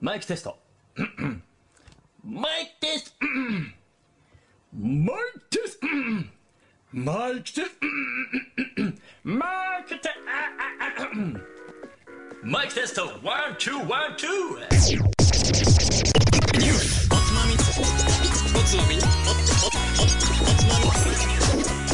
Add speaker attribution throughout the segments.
Speaker 1: マイクテスト。 マイクテスト。 マイクテスト。 マイクテスト。 マイクテスト。 マイクテスト。ワン、ツー、ワン、ツー。
Speaker 2: おつまみおつまみおつおつまみ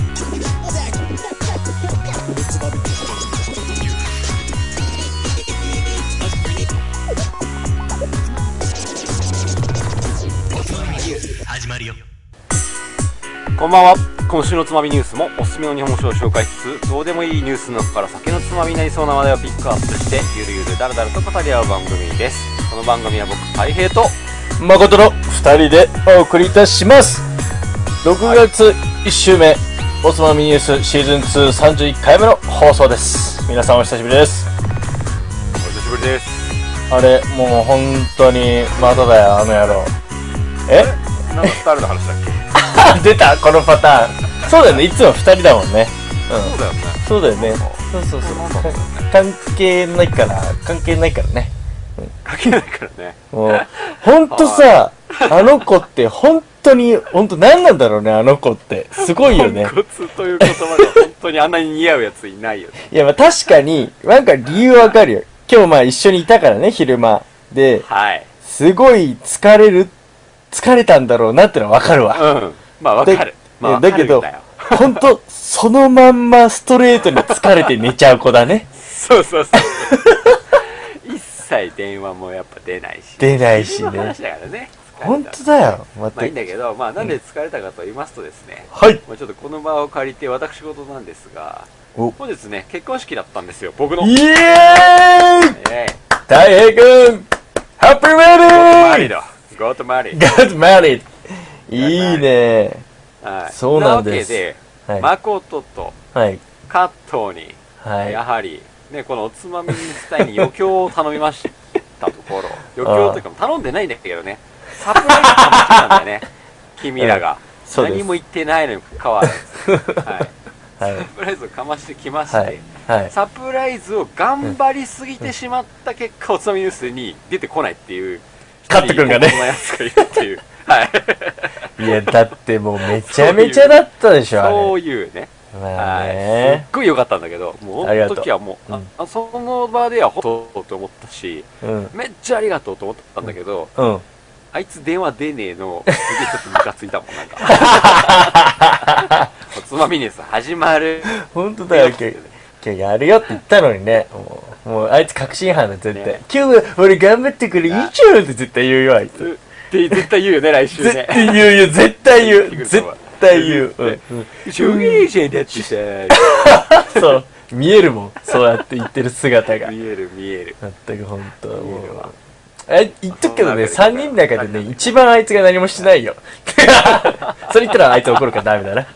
Speaker 2: おつまみ始まるよ
Speaker 3: こんばんは今週のつまみニュースもおすすめの日本酒を紹介しつつどうでもいいニュースの中から酒のつまみになりそうな話題をピックアップしてゆるゆるだらだらと語り合う番組ですこの番組は僕たい平と
Speaker 4: 誠の2人でお送りいたします6月1週目、おつまみニュースシーズン231回目の放送です皆さんお久しぶりです
Speaker 3: お久しぶりです
Speaker 4: あれもう本当にまただよあの野郎え
Speaker 3: なんかスタイルの話だっけ
Speaker 4: 出たこのパターンそうだよねいつも2人だもんね
Speaker 3: そうだよね
Speaker 4: うんそうだよねそうそうそう関係ないから関係ないからね
Speaker 3: 書けないからね
Speaker 4: も う、ほんとさ、あの子って本当に、ほんと何なんだろうね、あの子って。すごいよね。
Speaker 3: ポンコツという言葉で本当にあんなに似合うやついないよね
Speaker 4: いや、まあ確かに、なんか理由わかるよ。今日まあ一緒にいたからね、昼間。で、
Speaker 3: はい
Speaker 4: すごい疲れる、疲れたんだろうなってのはわかるわ。
Speaker 3: うんまあわかるまあ
Speaker 4: いやだけど
Speaker 3: わかるんだよ
Speaker 4: ほんと、そのまんまストレートに疲れて寝ちゃう子 だね。
Speaker 3: そうそうそう一切電話もやっぱ出ないし
Speaker 4: 出ないし
Speaker 3: 自分の
Speaker 4: ね
Speaker 3: 話。だからね
Speaker 4: ほんとだよ。待
Speaker 3: まあいい
Speaker 4: っ
Speaker 3: ん
Speaker 4: て。
Speaker 3: だけど、まあなんで疲れたかと言いますとですね、
Speaker 4: はい。
Speaker 3: まあちょっとこの場を借りて私事なんですが、
Speaker 4: お
Speaker 3: 本日ね、結婚式だったんですよ、僕の。
Speaker 4: イ
Speaker 3: え
Speaker 4: エーイ
Speaker 3: え
Speaker 4: 大平くんハッピーメリ
Speaker 3: マリ
Speaker 4: ー
Speaker 3: だ。ゴートマリ。
Speaker 4: got married! いいね
Speaker 3: はい
Speaker 4: そうなんです
Speaker 3: なわけ
Speaker 4: は
Speaker 3: で、
Speaker 4: い。
Speaker 3: 誠と
Speaker 4: はい。
Speaker 3: カットに、や
Speaker 4: は
Speaker 3: はり、ね、このおつまみにしたいに余興を頼みましたと ころ、余興というか、頼んでないんだけどね、サプライズ頼ん でね、君らが。
Speaker 4: い。そうで
Speaker 3: 何
Speaker 4: す。
Speaker 3: も言ってないのにかかわらず。 はい。
Speaker 4: はい。
Speaker 3: サプライズをかましてきまして、
Speaker 4: はい。はい。
Speaker 3: サプライズを頑張りすぎてしまった結果、おつまみニュースに出てこないっていう、
Speaker 4: カット君がね
Speaker 3: 一人にこんなやつがいるっていう、 はい、
Speaker 4: いや、だってもうめちゃめちゃだったでしょ、あ
Speaker 3: そ
Speaker 4: れ。
Speaker 3: ういうね、
Speaker 4: まあ
Speaker 3: はい、すっ
Speaker 4: ね。
Speaker 3: ごい良かったんだけど、もう、
Speaker 4: あり
Speaker 3: あ
Speaker 4: が
Speaker 3: の
Speaker 4: とう
Speaker 3: 時はもう、あ
Speaker 4: うん
Speaker 3: あその場では本当と思ったし、
Speaker 4: うん。
Speaker 3: めっちゃありがとうと思ったんだけど、
Speaker 4: うん。
Speaker 3: あいつ電話出ねえ の、すげえちょっとムカついたもん、なんか。 おつまみニュース始まる。
Speaker 4: ほんとだよ、今日。今日やるよって言ったのにね。もう、もうあいつ確信犯だ、絶対
Speaker 3: ね。
Speaker 4: 今日は俺頑張ってくれ、いいじゃんって絶対言うよ、あいつ。
Speaker 3: って絶対言うよね、来週
Speaker 4: 絶
Speaker 3: ね。
Speaker 4: 対言うよ、絶対言
Speaker 3: 言ってく
Speaker 4: う。
Speaker 3: る
Speaker 4: 絶対言う。うんうん。
Speaker 3: 中芸人だってさ、
Speaker 4: そう。見えるもん。そうやって言ってる姿が。
Speaker 3: 見える見える。
Speaker 4: まったく本当も
Speaker 3: 見えるわ
Speaker 4: う。え、言っとくけどね、
Speaker 3: そん
Speaker 4: 3
Speaker 3: なわけ
Speaker 4: 人
Speaker 3: な
Speaker 4: の
Speaker 3: い
Speaker 4: 中でね、一番あいつが何も しないよ。それ言ったらあいつ怒るからダメだな。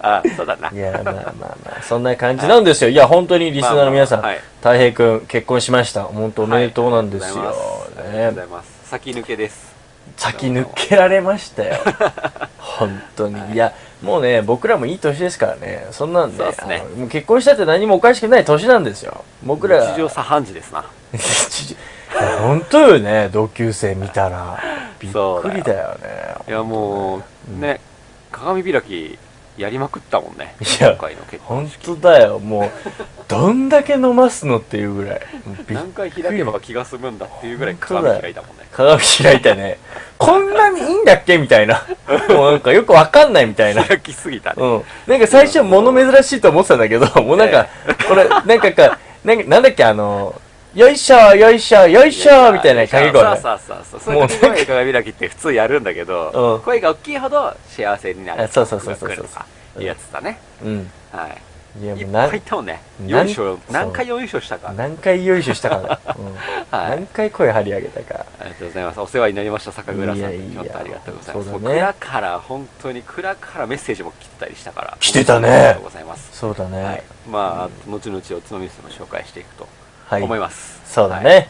Speaker 3: あ、そうだな。
Speaker 4: いや、まあまあまあ、そんな感じなんですよ。いや、本当にリスナーの皆さん
Speaker 3: まあまあはい、
Speaker 4: たい平くん結婚しました。本当おめでとうなんですよ
Speaker 3: はいありがとうございますありがとうござ
Speaker 4: ね。
Speaker 3: います。先抜けです。
Speaker 4: 先抜けられまし たよ。本当に。いや、もうね、僕らもいい年ですからね。そんなんで、
Speaker 3: そうっすね
Speaker 4: あのもう結婚したって何もおかしくない年なんですよ。僕らが。
Speaker 3: 日常茶飯事ですな。
Speaker 4: 日常いや本当よね同級生見たらびっ
Speaker 3: そう
Speaker 4: くりだよね
Speaker 3: いや、もう、ね、鏡開きやりまくったもんね。
Speaker 4: いや
Speaker 3: 今回の結婚。
Speaker 4: 本当だよもうどんだけ飲ますのっていうぐらいもうびっ
Speaker 3: 何回開けば気が済むんだっていうぐらい
Speaker 4: 本
Speaker 3: 鏡
Speaker 4: 当だよ
Speaker 3: 開いたもんね。
Speaker 4: 鏡開いたねこんなにいいんだっけみたいなもうなんかよくわかんないみたいな
Speaker 3: 開きすぎたね。
Speaker 4: うんなんか最初物珍しいと思ってたんだけどもうなんかこれなんかかなんかなんだっけあのよいしょよいしょよいしょみたいな掛け声ね
Speaker 3: そうそうそうそう。そういう掛け声鏡開きって普通やるんだけど、
Speaker 4: うん
Speaker 3: 声が大きいほど幸せになる。
Speaker 4: あそうそうそうそうそう
Speaker 3: 来るとかいうやつだね。
Speaker 4: うん
Speaker 3: はい。
Speaker 4: いやも
Speaker 3: いうっ
Speaker 4: な
Speaker 3: ぱいいたもんね。4
Speaker 4: なん
Speaker 3: 勝、何回4優勝したか。
Speaker 4: 何回よいしょしたかな、 うん
Speaker 3: はい
Speaker 4: 何回声張り上げたか
Speaker 3: ありがとうございます。お世話になりました、坂倉さん。
Speaker 4: いやいや
Speaker 3: ちょっとありがとうございます。
Speaker 4: そ
Speaker 3: もう
Speaker 4: うだね
Speaker 3: 蔵から、本当に蔵からメッセージも来てたりしたから。
Speaker 4: 来てたね
Speaker 3: ありがとうございます。
Speaker 4: そうだね
Speaker 3: はい。まあ、後々おつまみスも紹介していくと
Speaker 4: はい、
Speaker 3: 思います。
Speaker 4: そうだね、
Speaker 3: はい。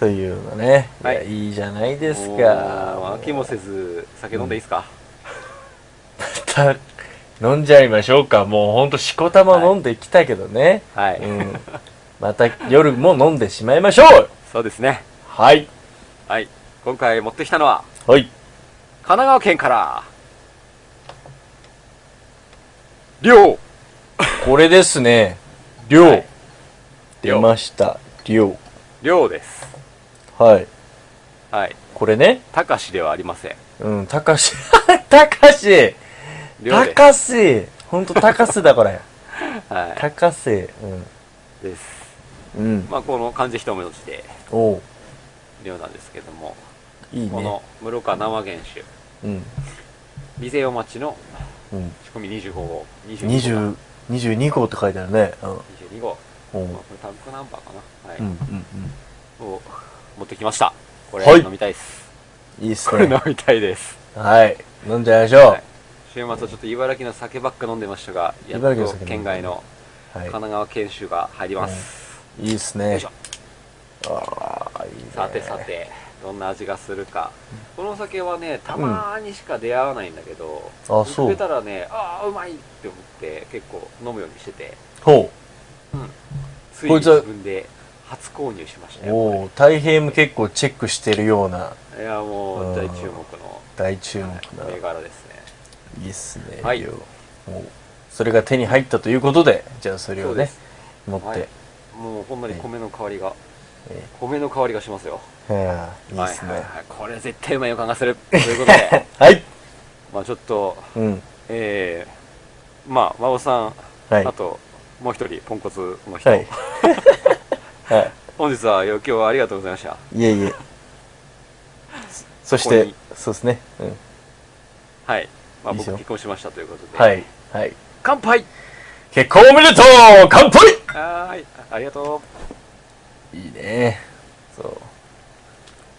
Speaker 4: というのね、
Speaker 3: はい
Speaker 4: いや、いいじゃないです
Speaker 3: もう
Speaker 4: か
Speaker 3: 飽きもせず、酒飲んでいいですか
Speaker 4: また飲んじゃいましょうかもうほんとしこたま飲んできたけどね、
Speaker 3: はい。
Speaker 4: うん、また夜も飲んでしまいましょう
Speaker 3: そうですね。
Speaker 4: はい。
Speaker 3: はい。今回持ってきたのは、
Speaker 4: はい。
Speaker 3: 神奈川県から、りょう
Speaker 4: これですね。量、
Speaker 3: はい
Speaker 4: 出ました。量。
Speaker 3: りょうです。
Speaker 4: はい。
Speaker 3: はい。
Speaker 4: これね。
Speaker 3: たかしではありません。
Speaker 4: うん、たかし。 たかし
Speaker 3: りょう
Speaker 4: た
Speaker 3: です。
Speaker 4: かしほんとたかすだ、これ。
Speaker 3: は
Speaker 4: たかしうん。
Speaker 3: い。です。
Speaker 4: うん。
Speaker 3: まあ、この漢字一文字で、
Speaker 4: おう
Speaker 3: りょうなんですけども、
Speaker 4: いい
Speaker 3: こ
Speaker 4: ね
Speaker 3: の。室賀生原酒、
Speaker 4: うん。
Speaker 3: 美勢町の
Speaker 4: うん。
Speaker 3: 仕込み25号、25
Speaker 4: 20 22号って書いてあるね。
Speaker 3: 22号、
Speaker 4: うん。おう
Speaker 3: まあ、これタンクナンバーかな。はい。
Speaker 4: うん、うん、うん。
Speaker 3: を持ってきました。これ、
Speaker 4: はい
Speaker 3: 飲みたいです。
Speaker 4: いいっす
Speaker 3: これ
Speaker 4: ね
Speaker 3: 飲。みたいです。
Speaker 4: はい。飲んじゃいましょ
Speaker 3: はい週末はちょっと茨城の酒ばっか飲んでましたが、やっ
Speaker 4: 茨城の
Speaker 3: と
Speaker 4: 酒
Speaker 3: 県外の
Speaker 4: う。はい
Speaker 3: 神。奈川県酒が入ります。
Speaker 4: いいっす
Speaker 3: よ
Speaker 4: ね
Speaker 3: いしょ。
Speaker 4: ああ、いいね。
Speaker 3: さてさ。て、どんな味がするか。このお酒はね、たまーにしか出会わないんだけど、
Speaker 4: あ、
Speaker 3: 見つ
Speaker 4: そ
Speaker 3: け
Speaker 4: う。
Speaker 3: たらね、ああ、うまいって思って、結構飲むようにしてて、
Speaker 4: ほ
Speaker 3: ついに
Speaker 4: こいつは
Speaker 3: 自分で初購入しました
Speaker 4: う。
Speaker 3: よ。
Speaker 4: おお、太平も結構チェックしてるようない
Speaker 3: や、も
Speaker 4: うん
Speaker 3: う大注目の
Speaker 4: 大注目な。
Speaker 3: 銘柄ですね。
Speaker 4: いいっすね。
Speaker 3: はい
Speaker 4: 量もうそれが手に入ったということで、じゃあそれ
Speaker 3: そ
Speaker 4: を
Speaker 3: うで
Speaker 4: ね
Speaker 3: す。、
Speaker 4: 持って。
Speaker 3: はいもうほんまに米の香りが、
Speaker 4: え
Speaker 3: 米の香りがしますよ。
Speaker 4: はあいいっす
Speaker 3: はいはい。は
Speaker 4: ね
Speaker 3: い、これ絶対うまい予感がする。ということ で、
Speaker 4: はい。
Speaker 3: まあちょっと、
Speaker 4: うん。
Speaker 3: えー、まあ、馬場さん、
Speaker 4: はい
Speaker 3: あ。と、もう一人、ポンコツの人、
Speaker 4: はい。は
Speaker 3: 本日は余興ありがとうございました。
Speaker 4: い。いえいえ。そし
Speaker 3: こ
Speaker 4: て
Speaker 3: こ、
Speaker 4: そうですね。うん。
Speaker 3: はい。まあ、
Speaker 4: いいで
Speaker 3: 僕
Speaker 4: すよ
Speaker 3: 結婚しましたということで、
Speaker 4: はい。はい。
Speaker 3: 乾杯
Speaker 4: 結婚おめでとう乾杯
Speaker 3: はーい、あありがとう。
Speaker 4: いいねそう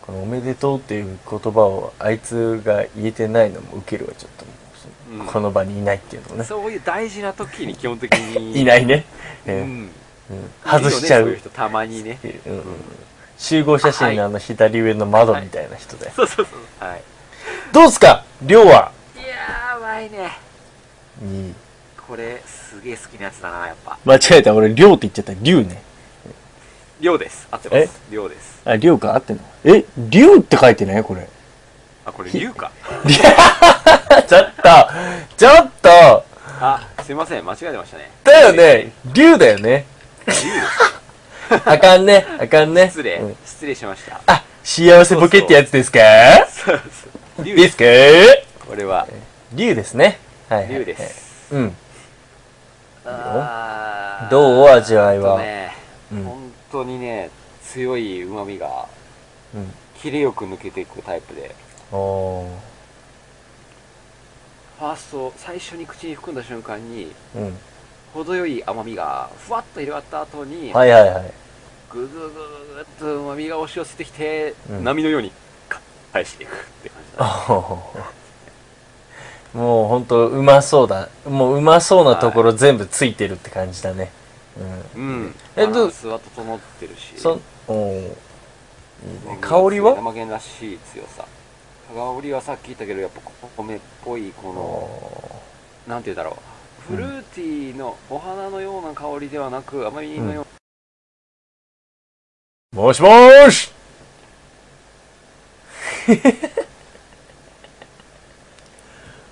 Speaker 4: この「おめでとう」っていう言葉をあいつが言えてないのもウケるわちょっともうその
Speaker 3: うん
Speaker 4: この場にいないっていうのもね
Speaker 3: そういう大事な時に基本的に。
Speaker 4: いないね、
Speaker 3: うん。
Speaker 4: えーうん外しちゃ
Speaker 3: いるよねそういうう人たまにね。
Speaker 4: うんうん集合写真のあの左上の窓みたいな人で、
Speaker 3: そうそうそう。はい。
Speaker 4: どうっすか量はい
Speaker 3: やー、うまいね。
Speaker 4: に
Speaker 3: これ、すげえ好きなやつだな、やっぱ。
Speaker 4: 間違えた俺量って言っちゃった量ね
Speaker 3: 量です。合ってます。量です。
Speaker 4: あ量か合ってんのえ量って書いてないこれ
Speaker 3: あ、 これ、龍か。
Speaker 4: ちょっとちょっと
Speaker 3: あ、すいません、間違えてましたね。
Speaker 4: だよね龍だよね あかんねあかんね
Speaker 3: 失
Speaker 4: うん
Speaker 3: 礼、失礼しま した。
Speaker 4: あ、幸せボケってやつですか
Speaker 3: そうそう。龍
Speaker 4: で
Speaker 3: です
Speaker 4: す。か
Speaker 3: これは、
Speaker 4: 竜ですね。はい、はい。
Speaker 3: 龍で。す。
Speaker 4: うん。
Speaker 3: あー
Speaker 4: どう味わいは
Speaker 3: ほんとね
Speaker 4: うん
Speaker 3: 本当にね、強い旨味が、
Speaker 4: うん。
Speaker 3: キレよく抜けていくタイプで、
Speaker 4: おー。
Speaker 3: ファースト、最初に口に含んだ瞬間に、
Speaker 4: うん。
Speaker 3: 程よい甘みが、ふわっと広がった後に、
Speaker 4: はいはいはい。
Speaker 3: ぐぐぐぐぐっと旨味が押し寄せてきて、
Speaker 4: うん
Speaker 3: 波のように、か返していくって感じだ。
Speaker 4: もうほんとうまそうだ。もううまそうなところ全部ついてるって感じだね。うん。
Speaker 3: うん。
Speaker 4: え
Speaker 3: え、
Speaker 4: どう
Speaker 3: どうは整ってるし。
Speaker 4: そん、おー。いいね
Speaker 3: うん
Speaker 4: 香りは
Speaker 3: 生源らしい強さ香りはさっき言ったけどやっぱ米っぽいこのなんて言うんだろう
Speaker 4: うん
Speaker 3: フルーティーのお花のような香りではなく甘みのよ
Speaker 4: もしもーし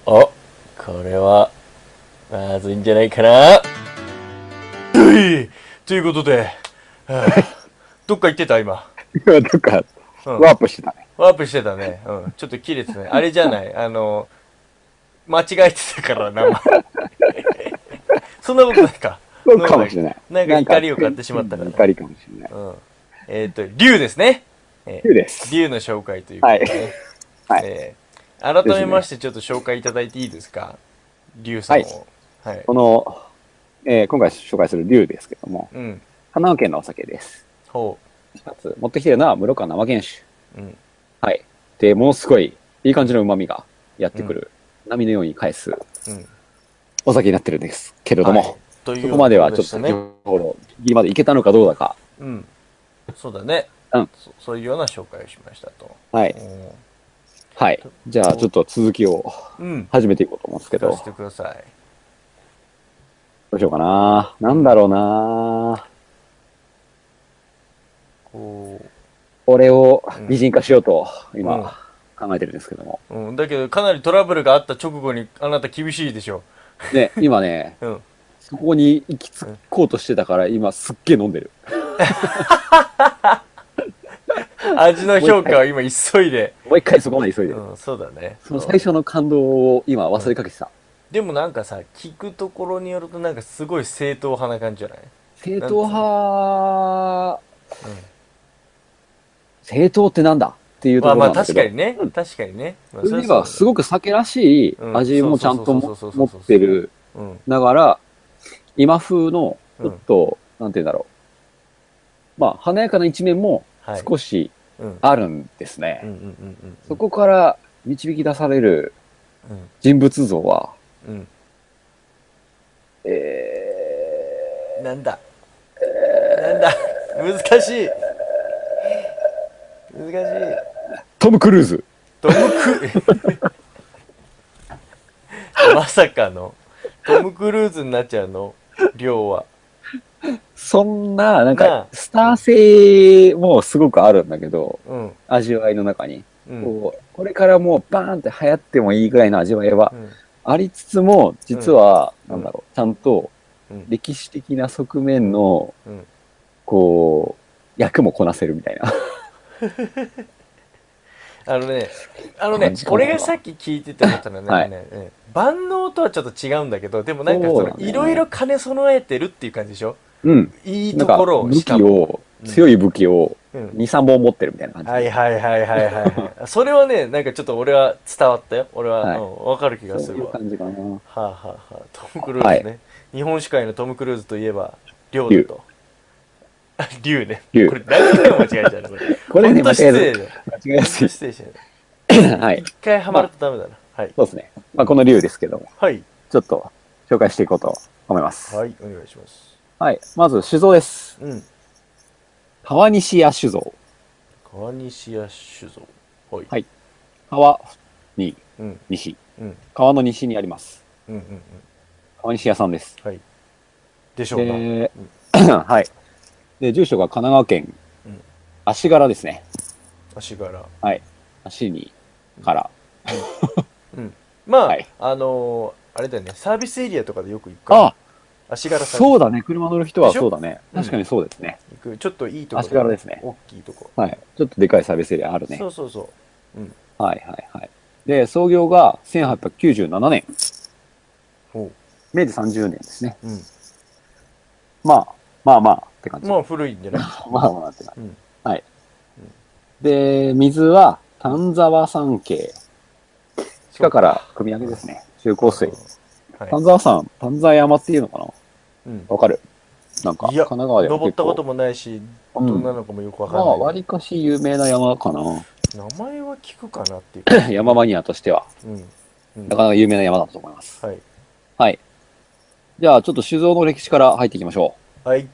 Speaker 4: お、これは、まずいんじゃないかなういということで、はあ どっか行ってた今。
Speaker 5: 今どっか
Speaker 4: うん
Speaker 5: ワープしてたね。
Speaker 4: ワープしてたね。うん。ちょっと切れてたね。あれじゃ ない。あの、間違えてたから、名 前。そんなことないか。
Speaker 5: そうかもしれない。
Speaker 4: なんか怒りを買ってしまったから
Speaker 5: うん怒りかもしれない。
Speaker 4: うん。えっ、と、竜ですね。えー
Speaker 5: 龍です。
Speaker 4: 竜の紹介ということで、ね
Speaker 5: はいはい
Speaker 4: えー改めましてちょっと紹介いただいていいですか竜さんを。はい。
Speaker 5: この、えー今回紹介する龍ですけども、
Speaker 4: うん。
Speaker 5: 神奈川県のお酒です。
Speaker 4: ほ
Speaker 5: かつ、持ってきてるのは室川生原酒。
Speaker 4: う。うん。
Speaker 5: はい。で、ものすごい、いい感じの旨味がやってくる、波のように返す
Speaker 4: うん。
Speaker 5: お酒になってるんですけれど
Speaker 4: はい
Speaker 5: も、
Speaker 4: という
Speaker 5: そこまではちょっと、
Speaker 4: ね。
Speaker 5: ほどギリまでいけたのかどうだか。
Speaker 4: うん。そうだね。
Speaker 5: うん
Speaker 4: そ。そういうような紹介をしましたと。
Speaker 5: はい。はい。じゃあ、ちょっと続きを
Speaker 4: うん。
Speaker 5: 始めていこうと思うんですけ
Speaker 4: 聞
Speaker 5: ど、
Speaker 4: か
Speaker 5: ど
Speaker 4: せてください。
Speaker 5: うしようかな。なんだろうな。
Speaker 4: こう、
Speaker 3: 俺を擬人化しようと、
Speaker 4: うん
Speaker 3: 今、考えてるんですけども。
Speaker 4: うん、だけど、かなりトラブルがあった直後に、あなた厳しいでしょ。
Speaker 3: ね、今ね、
Speaker 4: うん。
Speaker 3: そこに行き着こうとしてたから、今すっげえ飲んでる。
Speaker 4: 味の評価は今急いで。
Speaker 3: もう一回そこまで急いでる。
Speaker 4: うん、そうだね。
Speaker 3: その最初の感動を今忘れかけてた。
Speaker 4: でもなんかさ、聞くところによるとなんかすごい正当派な感じじゃない
Speaker 3: 正統派、正統ってなんだっていうと
Speaker 4: ま
Speaker 3: こ
Speaker 4: あ
Speaker 3: ろな
Speaker 4: ま
Speaker 3: ん
Speaker 4: あ
Speaker 3: だけど。
Speaker 4: 確かにね。確かにね。まあ
Speaker 3: そういえば、す
Speaker 4: ご
Speaker 3: ごく酒らしい味もちゃんと
Speaker 4: うん
Speaker 3: も
Speaker 4: そうそ
Speaker 3: 持
Speaker 4: うそうそうそうそう
Speaker 3: ってる。
Speaker 4: うん。
Speaker 3: ながら、今風の、ちょっと、なんて言うんだろう。まあ、華やかな一面も
Speaker 4: はい。
Speaker 3: 少し
Speaker 4: うん。
Speaker 3: あるんですね。
Speaker 4: うんうんうんうん。
Speaker 3: そこから導き出される
Speaker 4: うん。
Speaker 3: 人物像は、
Speaker 4: うん。
Speaker 3: え
Speaker 4: なんだなんだ難しい難しい
Speaker 3: ー、トム・クルーズ。
Speaker 4: トムクまさかのトム・クルーズになっちゃうの量は
Speaker 3: そんな、なん
Speaker 4: なあ
Speaker 3: か、スター性もすごくあるんだけど、
Speaker 4: うん
Speaker 3: 味わいの中に。
Speaker 4: うんうん
Speaker 3: こうこれからもうバーンって流行ってもいいぐらいの味わいはありつつも、実は、
Speaker 4: うん
Speaker 3: なんだろう、ちゃんと
Speaker 4: うん
Speaker 3: 歴史的な側面の、
Speaker 4: うん
Speaker 3: こう、役もこなせるみたいな。
Speaker 4: あのねあの ね
Speaker 3: 感じかな
Speaker 4: 俺がさっき聞いてて思ったのはね,、
Speaker 3: はい
Speaker 4: ねね万能とはちょっと違うんだけどでもなんか
Speaker 3: そ
Speaker 4: そう
Speaker 3: だ
Speaker 4: の
Speaker 3: ね
Speaker 4: いろいろ兼ね備えてるっていう感じでしょ
Speaker 3: うん。
Speaker 4: いい
Speaker 3: な
Speaker 4: と
Speaker 3: んか、
Speaker 4: ころを
Speaker 3: 武
Speaker 4: し
Speaker 3: 器
Speaker 4: かも
Speaker 3: を、
Speaker 4: うん
Speaker 3: 強い武器を
Speaker 4: うん
Speaker 3: 2、3本持ってるみたいな感じ。
Speaker 4: はいはいはいはいはいはいそれはねなんかちょっと俺は伝わったよ俺は、
Speaker 3: はい
Speaker 4: うん、分かる気がす
Speaker 3: そうい
Speaker 4: る
Speaker 3: う
Speaker 4: わは
Speaker 3: 感じかな。
Speaker 4: あ、はあはあ、トム・クルーズね、日本酒界のトム・クルーズといえば亮だとあ竜ね
Speaker 3: 竜
Speaker 4: これ何回も間違えちゃうねこれ
Speaker 3: これね、間
Speaker 4: ほんと失
Speaker 3: 違
Speaker 4: 礼
Speaker 3: え
Speaker 4: だよ
Speaker 3: 間違えやすい。
Speaker 4: 失礼しちゃう
Speaker 3: はい。
Speaker 4: 一回ハマるとダメだなはい
Speaker 3: そうですね。まあ、この理由ですけども、
Speaker 4: はい
Speaker 3: ちょっと紹介していこうと思います。はい。
Speaker 4: はいお願いします
Speaker 3: まず、酒造です。
Speaker 4: うん
Speaker 3: 川西屋酒造。
Speaker 4: 川西屋酒造はい、
Speaker 3: はい川に
Speaker 4: うん
Speaker 3: 西。
Speaker 4: うん
Speaker 3: 川の西にあります。
Speaker 4: うんうんうん
Speaker 3: 川西屋さんです。
Speaker 4: はいでしょうな、
Speaker 3: で、 はい。で、住所が神奈川県
Speaker 4: うん、
Speaker 3: 足柄ですね。
Speaker 4: 足柄
Speaker 3: 足に、から。
Speaker 4: まあ、
Speaker 3: はい
Speaker 4: あのーあれだよねサービスエリアとかでよく行くから
Speaker 3: あ、
Speaker 4: 足柄さん
Speaker 3: そうだね。車乗る人は
Speaker 4: でしょ
Speaker 3: そうだね。
Speaker 4: うん
Speaker 3: 確かにそうですね。
Speaker 4: 行くちょっといいとこ
Speaker 3: 足柄ですね
Speaker 4: 大きいとこ
Speaker 3: はい。ちょっとでかいサービスエリアあるね。
Speaker 4: そうそうそう
Speaker 3: はいはいはい。で、創業が1897年。
Speaker 4: ほ
Speaker 3: 明治30年ですね。
Speaker 4: う、うん、
Speaker 3: まあ、まあまあって感じ。
Speaker 4: まあ古いんじゃない
Speaker 3: まあまあって感じ。
Speaker 4: うん
Speaker 3: はい。で、水は丹沢山系。地下から汲み上げですね。中高水。
Speaker 4: はい
Speaker 3: 丹沢山、丹沢山っていうのかな
Speaker 4: うん
Speaker 3: わかるなんか、
Speaker 4: い
Speaker 3: 神
Speaker 4: や
Speaker 3: 奈川では
Speaker 4: 登
Speaker 3: 結
Speaker 4: った
Speaker 3: 構
Speaker 4: こともないし
Speaker 3: う
Speaker 4: ど
Speaker 3: ん
Speaker 4: んなのかもよくわか
Speaker 3: まあ、
Speaker 4: んない
Speaker 3: 割かし有名な山かな。
Speaker 4: けど、名前は聞くかなっていうか
Speaker 3: 山マニアとしては、
Speaker 4: うん、うん
Speaker 3: なかなか有名な山だと思います。
Speaker 4: はい
Speaker 3: はい。じゃあ、ちょっと酒造の歴史から入っていきましょう。
Speaker 4: はい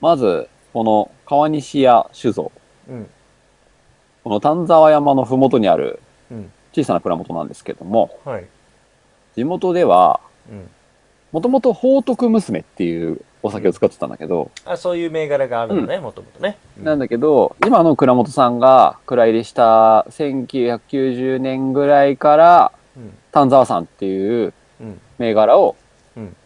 Speaker 3: まず、この川西屋酒造。
Speaker 4: うん
Speaker 3: この丹沢山のふもとにある
Speaker 4: うん
Speaker 3: 小さな蔵元なんですけども、
Speaker 4: はい
Speaker 3: 地元では、
Speaker 4: うん
Speaker 3: もともと宝徳娘っていうお酒を使ってたんだけど、
Speaker 4: あそういう銘柄があるのねもともとねうん
Speaker 3: なんだけど、今の倉本さんが蔵入りした1990年ぐらいから、
Speaker 4: うん
Speaker 3: 丹沢山っていう
Speaker 4: うん
Speaker 3: 銘柄を
Speaker 4: うん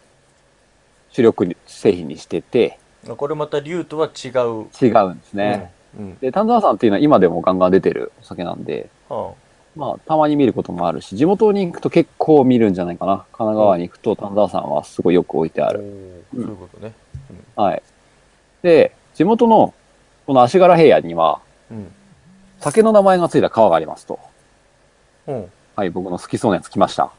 Speaker 3: 主力に製品にしてて、
Speaker 4: あこれまた竜とは違う
Speaker 3: 違うんですね。
Speaker 4: うん
Speaker 3: で、丹沢山っていうのは今でもガンガン出てるお酒なんで、
Speaker 4: は
Speaker 3: まあ、たまに見ることもあるし、地元に行くと結構見るんじゃないかな。神奈川に行くと丹沢山はすごいよく置いてあ
Speaker 4: あ
Speaker 3: る。
Speaker 4: おーそういうことね
Speaker 3: はい。で、地元のこの足柄平野には、
Speaker 4: うん
Speaker 3: 酒の名前がついた川がありますと。
Speaker 4: うん
Speaker 3: はい、僕の好きそうなやつ来ました。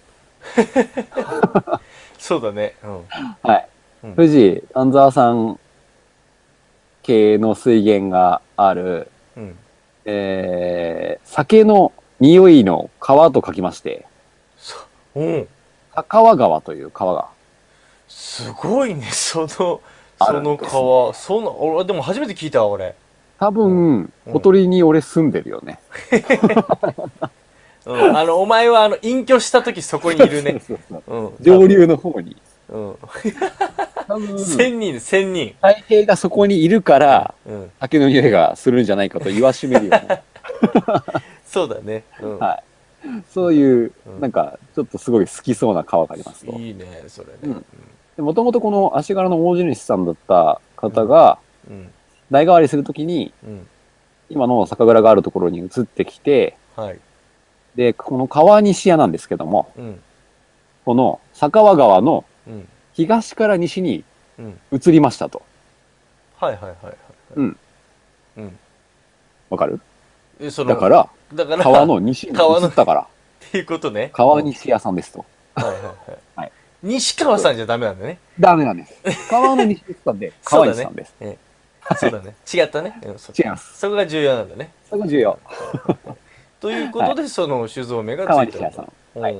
Speaker 4: そうだねうん
Speaker 3: はい。
Speaker 4: うん
Speaker 3: 富士、丹沢山系の水源がある、
Speaker 4: うん
Speaker 3: えー、酒の匂いの川と書きまして、
Speaker 4: そうん
Speaker 3: 高川川という川が。
Speaker 4: すごいね、 その、そ
Speaker 3: あるん
Speaker 4: の
Speaker 3: ですね
Speaker 4: 川、その、俺、でも初めて聞いたわ、俺。
Speaker 3: 多分、
Speaker 4: うん
Speaker 3: 小鳥に俺住んでるよね。
Speaker 4: うん、あ の、お前 は、あの、隠居した時そこにいるね。
Speaker 3: そうそうそう
Speaker 4: うん。
Speaker 3: 上流の方に
Speaker 4: うん。
Speaker 3: 多分、
Speaker 4: 千人、千人。
Speaker 3: 太平がそこにいるから、
Speaker 4: うん。
Speaker 3: 酒の匂いがするんじゃないかと言わしめるよ うな、
Speaker 4: そうだね。うん。
Speaker 3: はいそういう
Speaker 4: うん、
Speaker 3: なんか、ちょっとすごい好きそうな川がありますと。
Speaker 4: いいね、それね。
Speaker 3: うんもともとこの足柄の大地主さんだった方が、
Speaker 4: うん。
Speaker 3: 代替わりするときに、
Speaker 4: うん。
Speaker 3: 今の酒蔵があるところに移ってきて、
Speaker 4: はい。
Speaker 3: で、この川西屋なんですけども、
Speaker 4: うん。
Speaker 3: この酒和川の
Speaker 4: うん。
Speaker 3: 東から西に
Speaker 4: うん。
Speaker 3: 移りましたと。
Speaker 4: はいはいはいはい。
Speaker 3: うん。
Speaker 4: うん。
Speaker 3: わかる
Speaker 4: えその、
Speaker 3: だか、ら、
Speaker 4: だから、
Speaker 3: 川の西に
Speaker 4: 川
Speaker 3: 移
Speaker 4: の
Speaker 3: ったから、
Speaker 4: っていうことね。
Speaker 3: 川西屋さんですと。
Speaker 4: うん。はいはいはい。
Speaker 3: はい
Speaker 4: 西川さんじゃダメなんだね。
Speaker 3: ダメなんです。川の西に移ったんで、
Speaker 4: そう
Speaker 3: 川
Speaker 4: だね
Speaker 3: 西さんです。
Speaker 4: そうだね。違ったね。うんそ
Speaker 3: 違います。
Speaker 4: そこが重要なんだね。
Speaker 3: そこ重要。
Speaker 4: ということで、その酒造名が
Speaker 3: 川
Speaker 4: つい
Speaker 3: 西
Speaker 4: た
Speaker 3: 屋
Speaker 4: と
Speaker 3: さん。
Speaker 4: うん
Speaker 3: はい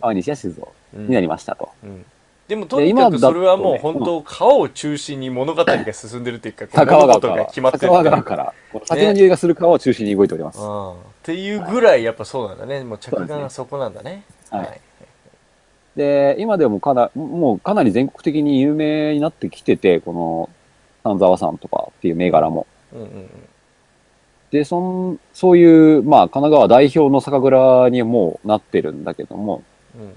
Speaker 3: 川西屋酒造
Speaker 4: うん
Speaker 3: になりましたと。
Speaker 4: うんでもとに
Speaker 3: 今
Speaker 4: か
Speaker 3: だ
Speaker 4: く
Speaker 3: と
Speaker 4: それはもう本当川を中心に物語が進んでるというかこう
Speaker 3: 酒和川
Speaker 4: 物事
Speaker 3: か
Speaker 4: が
Speaker 3: ら、
Speaker 4: 決まって
Speaker 3: 酒
Speaker 4: る
Speaker 3: 和川から、酒の匂いがする川を中心に動いております。
Speaker 4: うんっていうぐらいやっぱそうなんだねもう着眼
Speaker 3: そうです
Speaker 4: が
Speaker 3: ね
Speaker 4: そこなんだね
Speaker 3: はい
Speaker 4: はい
Speaker 3: で、今でもかな、もうかなり全国的に有名になってきてて、この、丹沢さんとかっていう銘柄も。
Speaker 4: うんうんうん
Speaker 3: で、そん、そういう、まあ、神奈川代表の酒蔵にもうなってるんだけども、
Speaker 4: うん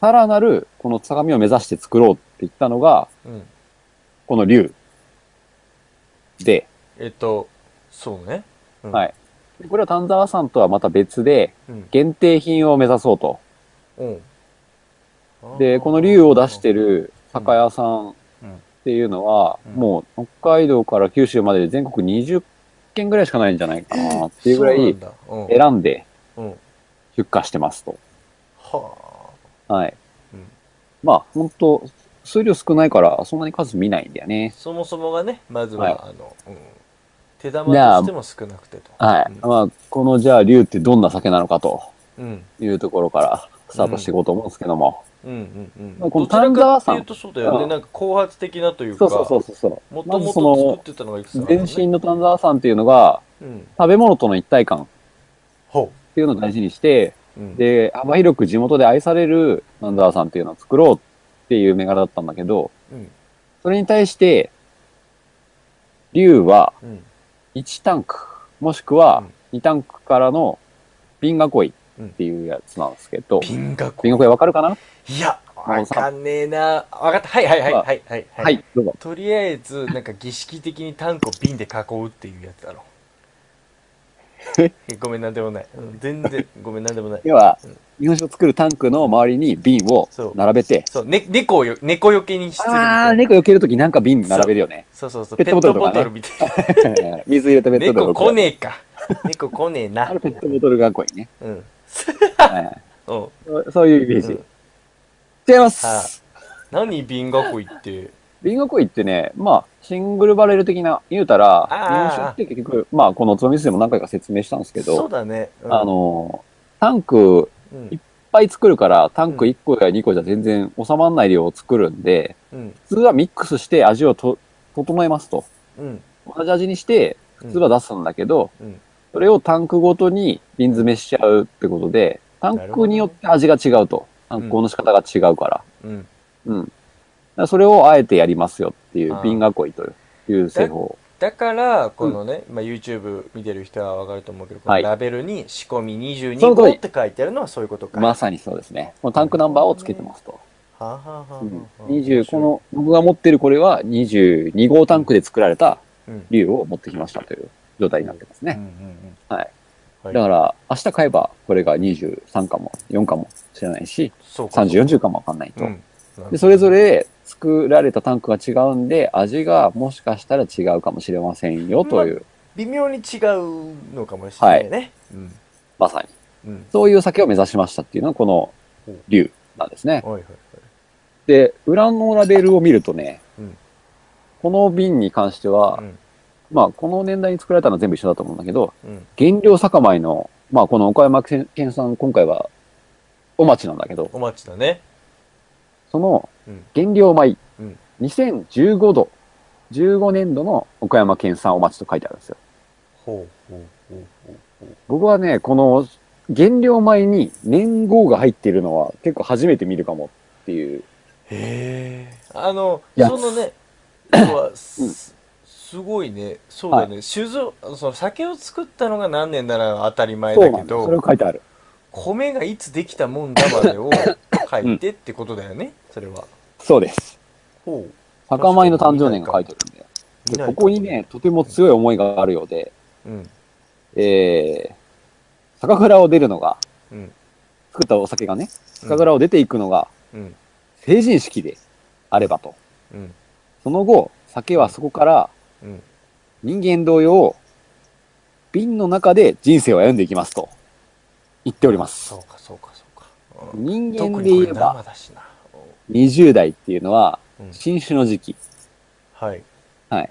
Speaker 3: さらなる、この相模を目指して作ろうって言ったのが、
Speaker 4: うん
Speaker 3: この竜。で、
Speaker 4: えっとそうねうん
Speaker 3: はいこれは丹沢さんとはまた別で、
Speaker 4: うん
Speaker 3: 限定品を目指そうと。
Speaker 4: うん
Speaker 3: で、この竜を出してる酒屋さんっていうのは、
Speaker 4: うん
Speaker 3: もう北海道から九州までで全国20軒ぐらいしかないんじゃないかなっていうぐら
Speaker 4: そうないんだうん
Speaker 3: 選んで
Speaker 4: うん
Speaker 3: 出荷してますと。
Speaker 4: は
Speaker 3: はい。
Speaker 4: うん
Speaker 3: まあ、本当数量少ないからそんなに数見ないんだよ
Speaker 4: あ
Speaker 3: ね。
Speaker 4: そもそもがねまず
Speaker 3: は
Speaker 4: はいあのうん手玉としても少なくてと
Speaker 3: はい。
Speaker 4: うん
Speaker 3: まあ、このじゃあ竜ってどんな酒なのかと
Speaker 4: うん
Speaker 3: いうところからスタートしていこうと思うんですけども。
Speaker 4: うんうんう
Speaker 3: ま
Speaker 4: ん。
Speaker 3: あこの
Speaker 4: どちらかっていうとそうだよね、
Speaker 3: うん
Speaker 4: なんか後発的なというか、
Speaker 3: そうそうそうそうそう。
Speaker 4: もと
Speaker 3: まず
Speaker 4: も
Speaker 3: そ
Speaker 4: と作
Speaker 3: の
Speaker 4: っ、てたのがいくつかあ
Speaker 3: 全
Speaker 4: るんだ
Speaker 3: 身
Speaker 4: ね。
Speaker 3: の丹沢さんっていうのが、
Speaker 4: うん。
Speaker 3: 食べ物との一体感っ
Speaker 4: ほ
Speaker 3: ていうのを大事にして、
Speaker 4: う。うん、
Speaker 3: で、幅広く地元で愛される丹沢さんっていうのを作ろうっていう銘柄だったんだけど、
Speaker 4: うん。
Speaker 3: それに対して、竜は
Speaker 4: うん。
Speaker 3: 1タンク、もしくは2タンクからの瓶囲いっていうやつなんですけど、
Speaker 4: ピンがこ
Speaker 3: 瓶囲いわかるかな
Speaker 4: う。いや、わかんねえな。わかった。はいはいはいはいはい。
Speaker 3: は。い、どうぞ。
Speaker 4: とりあえず、なんか儀式的にタンクを瓶で囲うっていうやつだ ろ。ごめん、なんでもない。うん 全然、ごめん、なんでもない。
Speaker 3: 要は
Speaker 4: うん、
Speaker 3: 日本酒を作るタンクの周りに瓶を並べて、
Speaker 4: そう、ね、猫をよ、猫よけにしてるみ
Speaker 3: あ
Speaker 4: た
Speaker 3: ー、
Speaker 4: いな。
Speaker 3: 猫避けるときなんか瓶並べるよね。
Speaker 4: そうそうそう、ペ
Speaker 3: ペ
Speaker 4: ッ
Speaker 3: ッ
Speaker 4: ト
Speaker 3: ト
Speaker 4: ボ
Speaker 3: ボ
Speaker 4: ト
Speaker 3: ト
Speaker 4: ル,、
Speaker 3: ルとかね
Speaker 4: みたい
Speaker 3: 水入れたペ
Speaker 4: な。
Speaker 3: ットボト
Speaker 4: 猫
Speaker 3: ル。
Speaker 4: 来ねえ か。猫来ねえな
Speaker 3: あ。れペットボトル囲い ね。
Speaker 4: うん。
Speaker 3: はいはい
Speaker 4: うん。
Speaker 3: そうそういうイメー
Speaker 4: うん
Speaker 3: ジ。違いま
Speaker 4: は
Speaker 3: す。
Speaker 4: 何瓶囲いって。
Speaker 3: ビンゴコイってね、まあ、シングルバレル的な、言うたら、
Speaker 4: あー
Speaker 3: 日本酒って結局、まあ、このおつまみスでも何回か説明したんですけ
Speaker 4: そう
Speaker 3: ど、
Speaker 4: だね。うん
Speaker 3: あ、の、タンク
Speaker 4: うん
Speaker 3: いっぱい作るから、タン
Speaker 4: う
Speaker 3: ク
Speaker 4: ん
Speaker 3: 1個や2個じゃ全然収まらない量を作るんで、
Speaker 4: うん。
Speaker 3: 普通はミックスして味をと整えますと。
Speaker 4: うん。
Speaker 3: 同じ味にして、
Speaker 4: 普
Speaker 3: 普通は出すんだけど、
Speaker 4: うん
Speaker 3: それをタンクごとに瓶詰めしちゃうってことで、タンクによって味が違うと。
Speaker 4: るほどね
Speaker 3: 炭鉱の仕方が違うから。
Speaker 4: うん。
Speaker 3: うん。だからそれをあえてやりますよってい
Speaker 4: あ
Speaker 3: う
Speaker 4: ー
Speaker 3: 瓶囲いという製法。
Speaker 4: だから、このね、まあ、YouTube 見てる人はわかると思うけど、この
Speaker 3: はい
Speaker 4: ラベルに仕込み22
Speaker 3: その通
Speaker 4: 号
Speaker 3: り
Speaker 4: って書いてあるのはそういうことか。
Speaker 3: まさにそうですね。このタンクナンバーをつけてますと。
Speaker 4: はあはあはあはあ
Speaker 3: うん
Speaker 4: はあ
Speaker 3: 20、こ、の僕が持ってるこれは22号タンクで作られた
Speaker 4: うん。
Speaker 3: 竜を持ってきましたという状態になってます
Speaker 4: うん
Speaker 3: ね。
Speaker 4: うん
Speaker 3: はい。
Speaker 4: うん。
Speaker 3: だ
Speaker 4: はい。
Speaker 3: から明日買えばこれが23かも4かもしれないし、
Speaker 4: そうか。
Speaker 3: 30、40かもわかんないと
Speaker 4: う。ん。
Speaker 3: で、それぞれ作られたタンクが違うんで、味がもしかしたら違うかもしれませんよという、
Speaker 4: 微妙に違うのかもしれないね。うん。
Speaker 3: まさに。
Speaker 4: うん。
Speaker 3: そういう酒を目指しましたっていうのはこの竜なんですね。
Speaker 4: はいはいはい。
Speaker 3: で、裏のラベルを見るとね、
Speaker 4: うん
Speaker 3: この瓶に関しては、
Speaker 4: うん
Speaker 3: まあ、この年代に作られたのは全部一緒だと思うんだけど、
Speaker 4: うん。
Speaker 3: 原料酒米の、まあ、この岡山県産、今回は、お待ちなんだけど、
Speaker 4: お待ちだね。
Speaker 3: その
Speaker 4: うん
Speaker 3: 原料米、
Speaker 4: うん
Speaker 3: 2015度、15年度の岡山県産お待ちと書いてあるんですよ。
Speaker 4: ほうほうほうほう。
Speaker 3: 僕はね、この原料米に年号が入っているのは結構初めて見るかもっていう
Speaker 4: へえ。あの、
Speaker 3: いや
Speaker 4: その ね、要はす、すごいね、そうだね、酒造、その酒を作ったのが何年なら当たり前
Speaker 3: そう
Speaker 4: だ
Speaker 3: な
Speaker 4: け
Speaker 3: んだ。それ
Speaker 4: ど
Speaker 3: を、書いてある。
Speaker 4: 米がいつできたもんだま でを書いてってことだよね、それは。
Speaker 3: そうです。
Speaker 4: ほう。
Speaker 3: 酒米の誕生年が書いてあるんで。
Speaker 4: 見ない
Speaker 3: でここにね、とても強い思いがあるようで、
Speaker 4: うん。
Speaker 3: えー、酒蔵を出るのが、
Speaker 4: うん。
Speaker 3: 作ったお酒がね、酒蔵を出ていくのが
Speaker 4: うん。
Speaker 3: 成人式であればと。
Speaker 4: うん。
Speaker 3: その後、酒はそこから
Speaker 4: うん。
Speaker 3: 人間同様、瓶の中で人生を歩んでいきますと言っております。
Speaker 4: そうか、そうか、そうか。うん
Speaker 3: 人間
Speaker 4: 特
Speaker 3: で
Speaker 4: に
Speaker 3: 言
Speaker 4: こ
Speaker 3: え
Speaker 4: れ
Speaker 3: ば
Speaker 4: 生だしな。
Speaker 3: 20代っていうのは
Speaker 4: うん。
Speaker 3: 新酒の時期。
Speaker 4: はい。
Speaker 3: はい。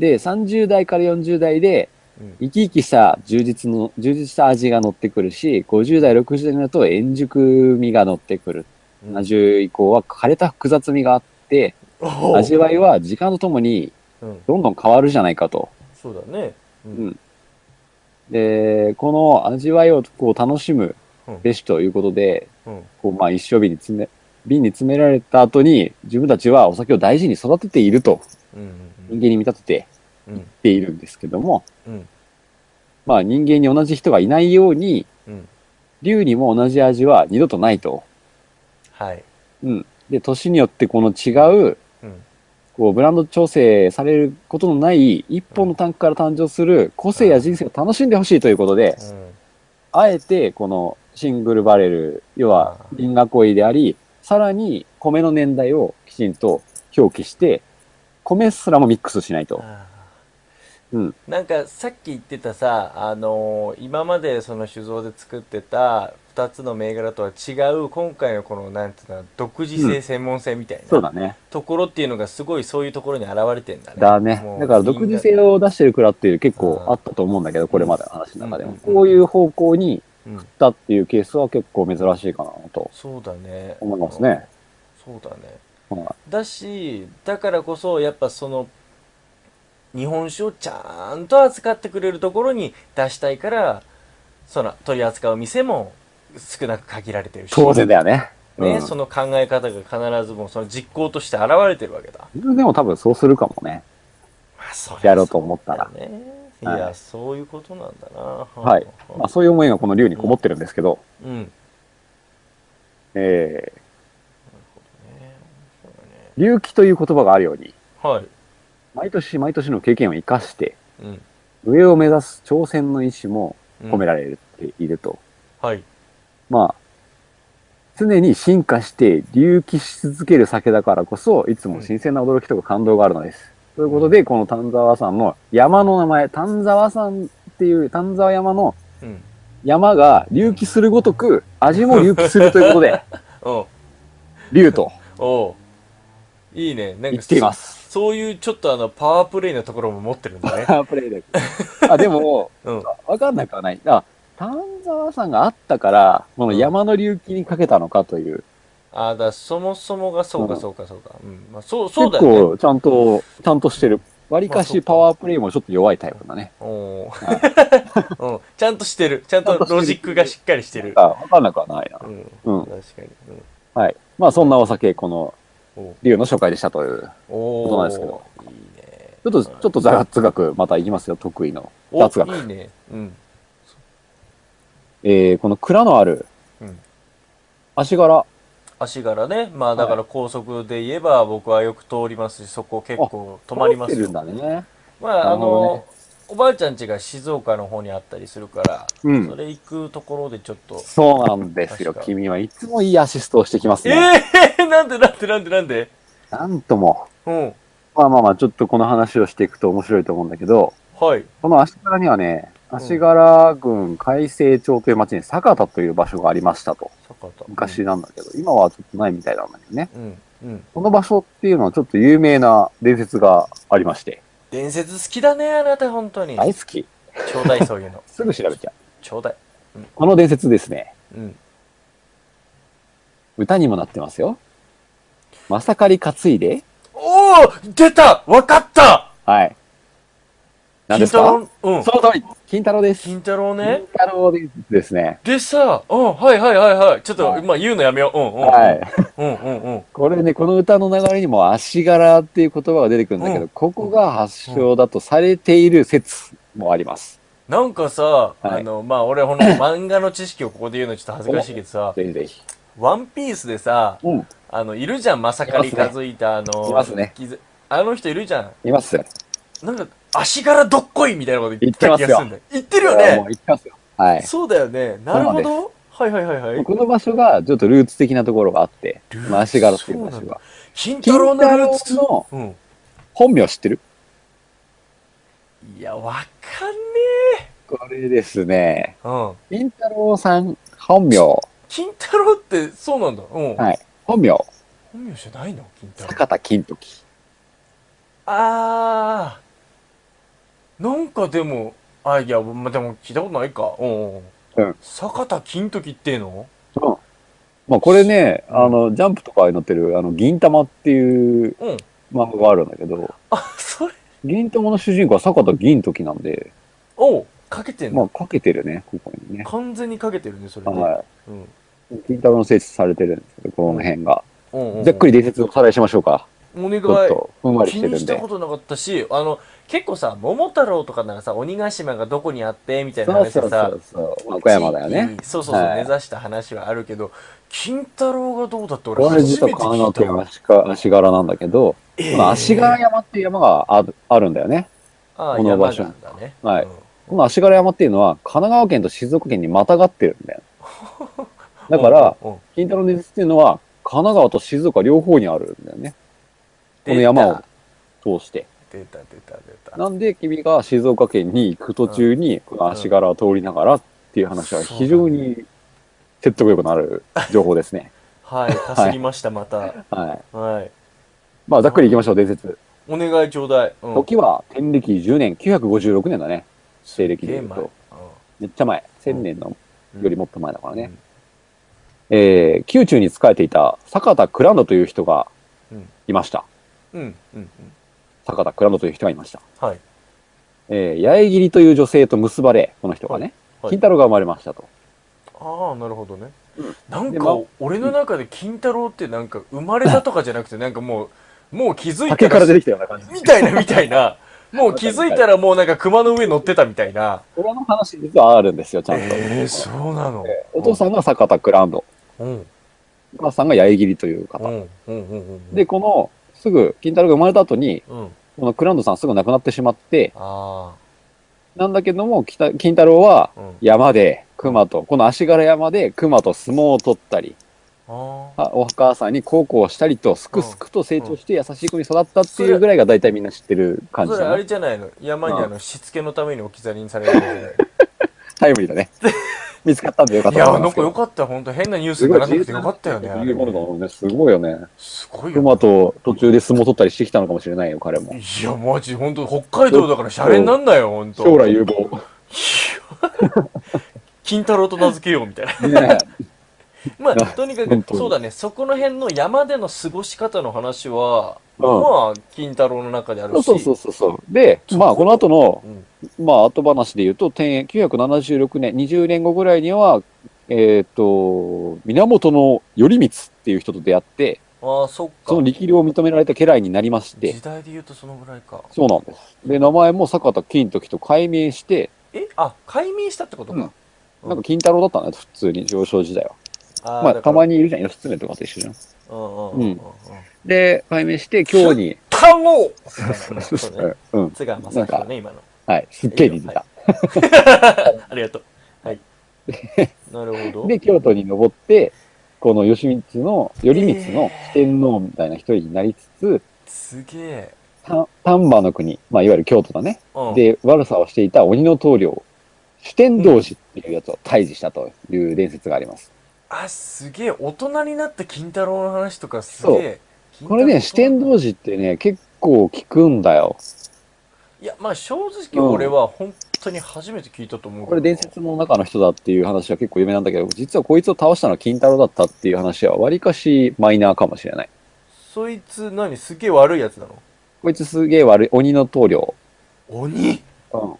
Speaker 3: で、30代から40代で
Speaker 4: うん。
Speaker 3: 生き生きした充実の、充実した味が乗ってくるし、50代、60代になると円熟味が乗ってくる。70以降は枯れた複雑味があって、
Speaker 4: おう
Speaker 3: 味わいは時間とともに
Speaker 4: うん。
Speaker 3: どんどん変わるじゃないかと。
Speaker 4: そうだね。う
Speaker 3: うんで、この味わいをこう楽しむ
Speaker 4: うん
Speaker 3: べしということで、
Speaker 4: うん。
Speaker 3: こうまあ一生瓶に詰め、瓶に詰められた後に自分たちはお酒を大事に育てていると
Speaker 4: うん。う
Speaker 3: 人
Speaker 4: ん
Speaker 3: 間に見立てて
Speaker 4: うん。
Speaker 3: っているんですけども、
Speaker 4: うん。
Speaker 3: まあ人間に同じ人がいないように、
Speaker 4: うん。
Speaker 3: 竜にも同じ味は二度とないと。
Speaker 4: はい。
Speaker 3: うん。で、年によってこの違う、
Speaker 4: うん。
Speaker 3: こうブランド調整されることのない一本のタンクから誕生する個性や人生を楽しんでほしいということで、
Speaker 4: うん。
Speaker 3: あえてこのシングルバレル、要は
Speaker 4: あー
Speaker 3: 銀河恋であり、さらに米の年代をきちんと表記して、米すらもミックスしないと。
Speaker 4: あー
Speaker 3: うん
Speaker 4: なんかさっき言ってたさ、あのー今までその酒造で作ってた2つの銘柄とは違う今回のこのなんていうの独自性、
Speaker 3: うん
Speaker 4: 専門性みたい
Speaker 3: そう
Speaker 4: な
Speaker 3: だね。
Speaker 4: ところっていうのがすごいそういうところに現れてんだね。
Speaker 3: だね
Speaker 4: も。う
Speaker 3: だから独自性を出してる蔵っていう結構
Speaker 4: うん
Speaker 3: あったと思うんだけど、これまでの話の中で
Speaker 4: う
Speaker 3: も。
Speaker 4: ん
Speaker 3: こういう方向に
Speaker 4: うん、
Speaker 3: 行ったっていうケースは結構珍しいかなと
Speaker 4: そうだね。
Speaker 3: 思いますね。
Speaker 4: そうだね。
Speaker 3: うん
Speaker 4: だし、だからこそやっぱその日本酒をちゃんと扱ってくれるところに出したいから、その取り扱う店も少なく限られてるし。
Speaker 3: 当然だよね。
Speaker 4: ね、
Speaker 3: うん
Speaker 4: その考え方が必ずもうその実行として現れてるわけだ。
Speaker 3: でも多分そうするかもね。
Speaker 4: まあ、そりゃ
Speaker 3: やろうと思ったら
Speaker 4: そ。うだね。い
Speaker 3: はい
Speaker 4: や、そういうことなんだな。
Speaker 3: はいまあ、そういう思いがこの竜にこもってるんですけど、
Speaker 4: うん。
Speaker 3: えー、竜気という言葉があるように、
Speaker 4: はい。
Speaker 3: 毎年毎年の経験を生かして、
Speaker 4: うん。
Speaker 3: 上を目指す挑戦の意志も
Speaker 4: うん
Speaker 3: 込められていると。
Speaker 4: はい。
Speaker 3: まあ、常に進化して隆起し続ける酒だからこそ、いつも新鮮な驚きとか感動があるのです。ということで、この丹沢山の山の名前、丹沢山っていう丹沢山の
Speaker 4: うん。
Speaker 3: 山が隆起するごとく、味も隆起するということ で、
Speaker 4: おう
Speaker 3: 竜と
Speaker 4: おういいね。なん
Speaker 3: 言
Speaker 4: か
Speaker 3: っています。
Speaker 4: そ。そういうちょっとあの、パワープレイなところも持ってるんだ ね。
Speaker 3: パワープレイで。あ、でも、
Speaker 4: うん。
Speaker 3: わかんなくはない。あ、丹沢山があったから、この山の隆起にかけたのかという。
Speaker 4: ああ、だ、そもそもがそうか
Speaker 3: うん
Speaker 4: そうかそうか。うん。まあ、そう、そう
Speaker 3: 結
Speaker 4: だよね。
Speaker 3: 構、ちゃんと、ちゃんとしてる。わりか
Speaker 4: まあそう
Speaker 3: し
Speaker 4: か
Speaker 3: パワープレイもちょっと弱いタイプだね。
Speaker 4: お ーうん。ちゃんとしてる。ちゃんとロジックがしっかりしてる。
Speaker 3: あ、わかんなくはないな
Speaker 4: う。ん。
Speaker 3: うん
Speaker 4: 確かに。うん。
Speaker 3: はい。まあ、そんなお酒、この、
Speaker 4: おう
Speaker 3: 竜の紹介でしたという。
Speaker 4: お
Speaker 3: こと
Speaker 4: お
Speaker 3: なんですけど
Speaker 4: いいね
Speaker 3: ちょっと、ちょっと雑学、またいきますよ、得意の。
Speaker 4: お
Speaker 3: 雑学。
Speaker 4: いいねうん
Speaker 3: えー、この蔵のある
Speaker 4: うん、
Speaker 3: 足柄。
Speaker 4: 足柄ねまあだから高速で言えば僕はよく通りますしそこ結構止まります
Speaker 3: 通って
Speaker 4: よ
Speaker 3: るんだね。
Speaker 4: まああ
Speaker 3: なるほど
Speaker 4: の
Speaker 3: ね
Speaker 4: おばあちゃん家が静岡の方にあったりするから
Speaker 3: うん
Speaker 4: それ行くところでちょっと
Speaker 3: そうなんですよ。
Speaker 4: 確か
Speaker 3: 君はいつもいいアシストをしてきます
Speaker 4: え
Speaker 3: ね。
Speaker 4: えなんでなんでなんでなんで
Speaker 3: なんとも。
Speaker 4: うん
Speaker 3: まあまあまあ、ちょっとこの話をしていくと面白いと思うんだけど、
Speaker 4: はい
Speaker 3: この足柄にはね、足柄郡海成町という町に坂田という場所がありましたと。
Speaker 4: 坂田
Speaker 3: 昔なんだけど、今はちょっとないみたいなんだけどね。
Speaker 4: うんうん
Speaker 3: この場所っていうのはちょっと有名な伝説がありまして、
Speaker 4: 伝説好きだねあなた本当に
Speaker 3: 大好き。
Speaker 4: ちょうだいそういうの
Speaker 3: すぐ調べちゃう。
Speaker 4: ちょうだい
Speaker 3: この伝説ですね、
Speaker 4: うん
Speaker 3: 歌にもなってますよ。まさかり担いで、
Speaker 4: おお出たわかった
Speaker 3: はい。何で
Speaker 4: 金
Speaker 3: す
Speaker 4: 太
Speaker 3: か
Speaker 4: 郎、うん。
Speaker 3: その通り金太郎です。
Speaker 4: 金太郎ね
Speaker 3: 金。太郎ですですね。
Speaker 4: でさ、うん、はいはいはいはい。ちょっと、
Speaker 3: はい
Speaker 4: まあ言うのやめよう。うんうん。
Speaker 3: はい。
Speaker 4: うんうんうん。
Speaker 3: これね、この歌の流れにも足柄っていう言葉が出てくるんだけど、
Speaker 4: うん
Speaker 3: ここが発祥だとされている説もあります。
Speaker 4: なんかさ、
Speaker 3: い
Speaker 4: あの、まあ俺、この漫画の知識をここで言うのちょっと恥ずかしいけどさ、
Speaker 3: ぜひぜひ。
Speaker 4: ワンピースでさ、
Speaker 3: うん。
Speaker 4: あの、いるじゃん、まさかりかづいた、あの、
Speaker 3: いますね
Speaker 4: きずあの人いるじゃ
Speaker 3: いますよ。
Speaker 4: ん。なんか、足柄どっこいみたいなこと言ってた気がするんだよ。言ってるよ
Speaker 3: もう
Speaker 4: ね
Speaker 3: 言ってますよ。はい。
Speaker 4: そうだよね。なるほ
Speaker 3: そう
Speaker 4: ど。はいはいはいはい。
Speaker 3: この場所がちょっとルーツ的なところがあって
Speaker 4: ルー、ツ
Speaker 3: まあ、足柄っていう場
Speaker 4: そ
Speaker 3: 所
Speaker 4: うなんだ
Speaker 3: が。
Speaker 4: 金
Speaker 3: 金
Speaker 4: 太
Speaker 3: 太
Speaker 4: 郎のルー
Speaker 3: 郎
Speaker 4: ツ。
Speaker 3: の
Speaker 4: うん。
Speaker 3: 本名知ってる
Speaker 4: いや、わかんね
Speaker 3: これですね。
Speaker 4: え。うん。
Speaker 3: 金太郎さん、本名。
Speaker 4: 金太郎って、そうなんだ。うん。
Speaker 3: はい。本名、
Speaker 4: 本名じゃないの金太郎。
Speaker 3: 坂田金時。
Speaker 4: あー。なんかでも、あ、いや、ま、でも聞いたことないか。うんうん。
Speaker 3: うん
Speaker 4: 坂田金時っていうの
Speaker 3: うん。まあ、これね、
Speaker 4: うん
Speaker 3: あの、ジャンプとかに載ってる、あの、銀玉っていう
Speaker 4: うん。
Speaker 3: 漫画があるんだけど、
Speaker 4: あ、それ。
Speaker 3: 銀玉の主人公は坂田銀時なんで、
Speaker 4: おうかけてん
Speaker 3: ま
Speaker 4: の、
Speaker 3: あ、かけてるね、ここにね。
Speaker 4: 完全にかけてるね、それね。
Speaker 3: は
Speaker 4: うん。
Speaker 3: い。金太郎の聖地とされてるんですけど、この辺が。
Speaker 4: うんうんうん
Speaker 3: ざっくり伝説をおさらいしましょうか。
Speaker 4: お願い
Speaker 3: ちょっと、ふんわりし
Speaker 4: 気
Speaker 3: て
Speaker 4: に
Speaker 3: るん
Speaker 4: した
Speaker 3: で
Speaker 4: こ。となかったし、あの、結構さ、桃太郎とかならさ、鬼ヶ島がどこにあって、みたいな
Speaker 3: そう
Speaker 4: 話
Speaker 3: そ
Speaker 4: で
Speaker 3: うそ
Speaker 4: さ
Speaker 3: う、そう。和歌山だよね。
Speaker 4: 地域。そうそうそう、
Speaker 3: はい
Speaker 4: 根ざした話はあるけど、金太郎がどうだって俺
Speaker 3: これ
Speaker 4: 初め
Speaker 3: 実
Speaker 4: て
Speaker 3: は神奈
Speaker 4: 聞いた
Speaker 3: 川
Speaker 4: わ。
Speaker 3: 県は足柄なんだけど、
Speaker 4: え
Speaker 3: この足柄山っていう山があるあるんだよね。
Speaker 4: ああ、
Speaker 3: この
Speaker 4: 山
Speaker 3: 場所
Speaker 4: なんだね。
Speaker 3: はい
Speaker 4: うん
Speaker 3: この足柄山っていうのは神奈川県と静岡県にまたがってるんだよ。だから、、
Speaker 4: うんうん
Speaker 3: 金太郎の伝説っていうのは神奈川と静岡両方にあるんだよね。この山を。通して。
Speaker 4: 出た、出た、出た。
Speaker 3: なんで君が静岡県に行く途中にこの足柄を通りながらっていう話は非常に説得力のある情報ですね。
Speaker 4: はい、かすりました、また。
Speaker 3: はい。
Speaker 4: はい。
Speaker 3: まあざっくり行きましょう、伝説。
Speaker 4: お願いちょうだい。うん。
Speaker 3: 時は天暦10年、956年だね。西暦で
Speaker 4: ゲ
Speaker 3: 言
Speaker 4: ー
Speaker 3: う
Speaker 4: マ
Speaker 3: と
Speaker 4: ー。。
Speaker 3: めっちゃ前。千年の
Speaker 4: うん
Speaker 3: よりもっと前だからね。
Speaker 4: うん
Speaker 3: えー、宮中に仕えていた坂田倉野という人が
Speaker 4: うん
Speaker 3: いました。
Speaker 4: うん、うん、うん。
Speaker 3: 坂田倉野という人がいました。
Speaker 4: はい。
Speaker 3: えー、八重切という女性と結ばれ、この人がね、
Speaker 4: はい
Speaker 3: 金太郎が生まれましたと。
Speaker 4: ああ、なるほどね。なん
Speaker 3: で
Speaker 4: か
Speaker 3: ま、
Speaker 4: 俺の中で金太郎ってなんか生まれたとかじゃなくて、なんかもう、もう気づい
Speaker 3: 竹
Speaker 4: た
Speaker 3: から
Speaker 4: ら、
Speaker 3: 出てきたような感じ。
Speaker 4: みたいなみたいな、 もう気づいたらもうなんか熊の上乗ってたみたいな。
Speaker 3: 裏の話実はあるんですよ、ちゃんと。
Speaker 4: ええそうなの。
Speaker 3: お父さんが坂田倉野、
Speaker 4: うん、
Speaker 3: お母さんが八重切という
Speaker 4: う
Speaker 3: 方。
Speaker 4: ん、うん、うん、うん。
Speaker 3: で、、この、すぐ、金太郎が生まれた後に、
Speaker 4: うん。
Speaker 3: この倉野さんすぐ亡くなってしまって、
Speaker 4: あ
Speaker 3: なんだけども、北金太郎は
Speaker 4: あ、うん。
Speaker 3: 山で、熊と、この足柄山で熊と相撲を取ったり、
Speaker 4: ああ。
Speaker 3: あお母さんに孝行したりと、すくすくと成長して優しい子に育ったっていうぐらいが大体みんな知ってる感じ
Speaker 4: それ
Speaker 3: だ
Speaker 4: あ
Speaker 3: ね
Speaker 4: れ。じゃないの山にあの、しつけのために置き去りにされるやつじゃない
Speaker 3: タイムリーだね。 見つかったんでよかっ
Speaker 4: い
Speaker 3: た
Speaker 4: や、
Speaker 3: と
Speaker 4: な
Speaker 3: 思
Speaker 4: んかよ
Speaker 3: い
Speaker 4: かった。ほんと変なニュースにならなくてよかったよね。あ
Speaker 3: ま
Speaker 4: れ
Speaker 3: すけどすごいよね。
Speaker 4: すごいよね。
Speaker 3: 熊と途中で相撲取ったりしてきたのかもしれないよ、彼も。
Speaker 4: いや、マジ、ほんと、北海道だからシャレになんだよ、ほんと。
Speaker 3: 将来有望。
Speaker 4: 金太郎と名付けようみたい な。
Speaker 3: ね
Speaker 4: まあ、とにか
Speaker 3: 本
Speaker 4: く、
Speaker 3: 当に
Speaker 4: そうだね、そこの辺の山での過ごし方の話は、
Speaker 3: うん
Speaker 4: まあ、金太郎の中である
Speaker 3: そう
Speaker 4: し。
Speaker 3: そうそうそうそう。で、まあ、この後の
Speaker 4: う、ん。
Speaker 3: まあ、後話で言うと、天976年、20年後ぐらいには、えっ、と、源の頼光っていう人と出会って、
Speaker 4: ああ、そっか。
Speaker 3: その力量を認められた家来になりまして、
Speaker 4: 時代で言うとそのぐらいか。
Speaker 3: そうなんです。で、名前も坂田金時と改名して、
Speaker 4: え、あ、解明したってことか。
Speaker 3: なんか金太郎だったんだよ、普通に、上昇時代は。
Speaker 4: ああ
Speaker 3: まあ、たま
Speaker 4: に。
Speaker 3: にいるじゃん、義経とかと一緒じゃん。
Speaker 4: うんうん
Speaker 3: う
Speaker 4: うんんうん。
Speaker 3: で、改名して、今日に、
Speaker 4: 太郎そう ね。
Speaker 3: うんうん、
Speaker 4: 津川正彦ね、今の。
Speaker 3: はい、すっげえ似てた。
Speaker 4: ありがとう。 はい。なるほど。
Speaker 3: で、京都に登って、この義満の、頼光の四天王みたいな一人になりつつ、
Speaker 4: すげえ。
Speaker 3: た丹波の国、まあ、いわゆる京都だね。
Speaker 4: うん、
Speaker 3: で、悪さをしていた鬼の棟梁、主天童子っていうやつを退治したという伝説があります。
Speaker 4: あ、すげえ。大人になった金太郎の話とかすげえ。
Speaker 3: これね、四天童
Speaker 4: 子。
Speaker 3: 子ってね、結構聞くんだよ。
Speaker 4: いや、まあ正直俺は本当に初めて聞いたと思うけど。
Speaker 3: これ伝説の中の人だっていう話は結構有名なんだけど、実はこいつを倒したのは金太郎だったっていう話は、わりかしマイナーかもしれない。
Speaker 4: そいつ何すげえ悪いやつなの
Speaker 3: こいつすげえ悪い、鬼の棟梁。
Speaker 4: 鬼
Speaker 3: うん。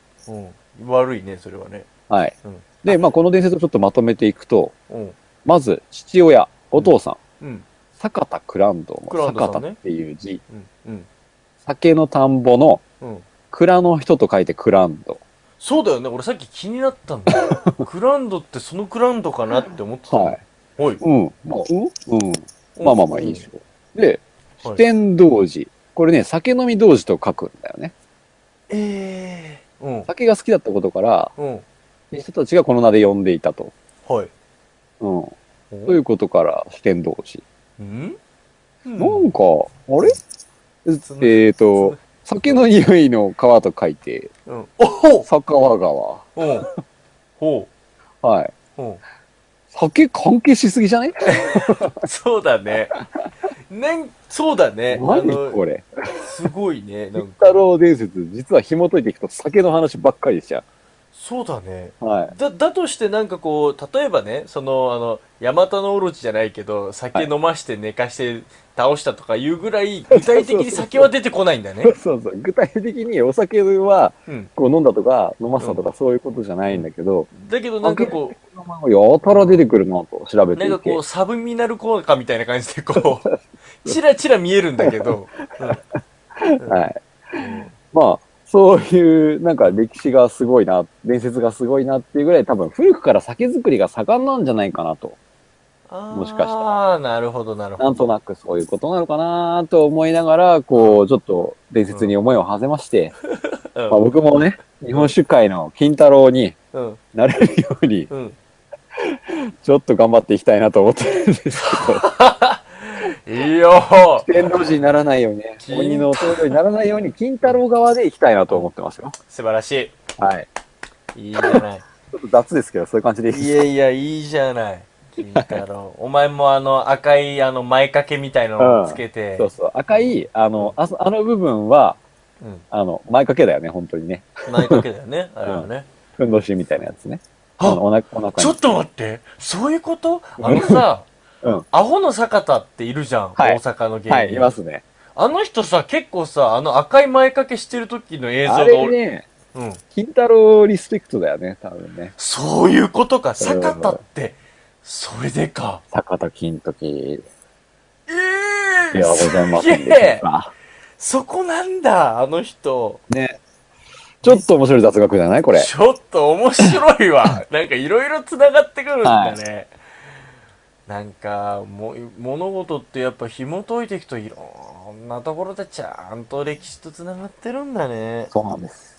Speaker 4: うん、悪いねそれはね
Speaker 3: はい。
Speaker 4: うん
Speaker 3: で、まあ、この伝説をちょっとまとめていくと、
Speaker 4: うん
Speaker 3: まず、父親、お父さん、
Speaker 4: うん
Speaker 3: 坂田九蘭堂
Speaker 4: 九
Speaker 3: の
Speaker 4: 蘭堂
Speaker 3: 坂田
Speaker 4: さんね
Speaker 3: っていう字、
Speaker 4: うんうん
Speaker 3: 酒の田んぼの
Speaker 4: うん
Speaker 3: 蔵の人と書いて九蘭堂。
Speaker 4: そうだよね俺さっき気になったんだよ クランドってそのクランドかなって思ってた
Speaker 3: はい。
Speaker 4: おい
Speaker 3: うん。まあ、うんうん。まあまあまあいいでしょう。で、
Speaker 4: は
Speaker 3: 四
Speaker 4: い
Speaker 3: 天童子。これね、酒飲み童子と書くんだよね。
Speaker 4: ええうん
Speaker 3: 酒が好きだったことから、
Speaker 4: うん
Speaker 3: 人たちがこの名で呼んでいたと。
Speaker 4: はい
Speaker 3: うん。
Speaker 4: お
Speaker 3: ということから、四天童子。
Speaker 4: うんうん
Speaker 3: なんか、あれ
Speaker 4: の
Speaker 3: えっ、ー、と、酒の匂いの川と書いて、
Speaker 4: うんおほ
Speaker 3: 酒川川。
Speaker 4: うんほ
Speaker 3: はい。
Speaker 4: ううん
Speaker 3: 酒関係しすぎじゃね
Speaker 4: そうだねねそうだねあ
Speaker 3: 何
Speaker 4: の
Speaker 3: これ。
Speaker 4: すごいねなん
Speaker 3: 金
Speaker 4: か
Speaker 3: 太郎伝説、実は紐解いていくと酒の話ばっかりでした。
Speaker 4: そうだね
Speaker 3: はい。
Speaker 4: だだとしてなんかこう例えばねそのあのヤマタノオロチじゃないけど酒飲まして寝かして倒したとかいうぐらい具体的に酒は出てこないんだね
Speaker 3: そうそう。具体的にお酒は、
Speaker 4: うん
Speaker 3: こう飲んだとか、飲ませたとかそういうことじゃないんだけど、
Speaker 4: だけどなんかこ
Speaker 3: やたら出てくるなと調
Speaker 4: う
Speaker 3: べ
Speaker 4: な
Speaker 3: て
Speaker 4: ん
Speaker 3: い
Speaker 4: かこ
Speaker 3: て
Speaker 4: う。サブミナル効果みたいな感じでこ うチラチラ見えるんだけど、
Speaker 3: はい。まあ、そういう、なんか歴史がすごいな、伝説がすごいなっていうぐらい、多分古くから酒造りが盛んなんじゃないかなと。 もしかしたら
Speaker 4: ああなるほどなるほど
Speaker 3: なんとなくそういうことなのかなと思いながら、こう、ちょっと伝説に思いを馳せまして、
Speaker 4: うん
Speaker 3: まあ、僕もね、日本酒界の金太郎に
Speaker 4: うん
Speaker 3: なれるように、
Speaker 4: うん
Speaker 3: ちょっと頑張っていきたいなと思ってるんですけ ど、
Speaker 4: いいよ
Speaker 3: 天童寺にならないようにね、
Speaker 4: 金
Speaker 3: 鬼の弟にならないように、金太郎側でいきたいなと思ってますよ。
Speaker 4: 素晴らし
Speaker 3: はい。
Speaker 4: いいいじゃない
Speaker 3: ちょっと雑ですけど、そういう感じでいいです
Speaker 4: いやいや、いいじゃない。金 太郎。お前もあの赤いあの前掛けみたいのをつけて。
Speaker 3: そうそう。赤い、あの、あそあの部分は、
Speaker 4: うん
Speaker 3: あの、前掛けだよね、本当にね。
Speaker 4: 前掛けだよね。あれはね。
Speaker 3: ふんどしみたいなやつね。
Speaker 4: あ
Speaker 3: あのお腹、お腹に。
Speaker 4: ちょっと待って。そういうことあのさ、
Speaker 3: うん
Speaker 4: アホの坂田っているじゃん。
Speaker 3: はい
Speaker 4: 大阪の芸人。
Speaker 3: はい、いますね。
Speaker 4: あの人さ、結構さ、あの赤い前掛けしてる時の映像
Speaker 3: あ
Speaker 4: が
Speaker 3: れ
Speaker 4: 俺、
Speaker 3: ね、
Speaker 4: うん。
Speaker 3: 金太郎リスペクトだよね、多分ね。
Speaker 4: そういうことか。
Speaker 3: そうそうそう
Speaker 4: 坂田って、それでか。
Speaker 3: 坂田金時
Speaker 4: ええ
Speaker 3: ではございますす
Speaker 4: げ
Speaker 3: んで
Speaker 4: え
Speaker 3: しょうか。
Speaker 4: そこなんだ、あの人。
Speaker 3: ちょっと面白い雑学じゃないこれ。
Speaker 4: ちょっと面白 いわ。なんかいろいろ繋がってくるんだね。なんかもう、物事ってやっぱ紐解いていくといろんなところでちゃんと歴史と繋がってるんだね。
Speaker 3: そうなんです。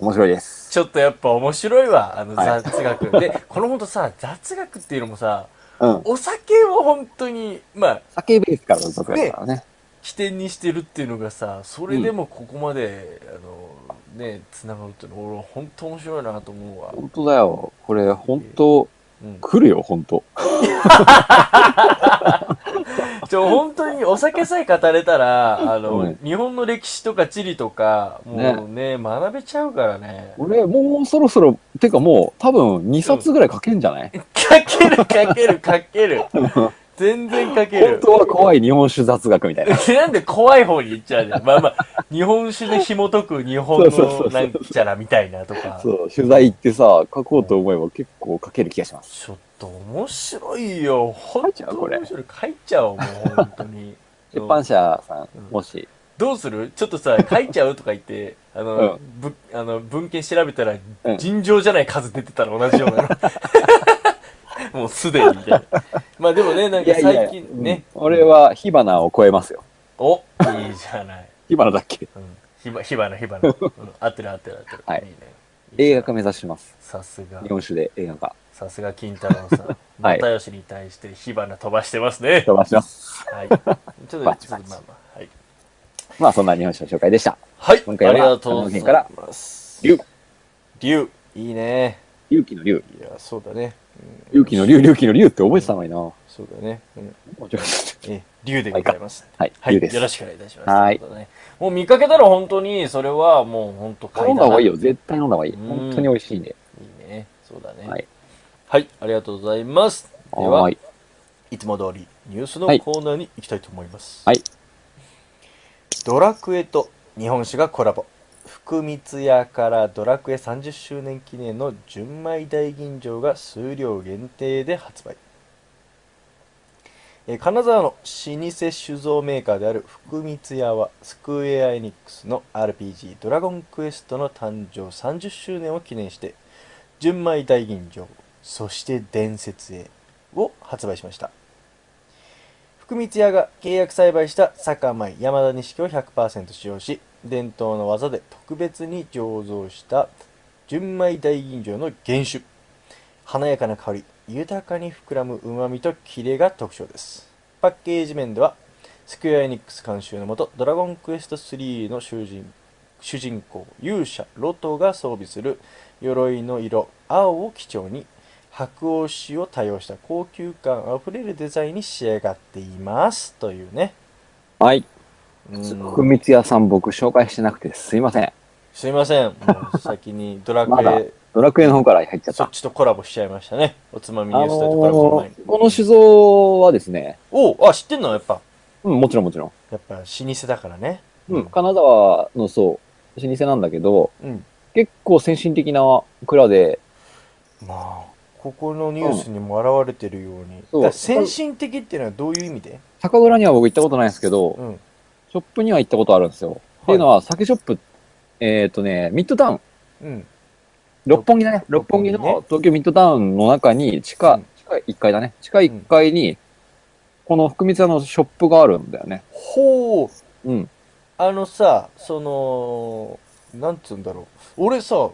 Speaker 3: 面白いです。
Speaker 4: ちょっとやっぱ面白いわ、あの
Speaker 3: はい
Speaker 4: 雑 学。で、このほんとさ、雑学っていうのもさ、
Speaker 3: うん。
Speaker 4: お酒を本当に、まあ、
Speaker 3: 酒ベースからの雑学だからね。
Speaker 4: 起点にしてるっていうのがさ、それでもここまで、あの、ね、繋がるっていうの、俺は本当面白いなと思うわ。
Speaker 3: 本当だよ。これ、本当
Speaker 4: うん
Speaker 3: 来るよ、本当
Speaker 4: ちょ、本当にお酒さえ語れ たら、あの、
Speaker 3: うん
Speaker 4: 日本の歴史とか地理とか、もうね、学べちゃうからね。
Speaker 3: 俺、もうそろそろ、てかもう、多分2冊ぐらい書けんじゃない
Speaker 4: かけるかけるかける。全然かけ
Speaker 3: 本
Speaker 4: る。
Speaker 3: 当は怖い日本酒雑学みたいな。
Speaker 4: なんで怖い方に行っちゃうじゃん。まあまあ、日本酒で紐解く日本
Speaker 3: そうそうそ
Speaker 4: の
Speaker 3: うそう
Speaker 4: なんちゃらみたいなとか。
Speaker 3: そう、取材行ってさ、書こうと思えば結構書ける気がします。
Speaker 4: ちょっと面白いよ。
Speaker 3: 書
Speaker 4: 本
Speaker 3: いちゃ
Speaker 4: 当
Speaker 3: う
Speaker 4: に
Speaker 3: これ
Speaker 4: 面白い。書いちゃおう、もう本当に。
Speaker 3: 出版社さ
Speaker 4: うん
Speaker 3: ん、もし、
Speaker 4: どうするちょっ とさ、書いちゃうとか言って、あの、
Speaker 3: う
Speaker 4: ぶあの文献調べたら、
Speaker 3: うん
Speaker 4: 尋常じゃない数出てたら同じようなの。 もうすでにみたいな。まあでもね、なんか最近ね、
Speaker 3: うん俺は火花を超えますよ。
Speaker 4: お、いいじゃない。
Speaker 3: 火花だっけ
Speaker 4: うん。ひば、ひばな、ひばな。うん合ってる合ってる合ってる。
Speaker 3: はい
Speaker 4: いね。
Speaker 3: 映画化目指します。
Speaker 4: さすが
Speaker 3: 日、本酒で映画化。
Speaker 4: さすが金太郎さん。
Speaker 3: はい
Speaker 4: 又吉に対して火花飛ばしてますね。
Speaker 3: 飛ばします。
Speaker 4: はい。ちょっと、ちょっとま
Speaker 3: バ
Speaker 4: あ
Speaker 3: チバチ
Speaker 4: まあ、はい。
Speaker 3: まあそんな日本酒の紹介でした。
Speaker 4: はい、
Speaker 3: 今回は
Speaker 4: ありがとうござい
Speaker 3: あ
Speaker 4: ます。
Speaker 3: 龍、
Speaker 4: 龍、いいね。
Speaker 3: 勇気の龍。
Speaker 4: いや、そうだね。
Speaker 3: 勇気の龍、勇気の龍って覚えてたのにな。も
Speaker 4: そうだね。うん。
Speaker 3: うちょっと
Speaker 4: え、竜でございます。
Speaker 3: はい、
Speaker 4: はい。
Speaker 3: 龍です。
Speaker 4: よろしくお願いいたします。
Speaker 3: はい
Speaker 4: とうことでねもう見かけたら本当に、それはもう本当買
Speaker 3: 飲ん
Speaker 4: な
Speaker 3: だ方がいいよ。絶対飲んだ方がいい。
Speaker 4: うん
Speaker 3: 本当に美味しいんで。
Speaker 4: いいね。そうだね。は
Speaker 3: はいい。
Speaker 4: ありがとうございます。で
Speaker 3: は
Speaker 4: は
Speaker 3: ーい、。
Speaker 4: いつも通りニュースの
Speaker 3: はい
Speaker 4: コーナーに行きたいと思います。
Speaker 3: はい。
Speaker 4: ドラクエと日本酒がコラボ。復徳光屋からドラクエ30周年記念の純米大吟醸が数量限定で発売えー金沢の老舗酒造メーカーである福光屋はスクエア・エニックスの RPG「ドラゴンクエスト」の誕生30周年を記念して純米大吟醸そして伝説へを発売しました福光屋が契約栽培した酒米山田錦を100%使用し伝統の技で特別に醸造した純米大吟醸の原酒華やかな香り豊かに膨らむ旨味とキレが特徴ですパッケージ面ではスクエア・エニックス監修のもと「ドラゴンクエスト3」の囚人主人公勇者ロトが装備する鎧の色青を基調に白王子を多用した高級感あふれるデザインに仕上がっていますというね
Speaker 3: はい。
Speaker 4: うん
Speaker 3: 福光屋さん僕紹介してなくてすいません。
Speaker 4: すい ませんもう先にドラク
Speaker 3: まだ
Speaker 4: エ
Speaker 3: ドラクエの方から入っちゃっ。
Speaker 4: そったちとコラボしちゃいましたねおつまみニ
Speaker 3: あ
Speaker 4: ュ
Speaker 3: の
Speaker 4: ースとコラボの前に
Speaker 3: ー、この酒造はですね、
Speaker 4: おうあ知ってんのやっぱ
Speaker 3: うん、もちろんもちろん。
Speaker 4: やっぱ老舗だからね
Speaker 3: うん、金沢のそう、老舗なんだけど、
Speaker 4: うん
Speaker 3: 結構先進的な蔵で、
Speaker 4: まあここのニュースにも現れてるように、
Speaker 3: そう
Speaker 4: だから先進的っていうのはどういう意味で、
Speaker 3: 酒蔵には僕行ったことないんですけど、
Speaker 4: うん、
Speaker 3: ショップには行ったことあるんですよ。っていうのは、酒ショップ、えっ、とね、ミッドタウン、
Speaker 4: うん、
Speaker 3: 六本木だね。六
Speaker 4: 六本
Speaker 3: 本
Speaker 4: 木
Speaker 3: 木
Speaker 4: ね
Speaker 3: の東京ミッドタウンの中に、地
Speaker 4: う
Speaker 3: 下
Speaker 4: ん、
Speaker 3: 地下1階だね。地下1階に、この福光屋のショップがあるんだよね。
Speaker 4: ほう
Speaker 3: うん。
Speaker 4: あのさそのなんつうんだろう俺さ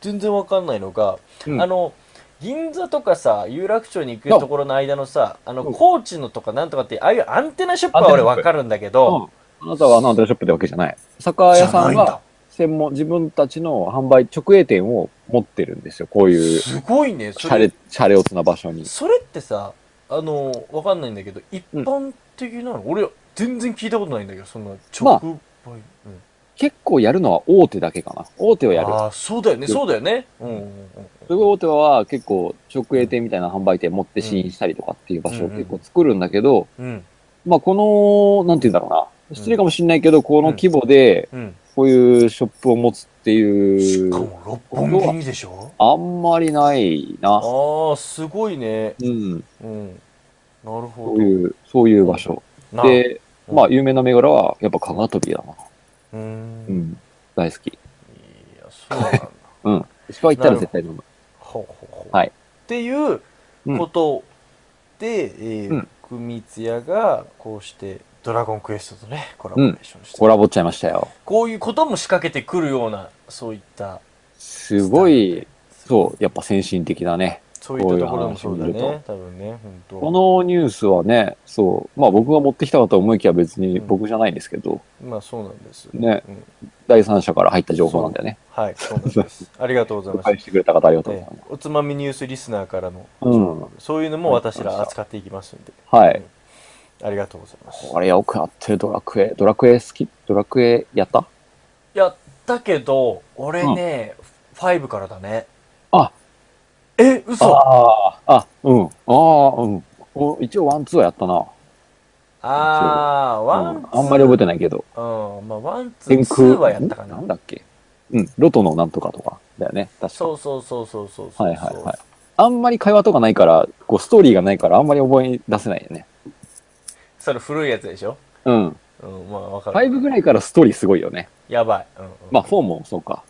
Speaker 4: 全然わかんないのが、
Speaker 3: うん
Speaker 4: あの銀座とかさ有楽町に行くところの間のさあの
Speaker 3: うん
Speaker 4: 高知のとかなんとかってああいうアンテナショップは
Speaker 3: アン
Speaker 4: 俺
Speaker 3: テナショップ
Speaker 4: わかるんだけど、
Speaker 3: あなたはアナウンショップってわけじゃない。酒屋さん
Speaker 4: じゃないんだ
Speaker 3: が、専門、自分たちの販売、直営店を持ってるんですよ。こういう、シ
Speaker 4: すごいねそ
Speaker 3: ャレ
Speaker 4: れ、
Speaker 3: シャレオツな場所に。
Speaker 4: それってさあのわかんないんだけど一般的なの、俺全然聞いたことないんだけどそんな直売、うん
Speaker 3: 結構やるのは大手だけかな。大手はやる。
Speaker 4: ああ、そうだよね、
Speaker 3: よ
Speaker 4: そうだよね。うんうんうん。
Speaker 3: すごい大手は結構直営店みたいな販売店持って試飲したりとかっていう場所を結構作るんだけど、
Speaker 4: うん
Speaker 3: まあこの、なんて言うんだろうな。失礼かもしれないけど、この規模で
Speaker 4: うん。
Speaker 3: こういうショップを持つってい
Speaker 4: し
Speaker 3: う
Speaker 4: か、も六本木にでしょ
Speaker 3: あんまりないな。
Speaker 4: ああ、すごいね。
Speaker 3: うん。
Speaker 4: うん。なる
Speaker 3: そ
Speaker 4: ほ
Speaker 3: ういう、そういう場所。
Speaker 4: ど。な、
Speaker 3: で、
Speaker 4: うん
Speaker 3: まあ有名な銘柄はやっぱカガトビだな。
Speaker 4: うーん。
Speaker 3: う
Speaker 4: い
Speaker 3: ん。大好き。
Speaker 4: や、そうなんだ。
Speaker 3: うん。一番行ったら絶対飲む。
Speaker 4: ほうほうほ う。
Speaker 3: はい
Speaker 4: っていうことで、え
Speaker 3: う
Speaker 4: ー
Speaker 3: ん、
Speaker 4: 福光屋がこうして、ドラゴンクエストとね、コラボレーションして、
Speaker 3: コラボっちゃいましたよ。
Speaker 4: こういうことも仕掛けてくるような、そういった、
Speaker 3: すごい、そう、やっぱ先進的だね。
Speaker 4: そういったところもそうだ
Speaker 3: こういう話を見
Speaker 4: ね。多分ね、本当。
Speaker 3: このニュースはね、そう、まあ僕が持ってきたかと思いきや別に僕じゃないんですけど、
Speaker 4: まあそうなんです。
Speaker 3: ね
Speaker 4: うん
Speaker 3: 第三者から入った情報なんだよね。
Speaker 4: はい、そうなんです。ありがとうござい
Speaker 3: 紹
Speaker 4: ま
Speaker 3: 介
Speaker 4: す。
Speaker 3: してくれた方ありがとうござ
Speaker 4: え
Speaker 3: います
Speaker 4: え。おつまみニュースリスナーからの、
Speaker 3: うん。
Speaker 4: そういうのも私ら扱っていきますんで、
Speaker 3: はい。
Speaker 4: ありがとうございます。
Speaker 3: これよくやってるドラクエ、ドラクエ好きドラクエやった
Speaker 4: やったけど、俺ね、5からだね。
Speaker 3: あ
Speaker 4: え、嘘あ
Speaker 3: ああ、あ、うん。ああ、うん。お一応ワンツーはやったな。
Speaker 4: あー、ワン、
Speaker 3: うんあんまり覚えて
Speaker 4: な
Speaker 3: な
Speaker 4: い。
Speaker 3: いけど。
Speaker 4: うん、まあワン、ツー、
Speaker 3: 天
Speaker 4: ツ
Speaker 3: 空。
Speaker 4: ーはやったか
Speaker 3: ん
Speaker 4: な
Speaker 3: なん。だっけうん。ロトのなんとかとかだよね。確か
Speaker 4: そうそうそうそうそうそう。
Speaker 3: はいはいはい。あんまり会話とかないから、こうストーリーがないからあんまり覚え出せないよね。
Speaker 4: それ古いやつでしょ
Speaker 3: うん。
Speaker 4: うん、まあわかる。
Speaker 3: 5ぐらいからストーリーすごいよね。
Speaker 4: やばい。うんうん、
Speaker 3: まあ、4もそうか。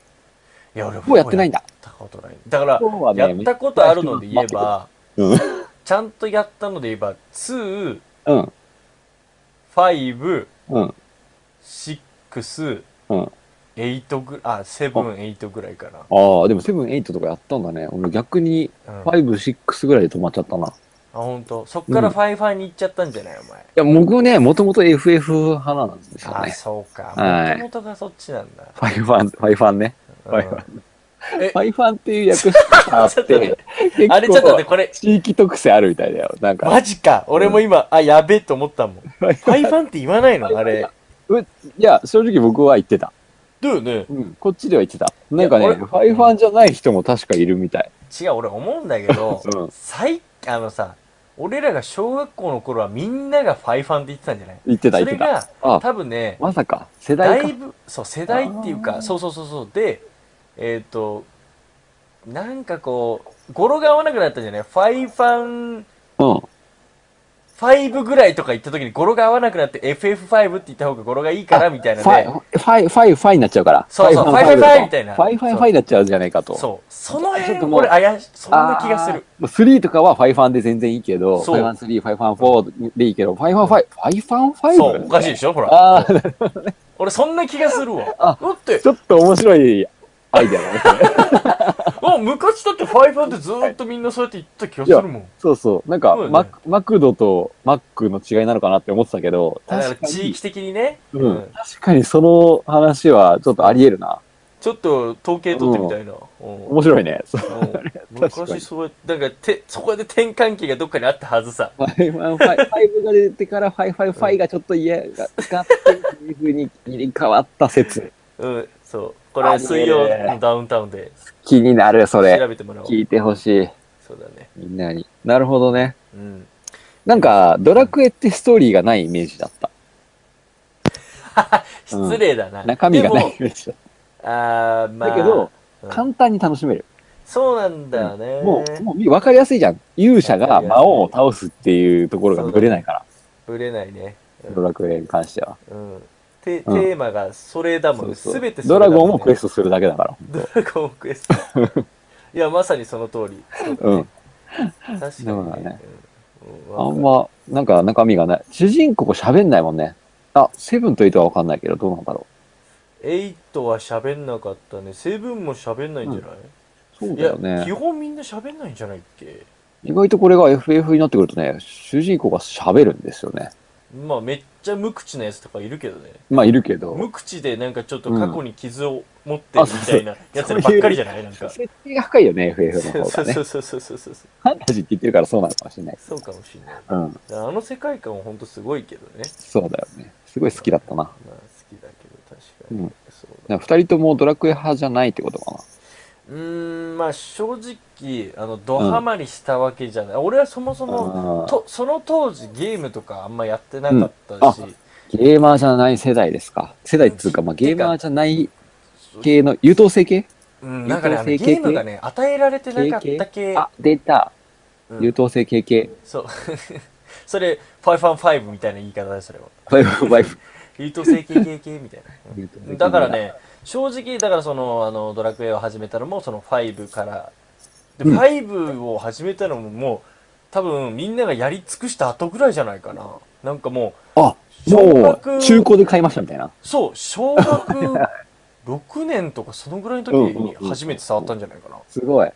Speaker 4: いや、俺
Speaker 3: 4やってないんだ。
Speaker 4: やったことない。だから、
Speaker 3: 4は
Speaker 4: やったことあるので言え、ば、
Speaker 3: うん
Speaker 4: ちゃんとやったので言えば、2、
Speaker 3: うん、
Speaker 4: 5、
Speaker 3: うん、う
Speaker 4: 6、
Speaker 3: ん。
Speaker 4: 8ぐらい、あ、7、8ぐらいか
Speaker 3: ああ、でも7、8とかやったんだね。俺逆に
Speaker 4: な。うん、あ、
Speaker 3: 5、6ぐらいで止まっちゃったな。い
Speaker 4: ほんと。そっから
Speaker 3: うん
Speaker 4: 5、5に行っちゃったんじゃないお前。
Speaker 3: や、僕ね、もともと FF 派なんですよ
Speaker 4: あ、
Speaker 3: ね。
Speaker 4: そうか。
Speaker 3: はい
Speaker 4: もともとがそっちなんだ。
Speaker 3: ファイファン、ファイファンね。
Speaker 4: うん
Speaker 3: ファイファン。
Speaker 4: え
Speaker 3: ファイファンっていう役者があっ、
Speaker 4: ちょっと待って
Speaker 3: 結
Speaker 4: あれちょっと待って、
Speaker 3: 構、
Speaker 4: これ、
Speaker 3: 地域特性あるみたいだよ。なんか、
Speaker 4: マジか。俺も今、あ、やべえと思ったもん。フ
Speaker 3: ァイフ
Speaker 4: ァイファンって言わないのあれ。
Speaker 3: いや、正直僕は言ってた。
Speaker 4: だよね。
Speaker 3: うん、こっちでは言ってた。なんか
Speaker 4: い
Speaker 3: ね、
Speaker 4: や
Speaker 3: ファイファンじゃない人も確かいるみたい。
Speaker 4: 違う、俺思うんだけど
Speaker 3: うん、
Speaker 4: 最、あのさ、俺らが小学校の頃はみんながファイファンって言ってたんじゃない
Speaker 3: 言ってた、
Speaker 4: そ
Speaker 3: 言って
Speaker 4: れ
Speaker 3: た
Speaker 4: が。
Speaker 3: あ
Speaker 4: 多分ね、
Speaker 3: まさか、世
Speaker 4: だ
Speaker 3: 代
Speaker 4: い
Speaker 3: か。
Speaker 4: ぶそう世代っていうかそうそうそうそうでえっ、となんかこう語呂が合わなくなったんじゃないファイファン
Speaker 3: うん。
Speaker 4: 5ぐらいとか言った時に語呂が合わなくなって FF5 って言った方が語呂がいいからみたいな
Speaker 3: ファイ、
Speaker 4: ね
Speaker 3: ファイ、ファイ、ファイになっちゃうから。
Speaker 4: そうそう
Speaker 3: ァ
Speaker 4: ファイファイファイみたいな
Speaker 3: ファイファイファイになっちゃうんじゃないかと。
Speaker 4: そうそ
Speaker 3: ちょ
Speaker 4: の
Speaker 3: っ
Speaker 4: 辺
Speaker 3: ともう
Speaker 4: 俺怪しそんな気がする
Speaker 3: あー。もう3とかはファイファンで全然いいけど、フ
Speaker 4: そう
Speaker 3: ァイファン3、ファイファン4でいいけど、ファイファン5、ファイファン 5?
Speaker 4: そうおかしいでしょほら
Speaker 3: ああ、
Speaker 4: 俺そんな気がするわだ
Speaker 3: あ
Speaker 4: って
Speaker 3: ちょっと面白いアイデアだね。
Speaker 4: あ昔だってファイファンってずーっとみんなそうやって言ってた気がするもん
Speaker 3: そうそう。なんか、
Speaker 4: そうだね
Speaker 3: マクマクドとマックの違いなのかなって思ってたけど、
Speaker 4: だから
Speaker 3: 確か
Speaker 4: 地
Speaker 3: に
Speaker 4: 域、的にね、
Speaker 3: うん確かにその話はちょっとあり得るな。
Speaker 4: ちょっと統計取ってみたいな、うん
Speaker 3: 面白いね。そう
Speaker 4: うん
Speaker 3: 確かに
Speaker 4: 昔そうやって、なんかて、そこで転換期がどっかにあったはずさ。
Speaker 3: ファイファンファイファイブが出てからファイファイファイがちょっと嫌が使ってっていう風に切り替わった説。
Speaker 4: うん、そう。これは水曜のダウンタウンで
Speaker 3: 気になる、そ
Speaker 4: 調
Speaker 3: れ。
Speaker 4: べてもらおう。
Speaker 3: 聞いてほしい。
Speaker 4: そうだね。
Speaker 3: みんなに。なるほどね。
Speaker 4: うん。
Speaker 3: なんか、ドラクエってストーリーがないイメージだった。
Speaker 4: 失礼だな。
Speaker 3: 中身がないイ
Speaker 4: で
Speaker 3: メージだっ
Speaker 4: も。あー、ま
Speaker 3: た。
Speaker 4: あ。
Speaker 3: だけど、
Speaker 4: うん
Speaker 3: 簡単に楽しめる。
Speaker 4: そうなんだよね。
Speaker 3: もう、もう分かりやすいじゃん。勇者が魔王を倒すっていうところがぶれないから。
Speaker 4: ぶれないね。
Speaker 3: ドラクエに関しては。
Speaker 4: うん。てテ
Speaker 3: うん
Speaker 4: ーマがそれだもんね。
Speaker 3: そうそう
Speaker 4: すべてそ
Speaker 3: ド
Speaker 4: れだ
Speaker 3: ラ
Speaker 4: もんね
Speaker 3: ゴンもクエストするだけだから。
Speaker 4: ドラゴンクエスト。 いや、まさにその通り。
Speaker 3: うん。
Speaker 4: 確かにね。
Speaker 3: そうだね
Speaker 4: うんうん
Speaker 3: あんま、なんか中身がない。主人公喋んないもんね。あ、セブンとエイトはわかんないけど、どうなんだろ
Speaker 4: エイトは喋んなかったね。セブンも喋んないんじゃない、
Speaker 3: う。そう
Speaker 4: い
Speaker 3: だ
Speaker 4: や
Speaker 3: よ、ね
Speaker 4: 基。本みんな喋んないんじゃないっけ
Speaker 3: 意外とこれが FF になってくるとね、主人公が喋るんですよね。
Speaker 4: まあめっちゃ無口なやつとかいるけどね。
Speaker 3: まあ、いるけど。
Speaker 4: 無口でなんかちょっと過去に傷を持ってるみたいなやつらばっかりじゃないなんか。そ
Speaker 3: 設定が深いよね、
Speaker 4: う
Speaker 3: FF の方
Speaker 4: そ
Speaker 3: が
Speaker 4: う
Speaker 3: ね。
Speaker 4: そうそうそうそうそう。
Speaker 3: ファンタジーって言ってるからそうなのかもしれない。
Speaker 4: そうかもしれない。
Speaker 3: うん。
Speaker 4: あの世界観はほんとすごいけどね。
Speaker 3: そうだよね。すごい好きだったな。
Speaker 4: まあ好きだけど確かに。
Speaker 3: うん
Speaker 4: そうだ
Speaker 3: なんか二人ともドラクエ派じゃないってことかな。
Speaker 4: うーんまあ正直あのドハマりしたわけじゃない、俺はそもそ
Speaker 3: あー
Speaker 4: もとその当時ゲームとかあんまやってなかったし、
Speaker 3: うんゲーマーじゃない世代ですか。世代っつうか、まあ、ゲーマーじゃない系の優等生系
Speaker 4: うん、なんかねあのゲ
Speaker 3: 優等生系
Speaker 4: ームがね与えられてなかった系
Speaker 3: あ、出た。
Speaker 4: うん
Speaker 3: 優等生系系。
Speaker 4: そう それファイファンファイブみたいな言い方だよそれは
Speaker 3: バイブバイブ。
Speaker 4: 優等生系系系みたいなだから。ね正直だからそのあのドラクエを始めたのもその5からで、
Speaker 3: うん
Speaker 4: 5を始めたのももう多分みんながやり尽くした後ぐらいじゃないかななんかもう
Speaker 3: あ、
Speaker 4: 小
Speaker 3: も
Speaker 4: 学
Speaker 3: う、中古で買いましたみたいな。
Speaker 4: そう、小学6年とかそのぐらいの時
Speaker 3: うんうん
Speaker 4: に
Speaker 3: うんうん
Speaker 4: 初めて触ったんじゃないか
Speaker 3: すごい。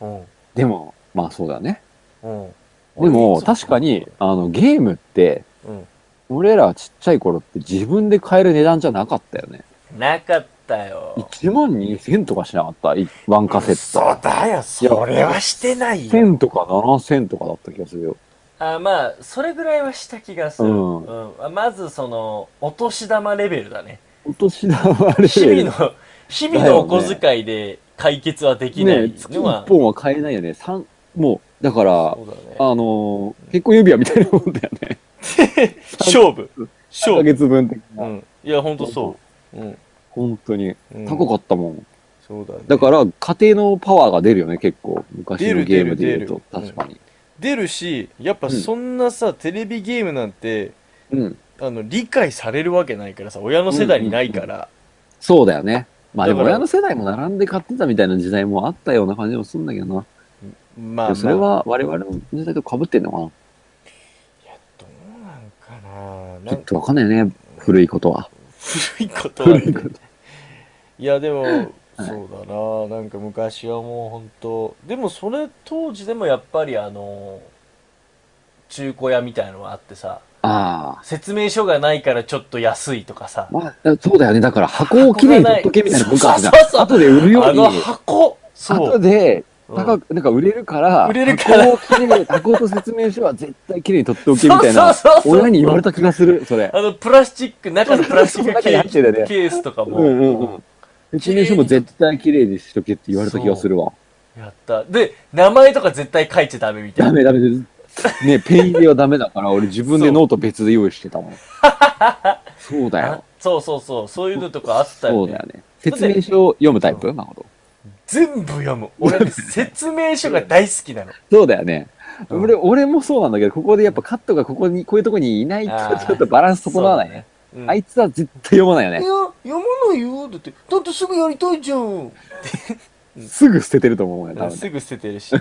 Speaker 4: な。うん。
Speaker 3: でも、まあそうだよね。
Speaker 4: うん。
Speaker 3: で
Speaker 4: 俺
Speaker 3: も、
Speaker 4: いつも
Speaker 3: 確かに、あの、ゲームって、
Speaker 4: うん。
Speaker 3: 俺らちっちゃい頃って自分で買える値段じゃなかったよね。
Speaker 4: なかったよ。
Speaker 3: 1万2000とかしなかったいワンカセッ
Speaker 4: そう
Speaker 3: ト。
Speaker 4: だよ、それはしてないよ。
Speaker 3: 1000とか7000とかだった気がするよ。
Speaker 4: あまあ、それぐらいはした気がする。
Speaker 3: う
Speaker 4: うん
Speaker 3: ん。
Speaker 4: あまず、その、お年玉レベルだ ね。
Speaker 3: お年玉レ
Speaker 4: 日
Speaker 3: ベル
Speaker 4: 々の、日々のお小遣いで解決はできない
Speaker 3: ね、月
Speaker 4: のは。
Speaker 3: 1本は買えないよね。三もう、だから
Speaker 4: そ、うだね。
Speaker 3: あのー、結婚指輪みたいなもんだよね。
Speaker 4: 勝負。
Speaker 3: 1ヶ
Speaker 4: 勝負。
Speaker 3: 月分的
Speaker 4: う
Speaker 3: な。
Speaker 4: ん。いや、ほんとそう。うん。
Speaker 3: 本当に。
Speaker 4: うん
Speaker 3: 高かったもん。
Speaker 4: そうだね。
Speaker 3: だから、家庭のパワーが出るよね、結構。昔の
Speaker 4: 出
Speaker 3: ゲ
Speaker 4: る
Speaker 3: ームで言うと。
Speaker 4: 出る出る
Speaker 3: 確かに。
Speaker 4: 出るしやっぱそんなさ、テレビゲームなんて
Speaker 3: うん。
Speaker 4: あの理解されるわけないからさ親の世代にないから、
Speaker 3: そうだよね。まあでも
Speaker 4: だから
Speaker 3: 親の世代も並んで買ってたみたいな時代もあったような感じもするんだけどな。
Speaker 4: ま
Speaker 3: で
Speaker 4: あ
Speaker 3: もそれ
Speaker 4: まあ
Speaker 3: は我々の時代と被ってんのかな
Speaker 4: どうなんか
Speaker 3: ち
Speaker 4: なな
Speaker 3: ょ
Speaker 4: ん
Speaker 3: っ
Speaker 4: か
Speaker 3: とわかんないね。古いことは。
Speaker 4: 古いことは
Speaker 3: 古
Speaker 4: ね
Speaker 3: いこと。
Speaker 4: いやでも、そうだななんか昔はもう本当でもそれ当時でもやっぱりあの中古屋みたいのがあってさ
Speaker 3: ああ。
Speaker 4: 説明書がないからちょっと安いとかさ
Speaker 3: まあ、そうだよね。だから箱をきれいに取っとけみたいな文化あるじゃん。
Speaker 4: そうそうそう
Speaker 3: 後で売るよう
Speaker 4: あ
Speaker 3: に。
Speaker 4: の箱そ
Speaker 3: 後
Speaker 4: う
Speaker 3: で、
Speaker 4: うん
Speaker 3: 高く、なんか売れるから、
Speaker 4: 売れるから
Speaker 3: 箱をきれい、箱と説明書は絶対きれいに取っておけみたいな
Speaker 4: そうそう、そうそう
Speaker 3: 親に言われた気がする、それ。
Speaker 4: あのプラスチック中のプラスチッ
Speaker 3: そ
Speaker 4: クケー
Speaker 3: うそう中に入ってたよね
Speaker 4: ケースとかも、
Speaker 3: うんうんうん。説明書も絶対きれいにしとけって言われた気がするわ。
Speaker 4: やった。で、名前とか絶対書いちゃダメみた
Speaker 3: ダ
Speaker 4: いな。
Speaker 3: メダメです。ね、ペン入れはダメだ から、俺自分でノート別で用意してたもん。そうだ
Speaker 4: あ
Speaker 3: よ。
Speaker 4: そうそうそうそういうのとかあっ
Speaker 3: そ
Speaker 4: たよ
Speaker 3: うだ
Speaker 4: ね
Speaker 3: よね。説明書を読むタイプなるほど。
Speaker 4: 全部読む 俺ね説明書が大好きなの
Speaker 3: そうだよね。
Speaker 4: うん
Speaker 3: 俺、俺もそうなんだけど、ここでやっぱカットがここに、こういうとこにいない
Speaker 4: あ
Speaker 3: と、
Speaker 4: ー
Speaker 3: ちょっとバランス整わないね。
Speaker 4: そうだねうん
Speaker 3: あいつは絶対読まないよ
Speaker 4: い
Speaker 3: ね
Speaker 4: や。読まないよだってだってすぐやりたいじゃん
Speaker 3: すぐ捨ててると思うよ、多分
Speaker 4: す
Speaker 3: ね。
Speaker 4: ぐ捨ててるし うん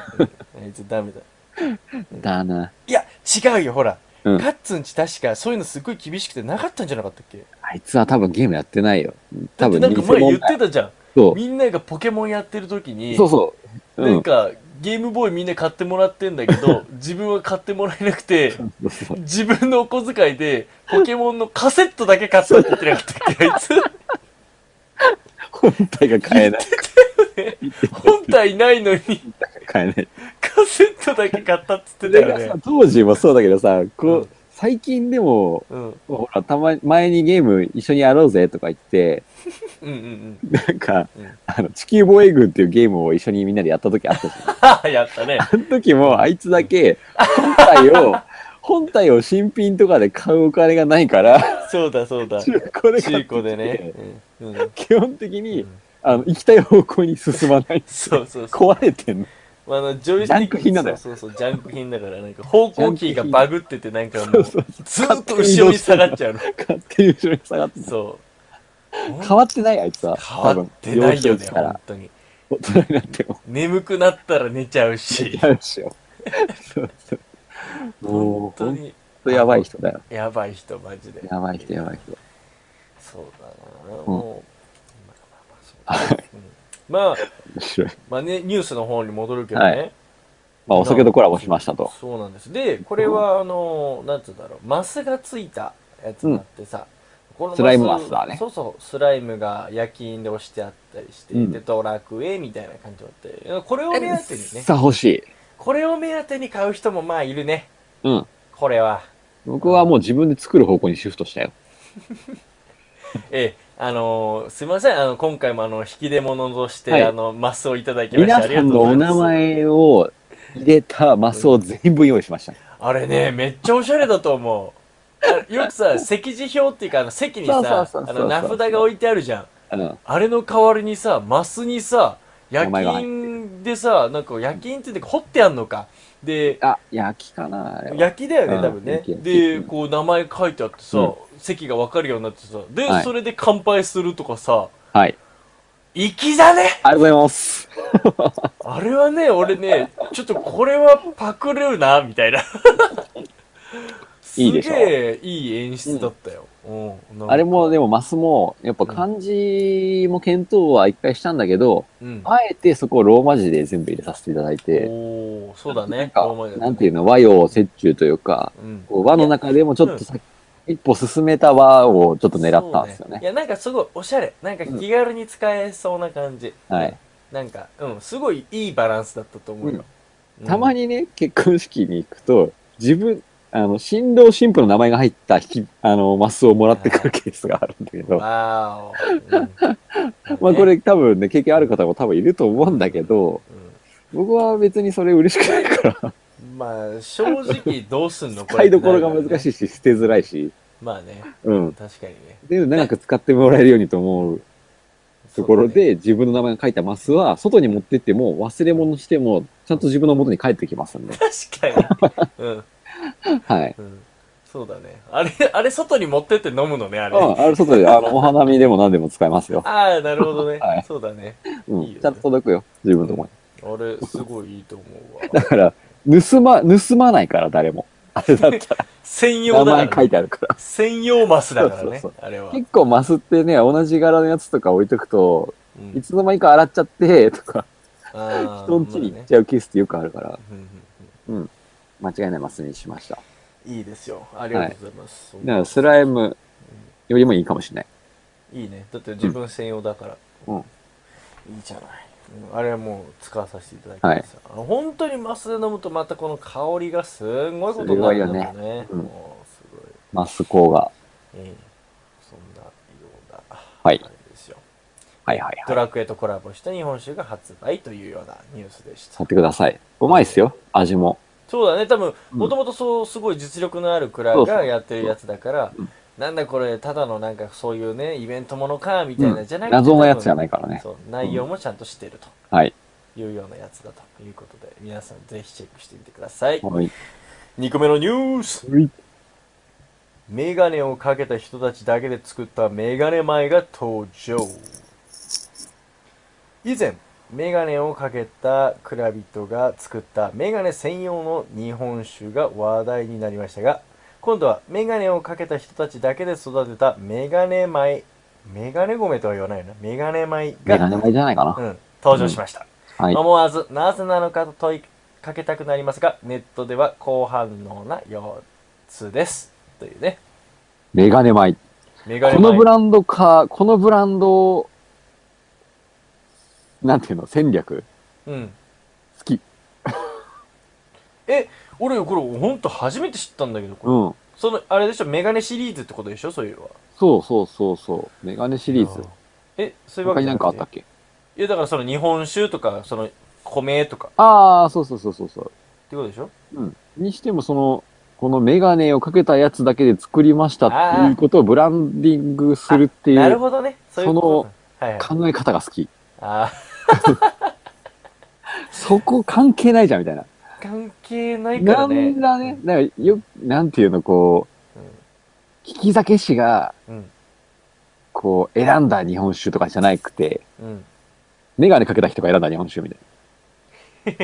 Speaker 4: あいつダメだ
Speaker 3: だな。
Speaker 4: いや違うよほら、
Speaker 3: うん
Speaker 4: ガッツンち確かそういうのすごい厳しくてなかったんじゃなかったっけ
Speaker 3: あいつは多分ゲームやってないよ。多
Speaker 4: だって
Speaker 3: 分
Speaker 4: なんか前言っ
Speaker 3: だよ
Speaker 4: てたじゃん
Speaker 3: そ
Speaker 4: みんながポケモンやってる時
Speaker 3: う。
Speaker 4: に
Speaker 3: そうそう。う
Speaker 4: なん
Speaker 3: ん。
Speaker 4: かゲームボーイみんな買ってもらってんだけ ど自分は買ってもらえなくて
Speaker 3: そうそう
Speaker 4: 自分のお小遣いでポケモンのカセットだけ買ったって言ってなかったっけあいつ
Speaker 3: 本体が買えない。
Speaker 4: 本体ないのに
Speaker 3: 買えない。
Speaker 4: カセットだけ買ったっつってた
Speaker 3: だか
Speaker 4: よ
Speaker 3: ら
Speaker 4: ね
Speaker 3: さ、当時もそうだけどさ、こ
Speaker 4: う
Speaker 3: う、最近でも、
Speaker 4: うんうん
Speaker 3: ほら、たまに、前にゲーム一緒にやろうぜとか言って、
Speaker 4: うんうん
Speaker 3: なんか
Speaker 4: うん、
Speaker 3: あの、地球防衛軍っていうゲームを一緒にみんなでやった時あったじゃん。
Speaker 4: は あやったね
Speaker 3: あの時もあいつだけ、本体を、本体を新品とかで買うお金がないから、
Speaker 4: そうだそうだ
Speaker 3: 中
Speaker 4: 中
Speaker 3: 古で買ってきて
Speaker 4: 古でね、うんうん、
Speaker 3: 基本的に、あの、行きたい方向に進まない。
Speaker 4: そうそうそう
Speaker 3: 壊れてんの。
Speaker 4: まああのジョイスティック
Speaker 3: ジャンク品なんだよ
Speaker 4: そうそうそうジャンク品だからなんか方向キーがバグっててなんかもう
Speaker 3: そう
Speaker 4: ずーっと後ろに下がっちゃうの
Speaker 3: 勝手に後ろに下がってんの
Speaker 4: そう
Speaker 3: 変わってないあいつは。
Speaker 4: 変わってないよ
Speaker 3: 幼少
Speaker 4: ね
Speaker 3: 期か
Speaker 4: 本
Speaker 3: ら。
Speaker 4: 当に
Speaker 3: 大人になっても。
Speaker 4: 眠くなったら寝ちゃうし
Speaker 3: やるしよ。そうそう。もう
Speaker 4: 本、当
Speaker 3: ほん
Speaker 4: に
Speaker 3: とやばい人だよ。
Speaker 4: やばい人マジで
Speaker 3: やばい人、やばい人。
Speaker 4: そうだな、もうまあまあまあそうだねうんまあ
Speaker 3: 面白い。
Speaker 4: まあねニュースの方に戻るけどね、
Speaker 3: はいまあ、お酒とコラボしましたと。
Speaker 4: そうなんです。で、これは、あの、なんつうんだろう、マスがついたやつになってさ、この
Speaker 3: スライムマスだね
Speaker 4: そうそう、スライムが夜勤で押してあったりして、
Speaker 3: うん
Speaker 4: で、ドラクエみたいな感じだって、これを目当てにね、
Speaker 3: さあ欲しい。
Speaker 4: これを目当てに買う人もまあいるね、
Speaker 3: うん。
Speaker 4: これは。
Speaker 3: 僕はもう自分で作る方向にシフトしたよ。
Speaker 4: ええ、あのすいません、あの、今回もあの、引き出物として、
Speaker 3: はい
Speaker 4: あの、マスをいただきまして、
Speaker 3: 皆
Speaker 4: あり
Speaker 3: さ
Speaker 4: が
Speaker 3: ん
Speaker 4: と
Speaker 3: のお
Speaker 4: うございます。
Speaker 3: 名前を入れたマスを全部用意しました。
Speaker 4: あれね、めっちゃおしゃれだと思う。あよく さ、席次表っていうか、あの席にさ、
Speaker 3: そうそうそう
Speaker 4: あ
Speaker 3: そうそ
Speaker 4: の、
Speaker 3: う
Speaker 4: 名札が置いてあるじゃん。
Speaker 3: うん。
Speaker 4: あれの代わりにさ、マスにさ、夜
Speaker 3: 名前が入
Speaker 4: 勤でさ、なんか夜勤って言って掘ってあんのか。で、
Speaker 3: あ、焼きかなあれは
Speaker 4: 焼きだよね、
Speaker 3: うん
Speaker 4: 多分ね
Speaker 3: 焼き。焼き
Speaker 4: で、
Speaker 3: うん
Speaker 4: こう名前書いてあってさ、
Speaker 3: うん
Speaker 4: 席がわかるようになってさ、で、
Speaker 3: はい
Speaker 4: それで乾杯するとかさ、
Speaker 3: はい。
Speaker 4: 粋だね
Speaker 3: ありがとうございます。
Speaker 4: あれはね、俺ね、ちょっとこれはパクるな、みたいな。す
Speaker 3: いいでしょ
Speaker 4: げえいい演出だったよ。うんなんか
Speaker 3: あれも、でもマスも、やっぱ漢字も検討は一回したんだけど、
Speaker 4: うん。
Speaker 3: あえてそこをローマ字で全部入れさせていただいて、
Speaker 4: おー、そうだ
Speaker 3: なん
Speaker 4: ね。
Speaker 3: か
Speaker 4: ローマ字だ、ね
Speaker 3: なんていうの、和洋折衷というか、
Speaker 4: うん
Speaker 3: こう和の中でもちょっとさ一歩進めた和をちょっと狙ったんですよ
Speaker 4: そう
Speaker 3: ね
Speaker 4: い。や、なんかすごいおしゃれ。なんか気軽に使えそうな感じ。
Speaker 3: はい。
Speaker 4: なんか、うん、すごいいいバランスだったと思うよ。
Speaker 3: たま
Speaker 4: に。
Speaker 3: にね、結婚式に行くと、自分、あの、新郎新婦の名前が入った引き、あの、マスをもらってくるケースがあるんだけど、
Speaker 4: わー お。
Speaker 3: まあこ
Speaker 4: れ、
Speaker 3: れ多分ね、経験ある方も多分いると思うんだけど、僕は別にそれ嬉しくないから、
Speaker 4: うんまあ、正直どうすんの
Speaker 3: 使いどころが難
Speaker 4: い。
Speaker 3: しいし、捨てづらいし、
Speaker 4: まあね、
Speaker 3: うん。
Speaker 4: 確かにね。
Speaker 3: で、長く使ってもらえるようにと思うところで、自分の名前が書いたマスは、外に持ってっても、忘れ物しても、ちゃんと自分の元に帰ってきますんで。
Speaker 4: そうだね。確かに。うん、
Speaker 3: はい。
Speaker 4: うん。そうだね。あれ、あれ外に持ってって飲むのね、あ
Speaker 3: う
Speaker 4: れ。
Speaker 3: ん、あれ外で、あの、お花見でも何でも使えますよ。
Speaker 4: ああ、なるほどね。
Speaker 3: はい
Speaker 4: そうだね。
Speaker 3: う
Speaker 4: いいよ
Speaker 3: ん。ちゃんと届くよ、自分のとこに。
Speaker 4: あれ、すごいいいと思うわ。
Speaker 3: だから、盗ま、盗まないから、誰も。あれだったら、
Speaker 4: 専用
Speaker 3: 名
Speaker 4: だから、
Speaker 3: 前
Speaker 4: ね。
Speaker 3: 書いてあるから。
Speaker 4: 専用マスだからね、
Speaker 3: そう
Speaker 4: あれは。
Speaker 3: 結構マスってね、同じ柄のやつとか置いとくと、
Speaker 4: う ん
Speaker 3: いつの間にか洗っちゃって、とか、
Speaker 4: あー
Speaker 3: 人んちに行っちゃうケースってよくあるから、
Speaker 4: まあね
Speaker 3: 間違いないマスにしました。
Speaker 4: うんいいですよ。ありがとうございます。
Speaker 3: だから、スライムよりもいいかもしれない。
Speaker 4: いいね。だって自分専用だから。
Speaker 3: うん
Speaker 4: いいじゃない。うんあれはもう使わさせていただきます。あの本当にマスで飲むとまたこの香りがすんごいことになるんだも
Speaker 3: す
Speaker 4: んね。
Speaker 3: ごいよねうん
Speaker 4: もうすごい。
Speaker 3: マスコーが。
Speaker 4: ええそんなような、
Speaker 3: はい
Speaker 4: あれですよ。
Speaker 3: はいはいは
Speaker 4: ド
Speaker 3: い。
Speaker 4: ラクエとコラボした日本酒が発売というようなニュースでした
Speaker 3: 買っ。てください。うまいっすよ、味も。
Speaker 4: そうだね、多分、もともとそう、すごい実力のある蔵
Speaker 3: そうそ
Speaker 4: が
Speaker 3: う
Speaker 4: やってるやつだから、なんだこれ、ただのなんかそういうね、イベントものか、みたい
Speaker 3: う
Speaker 4: な、
Speaker 3: ん
Speaker 4: じゃなくて。
Speaker 3: 謎のやつじゃ
Speaker 4: い。
Speaker 3: ないからね。
Speaker 4: そう、内容もちゃんとしてる
Speaker 3: はい。
Speaker 4: というようなやつだということで、皆さんぜひチェックしてみてください。
Speaker 3: はい。
Speaker 4: 2個目のニュース
Speaker 3: はい
Speaker 4: メガネをかけた人たちだけで作ったメガネ前が登場以前メガネをかけた蔵人が作ったメガネ専用の日本酒が話題になりましたが今度はメガネをかけた人たちだけで育てたメガネ米メガネ米とは言わないよなメガネ米
Speaker 3: メ
Speaker 4: が
Speaker 3: ガネ前じゃないか
Speaker 4: う
Speaker 3: な。
Speaker 4: ん、登場しました、
Speaker 3: はい。
Speaker 4: 思わずなぜなのかと問いかけたくなりますがネットでは好反応な様子ですというね
Speaker 3: メガネ前。
Speaker 4: メガネ
Speaker 3: このブランドか、このブランドを、なんていうの、戦略
Speaker 4: うん
Speaker 3: 好き。
Speaker 4: え俺これほんと初めて知ったんだけどこ
Speaker 3: う
Speaker 4: れ、
Speaker 3: ん。
Speaker 4: そのあれでしょメガネシリーズってことでしょそういうのは
Speaker 3: そうそうそうそう。メガネシリーズ。
Speaker 4: えそういうわ
Speaker 3: 他
Speaker 4: け
Speaker 3: に
Speaker 4: じ
Speaker 3: 何
Speaker 4: ゃなくて
Speaker 3: かあったっけ
Speaker 4: いやだからその日本酒とかその米とかっ
Speaker 3: ああ、そうそうそうそうそう。
Speaker 4: てことでしょ
Speaker 3: うん。にしても、その、このメガネをかけたやつだけで作りましたっていうことをブランディングするってい
Speaker 4: なる
Speaker 3: う
Speaker 4: ほどねそういうことはいはい
Speaker 3: 考え方が好き。
Speaker 4: あ
Speaker 3: そこ関係ないじゃんみたいな。
Speaker 4: ー関係ないか
Speaker 3: な
Speaker 4: らね
Speaker 3: んだね、なんかよ、なんていうの、こう、聞き酒師が、
Speaker 4: うん
Speaker 3: こう、選んだ日本酒とかじゃなくて、
Speaker 4: うん
Speaker 3: メガネかけた人が選んだ日本酒みた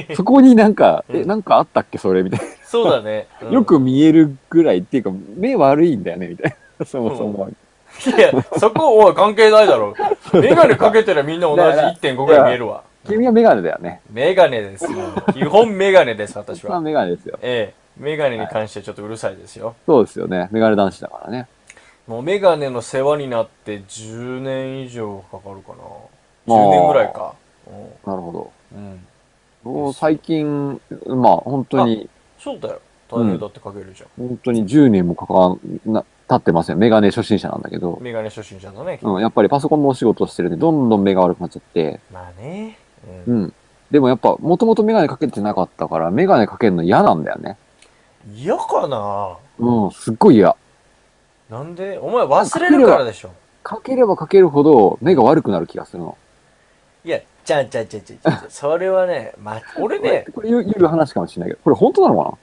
Speaker 3: い な。そこになんか、え、なんかあったっけそれみたい
Speaker 4: そうだね、う
Speaker 3: な。
Speaker 4: ん
Speaker 3: よく見えるぐらいっていうか、目悪いんだよね、みたい な。そもそも。
Speaker 4: いや、そこは関係ないだろ う。メガネかけてらみんな同じ1.5ぐらい見えるわ。
Speaker 3: 君はメガネだよね。
Speaker 4: メガネですよ。基本メガネです、私
Speaker 3: 私は
Speaker 4: は。
Speaker 3: メガネですよ。
Speaker 4: ええ。メガネに関してはちょっとうるさいですよ。
Speaker 3: そうですよね。メガネ男子だからね。
Speaker 4: もうメガネの世話になって10年以上かかるかな。
Speaker 3: まあ
Speaker 4: 10年ぐらいか。うん
Speaker 3: なるほ
Speaker 4: うん。
Speaker 3: ど。もう最近、まあ本当に、
Speaker 4: そうだよ。大変だってかけるじゃん。
Speaker 3: 本当に10年もかかんな、経ってません。メガネ初心者なんだけど、
Speaker 4: メガネ初心者だね。
Speaker 3: うん、やっぱりパソコンのお仕事をしてるんで、どんどん目が悪くなっちゃって、
Speaker 4: まあね。う。
Speaker 3: うんん。でもやっぱ、もともとメガネかけてなかったから、メガネかけるの嫌なんだよね。
Speaker 4: 嫌かな
Speaker 3: うん、すっごい嫌。
Speaker 4: なんでお前忘れるからでしょ。
Speaker 3: かければかけるほど、目が悪くなる気がするの。
Speaker 4: いや、ちゃんちゃんちゃんちゃんちゃんちゃん。それはね、ま、俺
Speaker 3: これ
Speaker 4: ね、、
Speaker 3: これ言う言う話かもしれないけど、これ本当なのか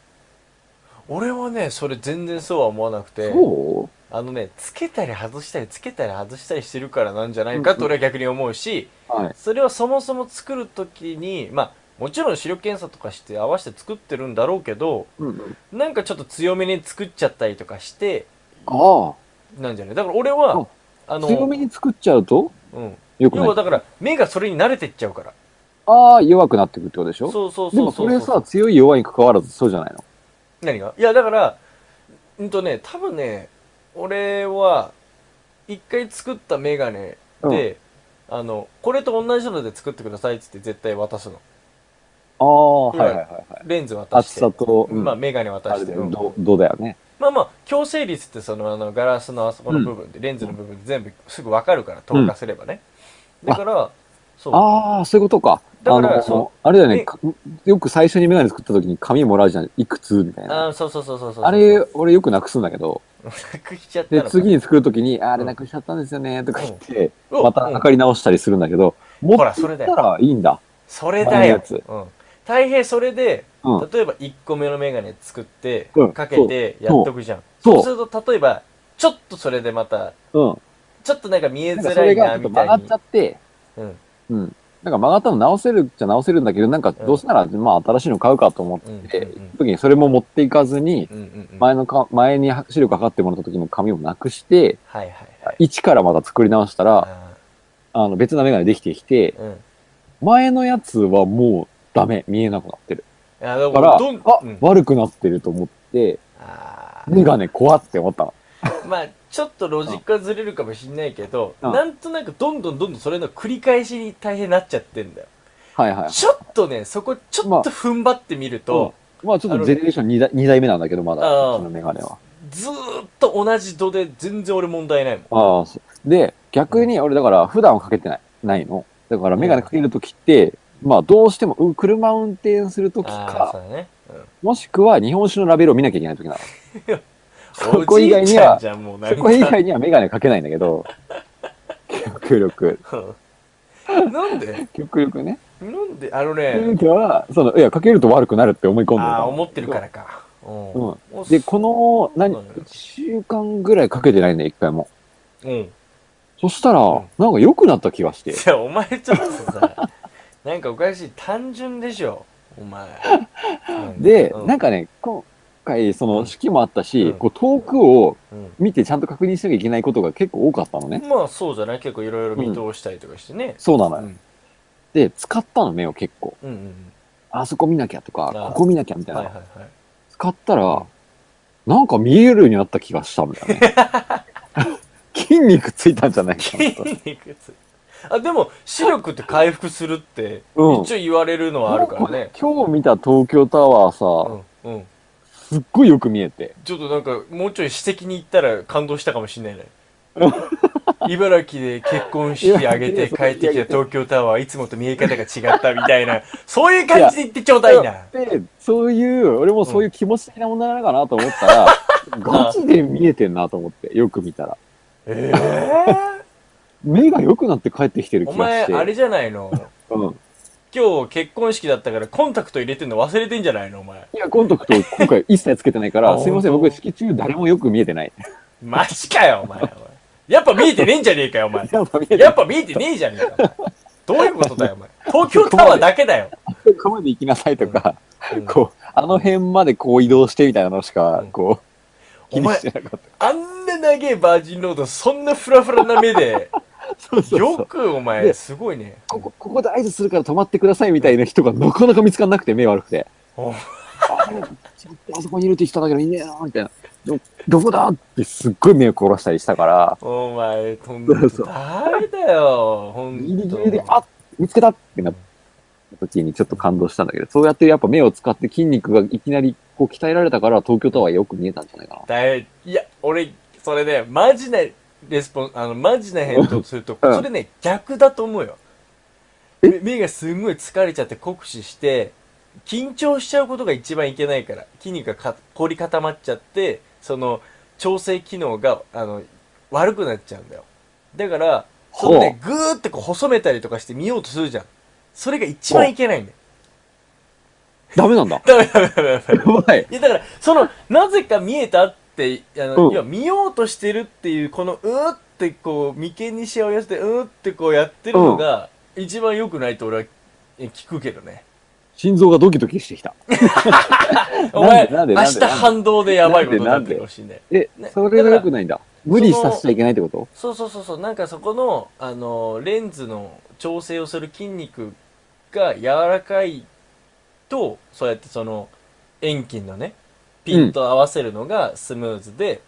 Speaker 4: 俺はねそれ全然そうは思わなくて
Speaker 3: なそ
Speaker 4: あのねつけたり外したりつけたり外したりしてるからなんじゃないか
Speaker 3: うんうん
Speaker 4: と俺は逆に思うし
Speaker 3: うはい。
Speaker 4: それはそもそも作る時にまあもちろん視力検査とかして合わせて作ってるんだろうけど
Speaker 3: うんうん。
Speaker 4: なんかちょっと強めに作っちゃったりとかして
Speaker 3: あ
Speaker 4: なんじゃないだから俺はあ
Speaker 3: あ、
Speaker 4: の
Speaker 3: 強めに作っちゃうと、
Speaker 4: うん、
Speaker 3: よく
Speaker 4: 要
Speaker 3: ない
Speaker 4: は。だから目がそれに慣れてっちゃうから
Speaker 3: ああ、弱くなってくるってことでし
Speaker 4: そ
Speaker 3: ょ
Speaker 4: うそうそう
Speaker 3: で
Speaker 4: そ
Speaker 3: も
Speaker 4: う
Speaker 3: それさ、強い弱いに関わらずそうじゃないの
Speaker 4: 何がいやだからうんとね多分ね俺は一回作ったメガネで、あのこれと同じので作ってくださいっつって絶対渡すの
Speaker 3: ああ、はいはいはいはい。
Speaker 4: レンズ渡
Speaker 3: 厚
Speaker 4: して
Speaker 3: さと、うん
Speaker 4: まあメガネ渡
Speaker 3: あ
Speaker 4: し
Speaker 3: れ
Speaker 4: て
Speaker 3: だ
Speaker 4: う
Speaker 3: よ
Speaker 4: ん
Speaker 3: どどうだよね。
Speaker 4: まあまあ強制率ってそのあのガラスのあそこの部分で、レンズの部分で全部すぐ分かるから透過すればね、だからそう
Speaker 3: ああ、そういうことか。
Speaker 4: だから
Speaker 3: あの
Speaker 4: そ
Speaker 3: あれだよね
Speaker 4: で
Speaker 3: かよく最初にメガネ作った時に紙もらうじゃん。いくつみたいな。
Speaker 4: あーそうそうそうそうそう
Speaker 3: あれ、俺よくなくすんだけど、
Speaker 4: なくしちゃった
Speaker 3: で、
Speaker 4: のか
Speaker 3: 次に作る時に、あーあれなくしちゃったんですよね、とか言って、
Speaker 4: うん
Speaker 3: また測り直したりするんだけど、も
Speaker 4: ほら
Speaker 3: っ
Speaker 4: そ
Speaker 3: と
Speaker 4: れ
Speaker 3: い
Speaker 4: だ
Speaker 3: た
Speaker 4: よ
Speaker 3: らいいんだ。
Speaker 4: それ
Speaker 3: あ
Speaker 4: だ
Speaker 3: の
Speaker 4: よ
Speaker 3: やつ。
Speaker 4: うん。大変それで、
Speaker 3: うん
Speaker 4: 例えば1個目のメガネ作って、
Speaker 3: うん
Speaker 4: かけてやっとくじゃん。
Speaker 3: そ
Speaker 4: そううすると、例えば、ちょっとそれでまた、
Speaker 3: うん。
Speaker 4: ちょっとなんか見え
Speaker 3: なんか
Speaker 4: づ
Speaker 3: そ
Speaker 4: ら
Speaker 3: れ
Speaker 4: い
Speaker 3: がちょ
Speaker 4: な、
Speaker 3: っと
Speaker 4: みた
Speaker 3: 曲が
Speaker 4: い
Speaker 3: っ
Speaker 4: に
Speaker 3: ちゃ。って、
Speaker 4: うん。
Speaker 3: うん。なんか曲がったの直せるっちゃ直せるんだけど、なんかどうせなら、まあ新しいの買うかと思って、
Speaker 4: うんうんうん
Speaker 3: 時にそれも持っていかずに
Speaker 4: う、んうんうん。は
Speaker 3: 前
Speaker 4: い
Speaker 3: のか、前に視力測ってもらった時の紙をなくして、
Speaker 4: はいはい。
Speaker 3: 一からまた作り直したら、
Speaker 4: あ
Speaker 3: あの別のメガネできてきて、
Speaker 4: ーうん。
Speaker 3: 前のやつはもうダメ、見えなくなってる。
Speaker 4: あだ
Speaker 3: だから、あ
Speaker 4: どん、うん、
Speaker 3: 悪くなってると思って、
Speaker 4: あー
Speaker 3: メガネ怖って思ったの。
Speaker 4: まあ、ちょっとロジックはずれるかもしんないけど、
Speaker 3: うん
Speaker 4: なんとなくどんどんどんどんそれの繰り返しに大変になっちゃってんだよ。
Speaker 3: はいはい。
Speaker 4: ちょっとね、そこちょっと踏ん張ってみると、
Speaker 3: まあちょっとジェネレーション 2, 代二代目なんだけど、まだ、
Speaker 4: あー
Speaker 3: このメガネは。
Speaker 4: ずーっと同じ度で全然俺問題ないもん。
Speaker 3: ああ、そうで、逆に俺だから普段はかけてない、ないの。だからメガネかけるときって、まあどうしても、うん車運転するとき
Speaker 4: ああ、そ
Speaker 3: か、
Speaker 4: うだね。
Speaker 3: もしくは日本酒のラベルを見なきゃいけない時なの。
Speaker 4: お
Speaker 3: そこ以外には
Speaker 4: じいちゃんじゃんもうなん
Speaker 3: そ
Speaker 4: か
Speaker 3: こ以外にはメガネかけないんだけど、 極力、
Speaker 4: なん で
Speaker 3: 極力ね。
Speaker 4: なんであの
Speaker 3: そういう
Speaker 4: ね、
Speaker 3: 時は、その、いや、かけると悪くなるって思い込んでる
Speaker 4: あ
Speaker 3: の
Speaker 4: あ、思ってるからか。うん
Speaker 3: うん。で、この、何、
Speaker 4: そうな
Speaker 3: 1
Speaker 4: よ
Speaker 3: 週間ぐらいかけてないんだよ、一回も。
Speaker 4: うん。
Speaker 3: そしたら、なんか良くなった気がして。
Speaker 4: じゃあ、お前ちょっとさ、なんかおかしい。単純でしょ。お前。
Speaker 3: で、なん
Speaker 4: か、
Speaker 3: かね、今回、その、式もあったし、
Speaker 4: うん
Speaker 3: こう、遠くを
Speaker 4: うん
Speaker 3: 見てちゃんと確認しなきゃいけないことが結構多かったのね。
Speaker 4: まあ、そうじゃない結構いろいろ見通したりとかしてね。
Speaker 3: そうな
Speaker 4: う
Speaker 3: のよ。
Speaker 4: ん。
Speaker 3: で、使ったの、目を結構。
Speaker 4: うんうん
Speaker 3: あそこ見なきゃとか
Speaker 4: あ、あ
Speaker 3: ここ見なきゃみ
Speaker 4: う
Speaker 3: たい
Speaker 4: ん。は
Speaker 3: な。
Speaker 4: いはいはい。
Speaker 3: 使ったら、なんか見えるようになった気がしたんだよね。 筋肉ついたんじゃないかなと。
Speaker 4: 筋肉痛あ、でも、視力って回復するって、
Speaker 3: うん
Speaker 4: 一応言われるのはあるからね。
Speaker 3: 今日見た東京タワーさ、
Speaker 4: うん。うん。
Speaker 3: すっごいよく見えて。
Speaker 4: ちょっとなんか、もうちょい私的に行ったら感動したかもしれない ね。茨城で結婚式挙げて帰
Speaker 3: 茨
Speaker 4: っ
Speaker 3: 城
Speaker 4: て
Speaker 3: で
Speaker 4: きた東京タワー、いつもと見え方が違ったみたいな、そういう感じで言ってちょうだいな。
Speaker 3: で、そういう、俺もそういう気持ち的な問題なのかなと思った ら、ガチで見えてんなと思って、よく見たら。
Speaker 4: えー
Speaker 3: 目が良くなって帰ってきてる
Speaker 4: お
Speaker 3: 気が
Speaker 4: 前、
Speaker 3: して。
Speaker 4: あれじゃないの
Speaker 3: うん。
Speaker 4: 今日結婚式だったからコンタクト入れてんの忘れてんじゃないのお前。
Speaker 3: いや、コンタクト今回一切つけてないか
Speaker 4: あ
Speaker 3: ら、すいません、
Speaker 4: 本当
Speaker 3: 僕、式中誰もよく見えてない。
Speaker 4: マジかよ、お前。お前やっぱ見えてねえんじゃねえかよ、お前。
Speaker 3: やっぱ見えて
Speaker 4: やっぱ見えてねえじゃねえかよ。お前どういうことだよ、お前。東京タワーだけだよ。
Speaker 3: ここまで行きなさいとか、
Speaker 4: うん
Speaker 3: こう、あの辺までこう移動してみたいなのしか
Speaker 4: うん、
Speaker 3: こう、
Speaker 4: お
Speaker 3: 気に
Speaker 4: 前
Speaker 3: してなかっ
Speaker 4: あんな長えバージンロード、そんなフラフラな目で、
Speaker 3: た。 そうそうそ
Speaker 4: よ
Speaker 3: う。
Speaker 4: くお前、
Speaker 3: です
Speaker 4: ごいね。
Speaker 3: ここ、ここで合図するから止まってくださいみたいな人がなかなか見つかんなくて、目悪くて。
Speaker 4: お
Speaker 3: あれちょっ とあそこにいるって人だけどいねえな、みたいな。ど、どこだってすっごい目を殺したりしたから、
Speaker 4: お前、とんで
Speaker 3: そうそう
Speaker 4: 誰だよ、ほん
Speaker 3: ギリギ
Speaker 4: と。
Speaker 3: リで、あ見つけたってなった時にちょっと感動したんだけど、そうやってやっぱ目を使って筋肉がいきなりこう鍛えられたから東京タワーよく見えたんじゃないかな。
Speaker 4: だい、いや、俺、それね、マジなレスポン、あの、マジな返答すると、
Speaker 3: うん
Speaker 4: それね、逆だと思うよ。
Speaker 3: え
Speaker 4: め目がすんごい疲れちゃって酷使して、緊張しちゃうことが一番いけないから、筋肉がか凝り固まっちゃって、その、調整機能が、あの、悪くなっちゃうんだよ。だから、それね、ぐーってこう細めたりとかして見ようとするじゃん。それが一番いけないんだよ。。
Speaker 3: ダメなんだ
Speaker 4: ダメダメダメダメ。
Speaker 3: やばい。
Speaker 4: いやだから、その、なぜか見えたって、あの、
Speaker 3: うん
Speaker 4: 要は見ようとしてるっていう、この、うーってこう、眉間にしわを寄せて、うーってこうやってるのが、一番良くないと俺はえ聞くけどね。
Speaker 3: 心臓がドキドキしてきた。
Speaker 4: お前、
Speaker 3: な
Speaker 4: 明
Speaker 3: んでなん
Speaker 4: 日
Speaker 3: でなんで
Speaker 4: 反動でやばいことになってるかもしんない。
Speaker 3: え、
Speaker 4: ね
Speaker 3: それが良くないんだ。無理
Speaker 4: その
Speaker 3: させちゃいけないってこと
Speaker 4: そうそうそうそう、なんかそこの、あの、レンズの調整をする筋肉が柔らかいと、そうやってその、遠近のね、ピンと合わせるのがスムーズで、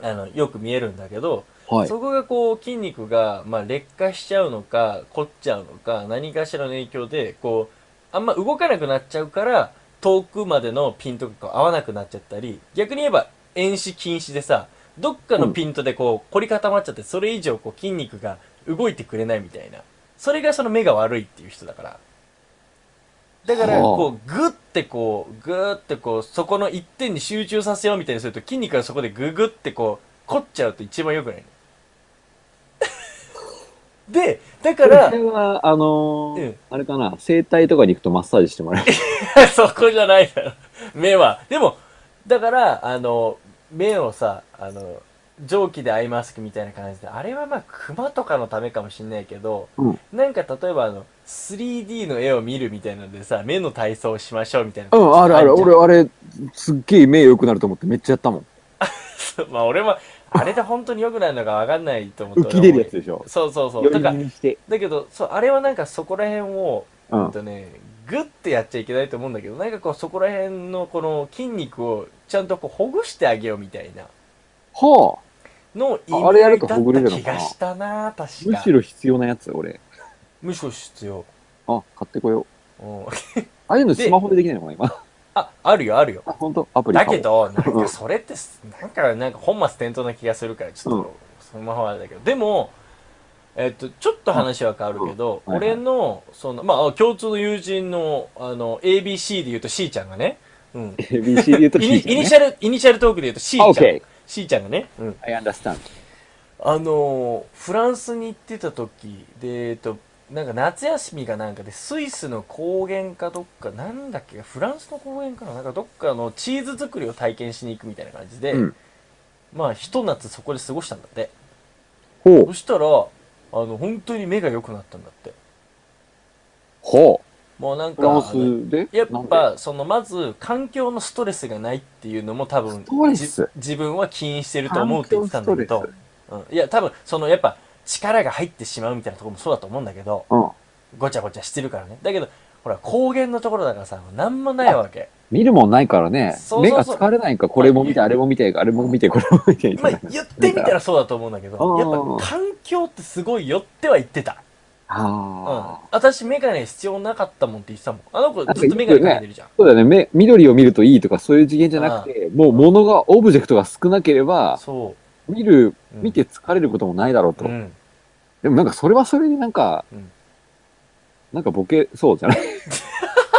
Speaker 4: あの、よく見えるんだけど、
Speaker 3: はい。
Speaker 4: そこがこう筋肉が、まあ、劣化しちゃうのか凝っちゃうのか何かしらの影響でこうあんま動かなくなっちゃうから遠くまでのピントがこう合わなくなっちゃったり逆に言えば遠視禁止でさどっかのピントでこう凝り固まっちゃってそれ以上こう筋肉が動いてくれないみたいなそれがその目が悪いっていう人だからだから
Speaker 3: はあ
Speaker 4: こうグッてこうグーってこうそこの一点に集中させようみたいにすると筋肉がそこでググってこう凝っちゃうと一番良くないので、だか
Speaker 3: こ
Speaker 4: ら
Speaker 3: れ、は、あのー
Speaker 4: うん
Speaker 3: あれかな、整体とかに行くとマッサージしてもらえる。
Speaker 4: そこじゃないだろ。目は。でも、だから、あの、目をさ、あの、蒸気でアイマスクみたいな感じで、あれはまあ、熊とかのためかもしんないけど、
Speaker 3: うん
Speaker 4: なんか例えばあの、3D の絵を見るみたいなのでさ、目の体操をしましょうみたいな。
Speaker 3: うん、 あるある。
Speaker 4: じゃん
Speaker 3: 俺、あれ、すっげえ目良くなると思ってめっちゃやったもん。
Speaker 4: まあ、俺も、あれで本当に良くなるのかわかんないと思って。
Speaker 3: 浮き出るやつでしょ。
Speaker 4: そうそうそう。だ
Speaker 3: 余
Speaker 4: か
Speaker 3: 裕
Speaker 4: ら、
Speaker 3: にして。
Speaker 4: だけど、そう、あれはなんかそこら辺を、
Speaker 3: う
Speaker 4: うん
Speaker 3: ん。
Speaker 4: とね、グッてやっちゃいけないと思うんだけど、なんかこう、そこら辺のこの筋肉をちゃんとこう、ほぐしてあげようみたいな
Speaker 3: はあ。
Speaker 4: のをイメ
Speaker 3: ああれやる
Speaker 4: ージ
Speaker 3: と
Speaker 4: だ
Speaker 3: ほぐれ
Speaker 4: っ
Speaker 3: るの
Speaker 4: た
Speaker 3: か
Speaker 4: 気がしたな確か。
Speaker 3: むしろ必要なやつ、俺。
Speaker 4: むしろ必要。
Speaker 3: あ、買ってこよう。
Speaker 4: うん。
Speaker 3: ああいうの
Speaker 4: で
Speaker 3: スマホでできないのかな、今。
Speaker 4: あ、あるよ、あるよ。
Speaker 3: あ、ほんとアプリ
Speaker 4: だ
Speaker 3: 買おう
Speaker 4: け。ど、なん
Speaker 3: う
Speaker 4: か
Speaker 3: ん
Speaker 4: それってす、なんか、なんか本末転倒な気がするから、ちょっと、そのままあれだけど。でも、えっと、ちょっと話は変わるけど、
Speaker 3: うんはいはい
Speaker 4: 俺の、その、まあ、共通の友人の、あの、ABC で言うと C ちゃんがね、うん。
Speaker 3: ABC で 言うと
Speaker 4: イ
Speaker 3: C
Speaker 4: ニ
Speaker 3: じゃん、
Speaker 4: イ
Speaker 3: ね。
Speaker 4: ニシャル、イニシャルトークで言うと C ちゃん。
Speaker 3: あ OK
Speaker 4: C ちゃんがね。うん。
Speaker 3: I understand.
Speaker 4: あのーフランスに行ってた時で、えっと、なんか夏休みかなんかで、スイスの高原かどっか、なんだっけ、フランスの高原かな、なんかどっかのチーズ作りを体験しに行くみたいな感じで、
Speaker 3: うん
Speaker 4: まあ、ひと夏そこで過ごしたんだって。
Speaker 3: ほう
Speaker 4: そ。したら、あの、本当に目が良くなったんだって。
Speaker 3: ほう。
Speaker 4: もうなん
Speaker 3: フラン
Speaker 4: か、
Speaker 3: スで
Speaker 4: やっ
Speaker 3: なんで
Speaker 4: ぱ、その、まず、環境のストレスがないっていうのも多分、
Speaker 3: トレス
Speaker 4: じ自分は起因してると思うって言ってたんだけ
Speaker 3: 環
Speaker 4: ど
Speaker 3: 境、
Speaker 4: うん、いや、多分、その、やっぱ、力が入ってしまうみたいなところもそうだと思うんだけど、
Speaker 3: うん。
Speaker 4: ごちゃごちゃしてるからね。だけど、ほら、高原のところだからさ、なんもないわけ。
Speaker 3: 見るもんないからね。
Speaker 4: そうそうそう
Speaker 3: 目が疲れないんか、これも見て、あれも見て、あれも見て、これも見て。み
Speaker 4: ま
Speaker 3: た
Speaker 4: あ
Speaker 3: いな、
Speaker 4: 言ってみたらそうだと思うんだけど、
Speaker 3: あー
Speaker 4: やっぱ、環境ってすごいよっては言ってた。うん
Speaker 3: ああ。。
Speaker 4: 私、メガネ必要なかったもんって言ってたもん。あの子、ずっとメガネかけてるじゃん。
Speaker 3: そうだよね。目、緑を見るといいとか、そういう次元じゃなくて、もう物が、オブジェクトが少なければ、
Speaker 4: そ
Speaker 3: 見る、
Speaker 4: う。うん
Speaker 3: 見て、疲れることもないだろうと
Speaker 4: う。ん。
Speaker 3: でもなんか、それはそれでなんか
Speaker 4: うん、
Speaker 3: なんかボケそうじゃない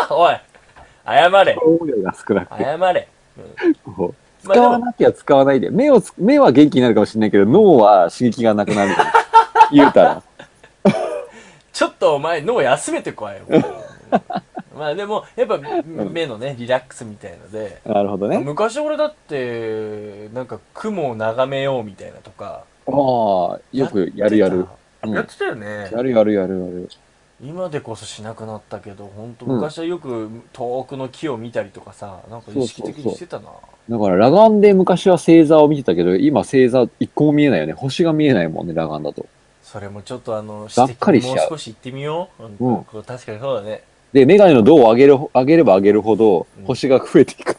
Speaker 4: おい、謝れ、
Speaker 3: オブジェクトが少なくて。
Speaker 4: 謝れ。
Speaker 3: こう
Speaker 4: ま
Speaker 3: 使わなきゃ使わないで。目をつ、目は元気になるかもしれないけど、脳は刺激がなくなる。 言うたら。
Speaker 4: ちょっとお前脳休めて こいよ。まあでも、やっぱ目のね、リラックスみたいので、
Speaker 3: なるほどね。
Speaker 4: 昔俺だって、なんか雲を眺めようみたいなとか。
Speaker 3: ああ、よくやるやる。
Speaker 4: やってた。
Speaker 3: うん
Speaker 4: やってたよね。
Speaker 3: やるやるやるやる。
Speaker 4: 今でこそしなくなったけど、本当
Speaker 3: うん
Speaker 4: 昔はよく遠くの木を見たりとかさ、なんか意識的にしてたな。
Speaker 3: だから、裸眼で昔は星座を見てたけど、今星座一個も見えないよね。星が見えないもんね、裸眼だと。
Speaker 4: それもちょっとあの、
Speaker 3: がっかりしちゃう
Speaker 4: 指摘にもう少し行ってみよう。うんこう確かにそうだね。
Speaker 3: で、メガネの銅を上げる、上げれば上げるほど
Speaker 4: うん、
Speaker 3: 星が増えていく。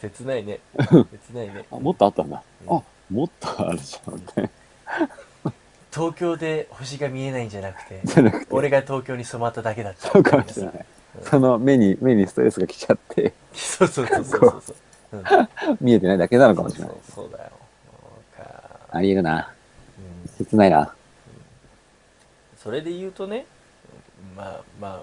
Speaker 4: 切な いね。切ないね。
Speaker 3: あ、もっとあったんだ。
Speaker 4: うん
Speaker 3: あ、もっとあるじゃん、みたいな。
Speaker 4: 東京で星が見えないんじゃなくて、
Speaker 3: じゃなくて、
Speaker 4: 俺が東京に染まっただけだっ た。
Speaker 3: そうかもしれない。その目に、目にストレスが来ちゃって、
Speaker 4: そうそうそうそうそう。うん
Speaker 3: 見えてないだけなのかもしれない。
Speaker 4: そうそうだよ。そうか
Speaker 3: あり得るな。
Speaker 4: うん
Speaker 3: 切ないな。
Speaker 4: それで言うとね、まあまあ、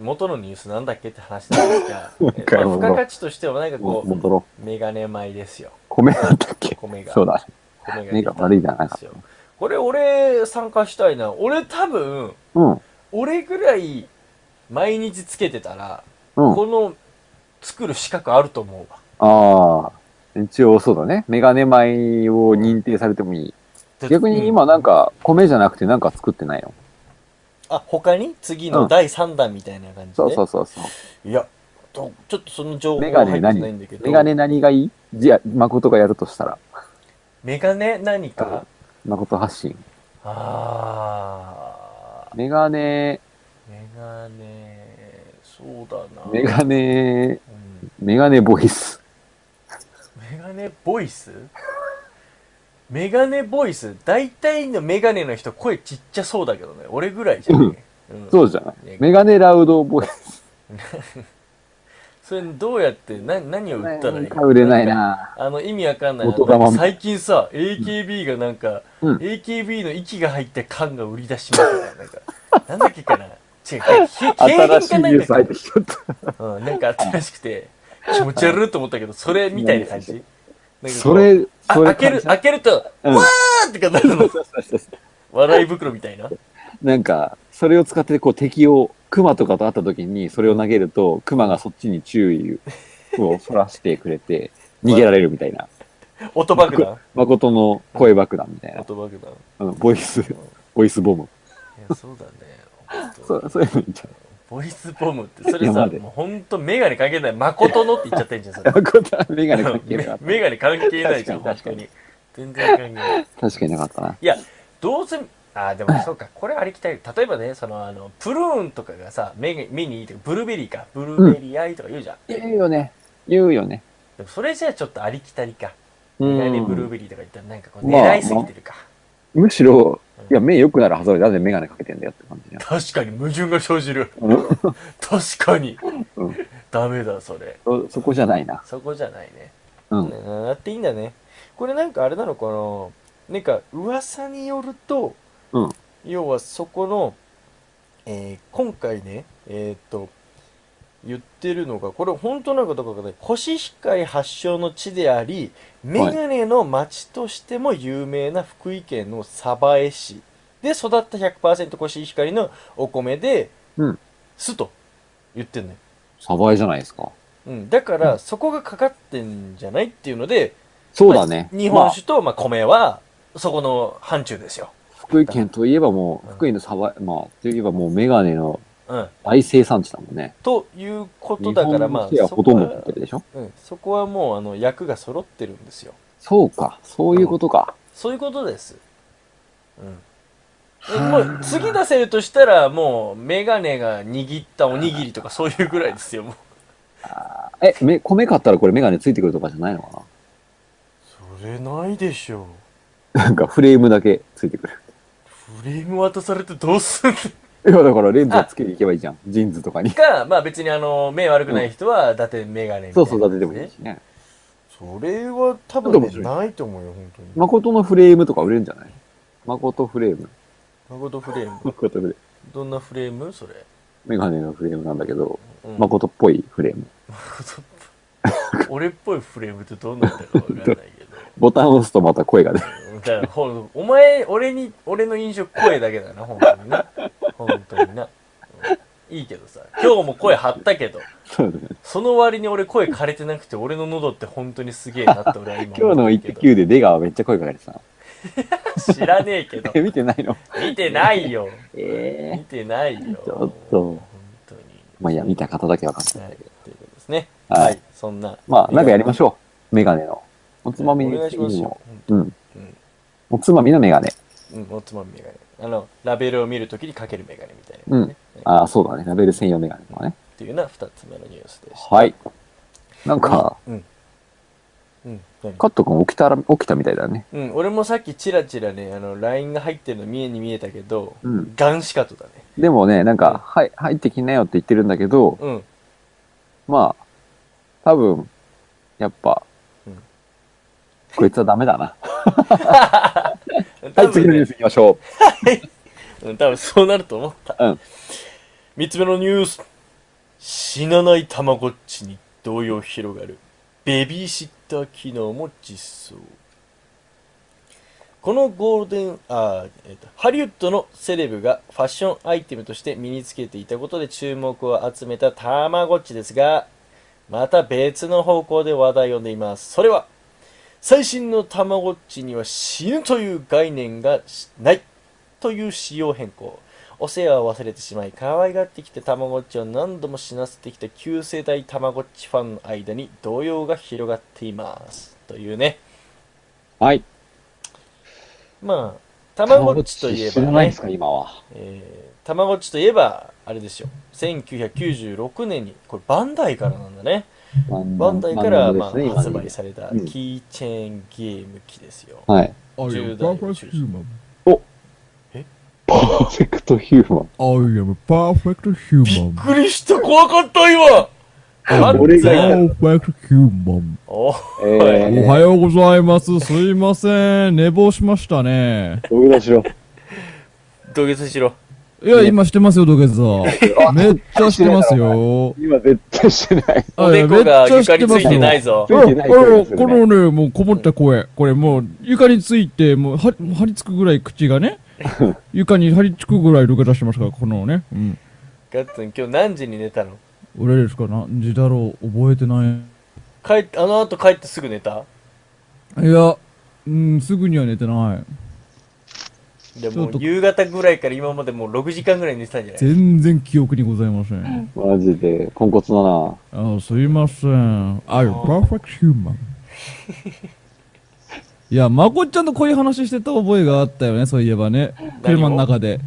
Speaker 4: 元のニュースなんだっけって話なんです が、え
Speaker 3: かる
Speaker 4: まあ、付加価値としてはなんか
Speaker 3: も
Speaker 4: こ
Speaker 3: 戻ろ
Speaker 4: う、メガネ米ですよ。
Speaker 3: う。米なんだっけ
Speaker 4: 米が。
Speaker 3: そうだ。
Speaker 4: 米が。
Speaker 3: 目が悪いじゃなかった。
Speaker 4: これ俺参加したいな。俺多分、
Speaker 3: うん。
Speaker 4: 俺ぐらい毎日つけてたら、
Speaker 3: うん。
Speaker 4: この作る資格あると思うわ。
Speaker 3: ああ、一応そうだね。メガネ米を認定されてもいい。逆に今なんか、米じゃなくてなんか作ってないの。
Speaker 4: あ、他に次
Speaker 3: う
Speaker 4: の
Speaker 3: ん
Speaker 4: 第3弾みたいな感じで。
Speaker 3: そうそうそうそう。
Speaker 4: いや、とちょっとその情報
Speaker 3: メ
Speaker 4: が
Speaker 3: ガ
Speaker 4: 入
Speaker 3: ネ
Speaker 4: って
Speaker 3: 何
Speaker 4: ないんだけど。
Speaker 3: メガネ何がいいじゃあ、誠がやるとしたら。
Speaker 4: メガネ何か
Speaker 3: 誠発信。
Speaker 4: あー。
Speaker 3: メガネ、
Speaker 4: メガネ、そうだな。
Speaker 3: メガネ、
Speaker 4: うん
Speaker 3: メガネボイス。
Speaker 4: メガネボイスメガネボイス大体のメガネの人声ちっちゃそうだけどね。俺ぐらいじゃね。うん
Speaker 3: そうじゃない。メガネラウドボイス。
Speaker 4: それどうやって、な、何を売ったらいい
Speaker 3: 売れないな。
Speaker 4: あの意味わかんない。あ
Speaker 3: 元玉
Speaker 4: の最近さ、AKB がなんか、
Speaker 3: うん
Speaker 4: AKB の息が入った缶が売り出しますみたいな。なんか、なんだっけかな。違う、ひ
Speaker 3: 新しい
Speaker 4: 景品か
Speaker 3: ニュース
Speaker 4: な
Speaker 3: 入
Speaker 4: ん
Speaker 3: っ
Speaker 4: か
Speaker 3: てきちゃった。
Speaker 4: うん、なんか新しくて、気持ち悪いと思ったけど、それみたいな感じ。なんかこう
Speaker 3: そ、れ、
Speaker 4: あ
Speaker 3: それ
Speaker 4: 開ける、
Speaker 3: 感
Speaker 4: 開けると、わ
Speaker 3: うん
Speaker 4: ーってかなるの。
Speaker 3: じ
Speaker 4: 笑い袋みたいな。
Speaker 3: なんか、それを使ってこう敵を、熊とかと会った時にそれを投げると、熊がそっちに注意をそらしてくれ て、逃げられるみたいな。
Speaker 4: 音爆弾。
Speaker 3: 誠の声爆弾みたいな。
Speaker 4: 音爆弾。
Speaker 3: あの、ボイス
Speaker 4: うん、
Speaker 3: ボイスボム。
Speaker 4: いや、そうだね。本当
Speaker 3: そう、そういうの言っちゃ
Speaker 4: ボイスボムって、それ
Speaker 3: いや
Speaker 4: さ、
Speaker 3: 待って
Speaker 4: もうほんとメガネ関係ない。誠のって言っちゃってんじゃん、それ
Speaker 3: う。。 誠はメガネかけ なかっ
Speaker 4: メガネ関係ないじゃん、
Speaker 3: 確
Speaker 4: 確か
Speaker 3: か
Speaker 4: に
Speaker 3: に。
Speaker 4: 全然関係ない。
Speaker 3: た。確かになかったな。
Speaker 4: いや、どうせ、あーでもそうか、これありきたり。例えばね、その、あの、プルーンとかがさ、目に目にいいとか、ブルーベリーか、ブルーベリーアイとか言うじゃん。で
Speaker 3: 言うよね。言うよね。
Speaker 4: もそれじゃあちょっとありきたりか。
Speaker 3: う
Speaker 4: メガネブルー
Speaker 3: ん。
Speaker 4: ベリーとか言ったらなんかこう、
Speaker 3: まあ
Speaker 4: 狙いすぎてるか。
Speaker 3: むしろ、いや、目良くなるはずなのになんでメガネかけてんだよって感じじゃん。
Speaker 4: 確かに矛盾が生じる。
Speaker 3: うん
Speaker 4: 確かに
Speaker 3: うん。
Speaker 4: ダメだ、それ。
Speaker 3: そ、そこじゃないな。
Speaker 4: そこじゃないね。
Speaker 3: うん。
Speaker 4: なっていいんだね。これなんかあれなのかななんか噂によると、
Speaker 3: うん
Speaker 4: 要はそこの、えー今回ね、えーっと、言ってるのが、これ本当なのかどうかわかんない。コシヒカリ発祥の地であり、メガネの町としても有名な福井県の鯖江市で育った100%コシヒカリのお米で、
Speaker 3: うん
Speaker 4: 酢と言ってんのよ。
Speaker 3: サバイじゃないですか。
Speaker 4: うん、だから、そこがかかってんじゃないっていうので、
Speaker 3: そうだね。
Speaker 4: まあ日本酒と、まあ、米は、そこの範疇です
Speaker 3: ま
Speaker 4: よ。
Speaker 3: あ福井県といえばもう、福井のサバイ、まあ、といえばもうメガネの
Speaker 4: うん。
Speaker 3: 大生産地だもんね。
Speaker 4: ということ
Speaker 3: 日
Speaker 4: だか
Speaker 3: 本
Speaker 4: ら、ま
Speaker 3: の
Speaker 4: あ、
Speaker 3: シェア
Speaker 4: そ
Speaker 3: ほ
Speaker 4: こと
Speaker 3: んど
Speaker 4: は
Speaker 3: 取ってるでしょ
Speaker 4: うん、そこはもう、あの、役が揃ってるんですよ。
Speaker 3: そうか。そういうことか。
Speaker 4: そういうことです。うん。え
Speaker 3: はあ
Speaker 4: もう、次出せるとしたら、もう、メガネが握ったおにぎりとか、そういうぐらいですよ、もう。
Speaker 3: え、め、米買ったらこれメガネついてくるとかじゃないのか
Speaker 4: それないでしょう。
Speaker 3: ななんかフレームだけついてくる。
Speaker 4: フレーム渡されてどうすんの
Speaker 3: いや、だからレンズをつけていけばいいじゃん。ジーンズとかに。
Speaker 4: か、まあ別にあの、目悪くない人は、だってメガネみた
Speaker 3: そ
Speaker 4: いうな
Speaker 3: そう、だってでもいいしね。
Speaker 4: それは多
Speaker 3: ちょっと
Speaker 4: 分、
Speaker 3: 面
Speaker 4: ね、
Speaker 3: 白い
Speaker 4: ないと思うよ、本当に。
Speaker 3: 誠のフレームとか売れるんじゃない誠フレーム。
Speaker 4: 誠フレーム。
Speaker 3: 誠フレーム。
Speaker 4: どんなフレームそれ。
Speaker 3: メガネのフレームなんだけど、
Speaker 4: うん
Speaker 3: 誠っぽいフレーム。
Speaker 4: 誠っぽい俺っぽいフレームってどんなんだろうわかんないけど。
Speaker 3: ボタンを押すとまた声が出る。
Speaker 4: だからほんお前、俺に、俺の印象声だけだな、本当にな。本当にな。うんいいけどさ。今日も声張ったけど、
Speaker 3: そうだね。
Speaker 4: その割に俺声枯れてなくて、俺の喉って本当にすげえなって俺は今
Speaker 3: 今日の
Speaker 4: 思ってるけ
Speaker 3: 1.9で出川めっちゃ声かけて た。
Speaker 4: ど知らねえけど。
Speaker 3: え、見てないの
Speaker 4: 見てないよ。
Speaker 3: え
Speaker 4: 見てないよ。
Speaker 3: ちょっと
Speaker 4: 本当に。
Speaker 3: まあいいや、見た方だけわかんない。
Speaker 4: はい、ということですね。
Speaker 3: はい
Speaker 4: はい。そんな。
Speaker 3: まあ、なんかやりまし
Speaker 4: ょ
Speaker 3: ょう。メガネの。おつまみ
Speaker 4: お願いします
Speaker 3: に
Speaker 4: よ
Speaker 3: も。。うん
Speaker 4: うん。
Speaker 3: おつまみのメガネ。
Speaker 4: うん、おつまみメガネ。あの、ラベルを見るときにかけるメガネみたいな、ね。はい
Speaker 3: ああ、そうだね。ラベル専用メガネとかね。
Speaker 4: っていうのは二つ目のニュースでした。
Speaker 3: はい。なんか、
Speaker 4: うん。うん、何
Speaker 3: カット君起きたら、起きたみたいだね。
Speaker 4: うん、俺もさっきチラチラね、あの、LINE が入ってるの見えに見えたけど、
Speaker 3: うん。
Speaker 4: ガンシカトだね。
Speaker 3: でもね、なん
Speaker 4: うん
Speaker 3: か、はい、入ってきなよって言ってるんだけど、
Speaker 4: うん。
Speaker 3: まあ、多分、やっぱ
Speaker 4: うん、
Speaker 3: こいつはダメだな。は
Speaker 4: 多
Speaker 3: い、次
Speaker 4: 分
Speaker 3: のニュー
Speaker 4: ね、
Speaker 3: ス行きましょ
Speaker 4: うん、多分そうなると思った。
Speaker 3: う。うん。
Speaker 4: 三つ目のニュース。死なないたまごっちに動揺広がる。ベビーシッター機能も実装。このゴールデン、あー、えっと、ハリウッドのセレブがファッションアイテムとして身につけていたことで注目を集めたたまごっちですが、また別の方向で話題を呼んでいます。それは、最新のたまごっちには死ぬという概念がないという仕様変更。お世話を忘れてしまい可愛がってきたたまごっちを何度も死なせてきた旧世代たまごっちファンの間に動揺が広がっていますというね
Speaker 3: う。はい。
Speaker 4: まあたまごっちといえば
Speaker 3: 知らないん
Speaker 4: ね
Speaker 3: ですか、今は。
Speaker 4: えーたまごっちといえばあれですよ1996年にこれバンダイからなんだねバンダイからまあ発売された
Speaker 3: うん
Speaker 4: キーチェーンゲーム機ですよ
Speaker 3: れはい。
Speaker 6: I am
Speaker 4: Jude
Speaker 6: perfect
Speaker 4: Juice.
Speaker 6: human.
Speaker 3: パーフェクトヒューマン。
Speaker 6: I am perfect
Speaker 4: びっ
Speaker 6: human.
Speaker 4: くりした怖かった今
Speaker 3: あ俺が
Speaker 4: 犯罪
Speaker 6: Perfect human.
Speaker 4: お
Speaker 3: え
Speaker 6: おはようございます。すいません。寝坊しましたね。
Speaker 3: 土下座しろ。
Speaker 4: 土下座しろ
Speaker 6: いや、今してますよ、土下 座。めっちゃしてますよ。。
Speaker 3: 今絶対してない。
Speaker 4: おでこが床についてないいぞ
Speaker 3: ついてない
Speaker 6: ああ
Speaker 3: ですよね
Speaker 6: このね、もうこもった声。これもう床について、もうはもう張り付くぐらい口が ね、床に張り付くぐらい土下座してますから、このね。うん。
Speaker 4: ガッツン今日何時に寝たの
Speaker 6: 俺ですか、何時だろう、覚えてない。
Speaker 4: 帰っあの後帰ってすぐ寝た
Speaker 6: いや、うん、すぐには寝てない。
Speaker 4: で
Speaker 6: ちょ
Speaker 4: も
Speaker 6: っ
Speaker 4: う
Speaker 6: と
Speaker 4: 夕方ぐらいから今までもう6時間ぐらい寝てたんじゃない
Speaker 6: 全然記憶にございません。
Speaker 3: マジで、ポンコツだな。
Speaker 6: あすいません。I am perfect human. いや、まこっちゃんとこういう話してた覚えがあったよね、そういえばね。車の中で。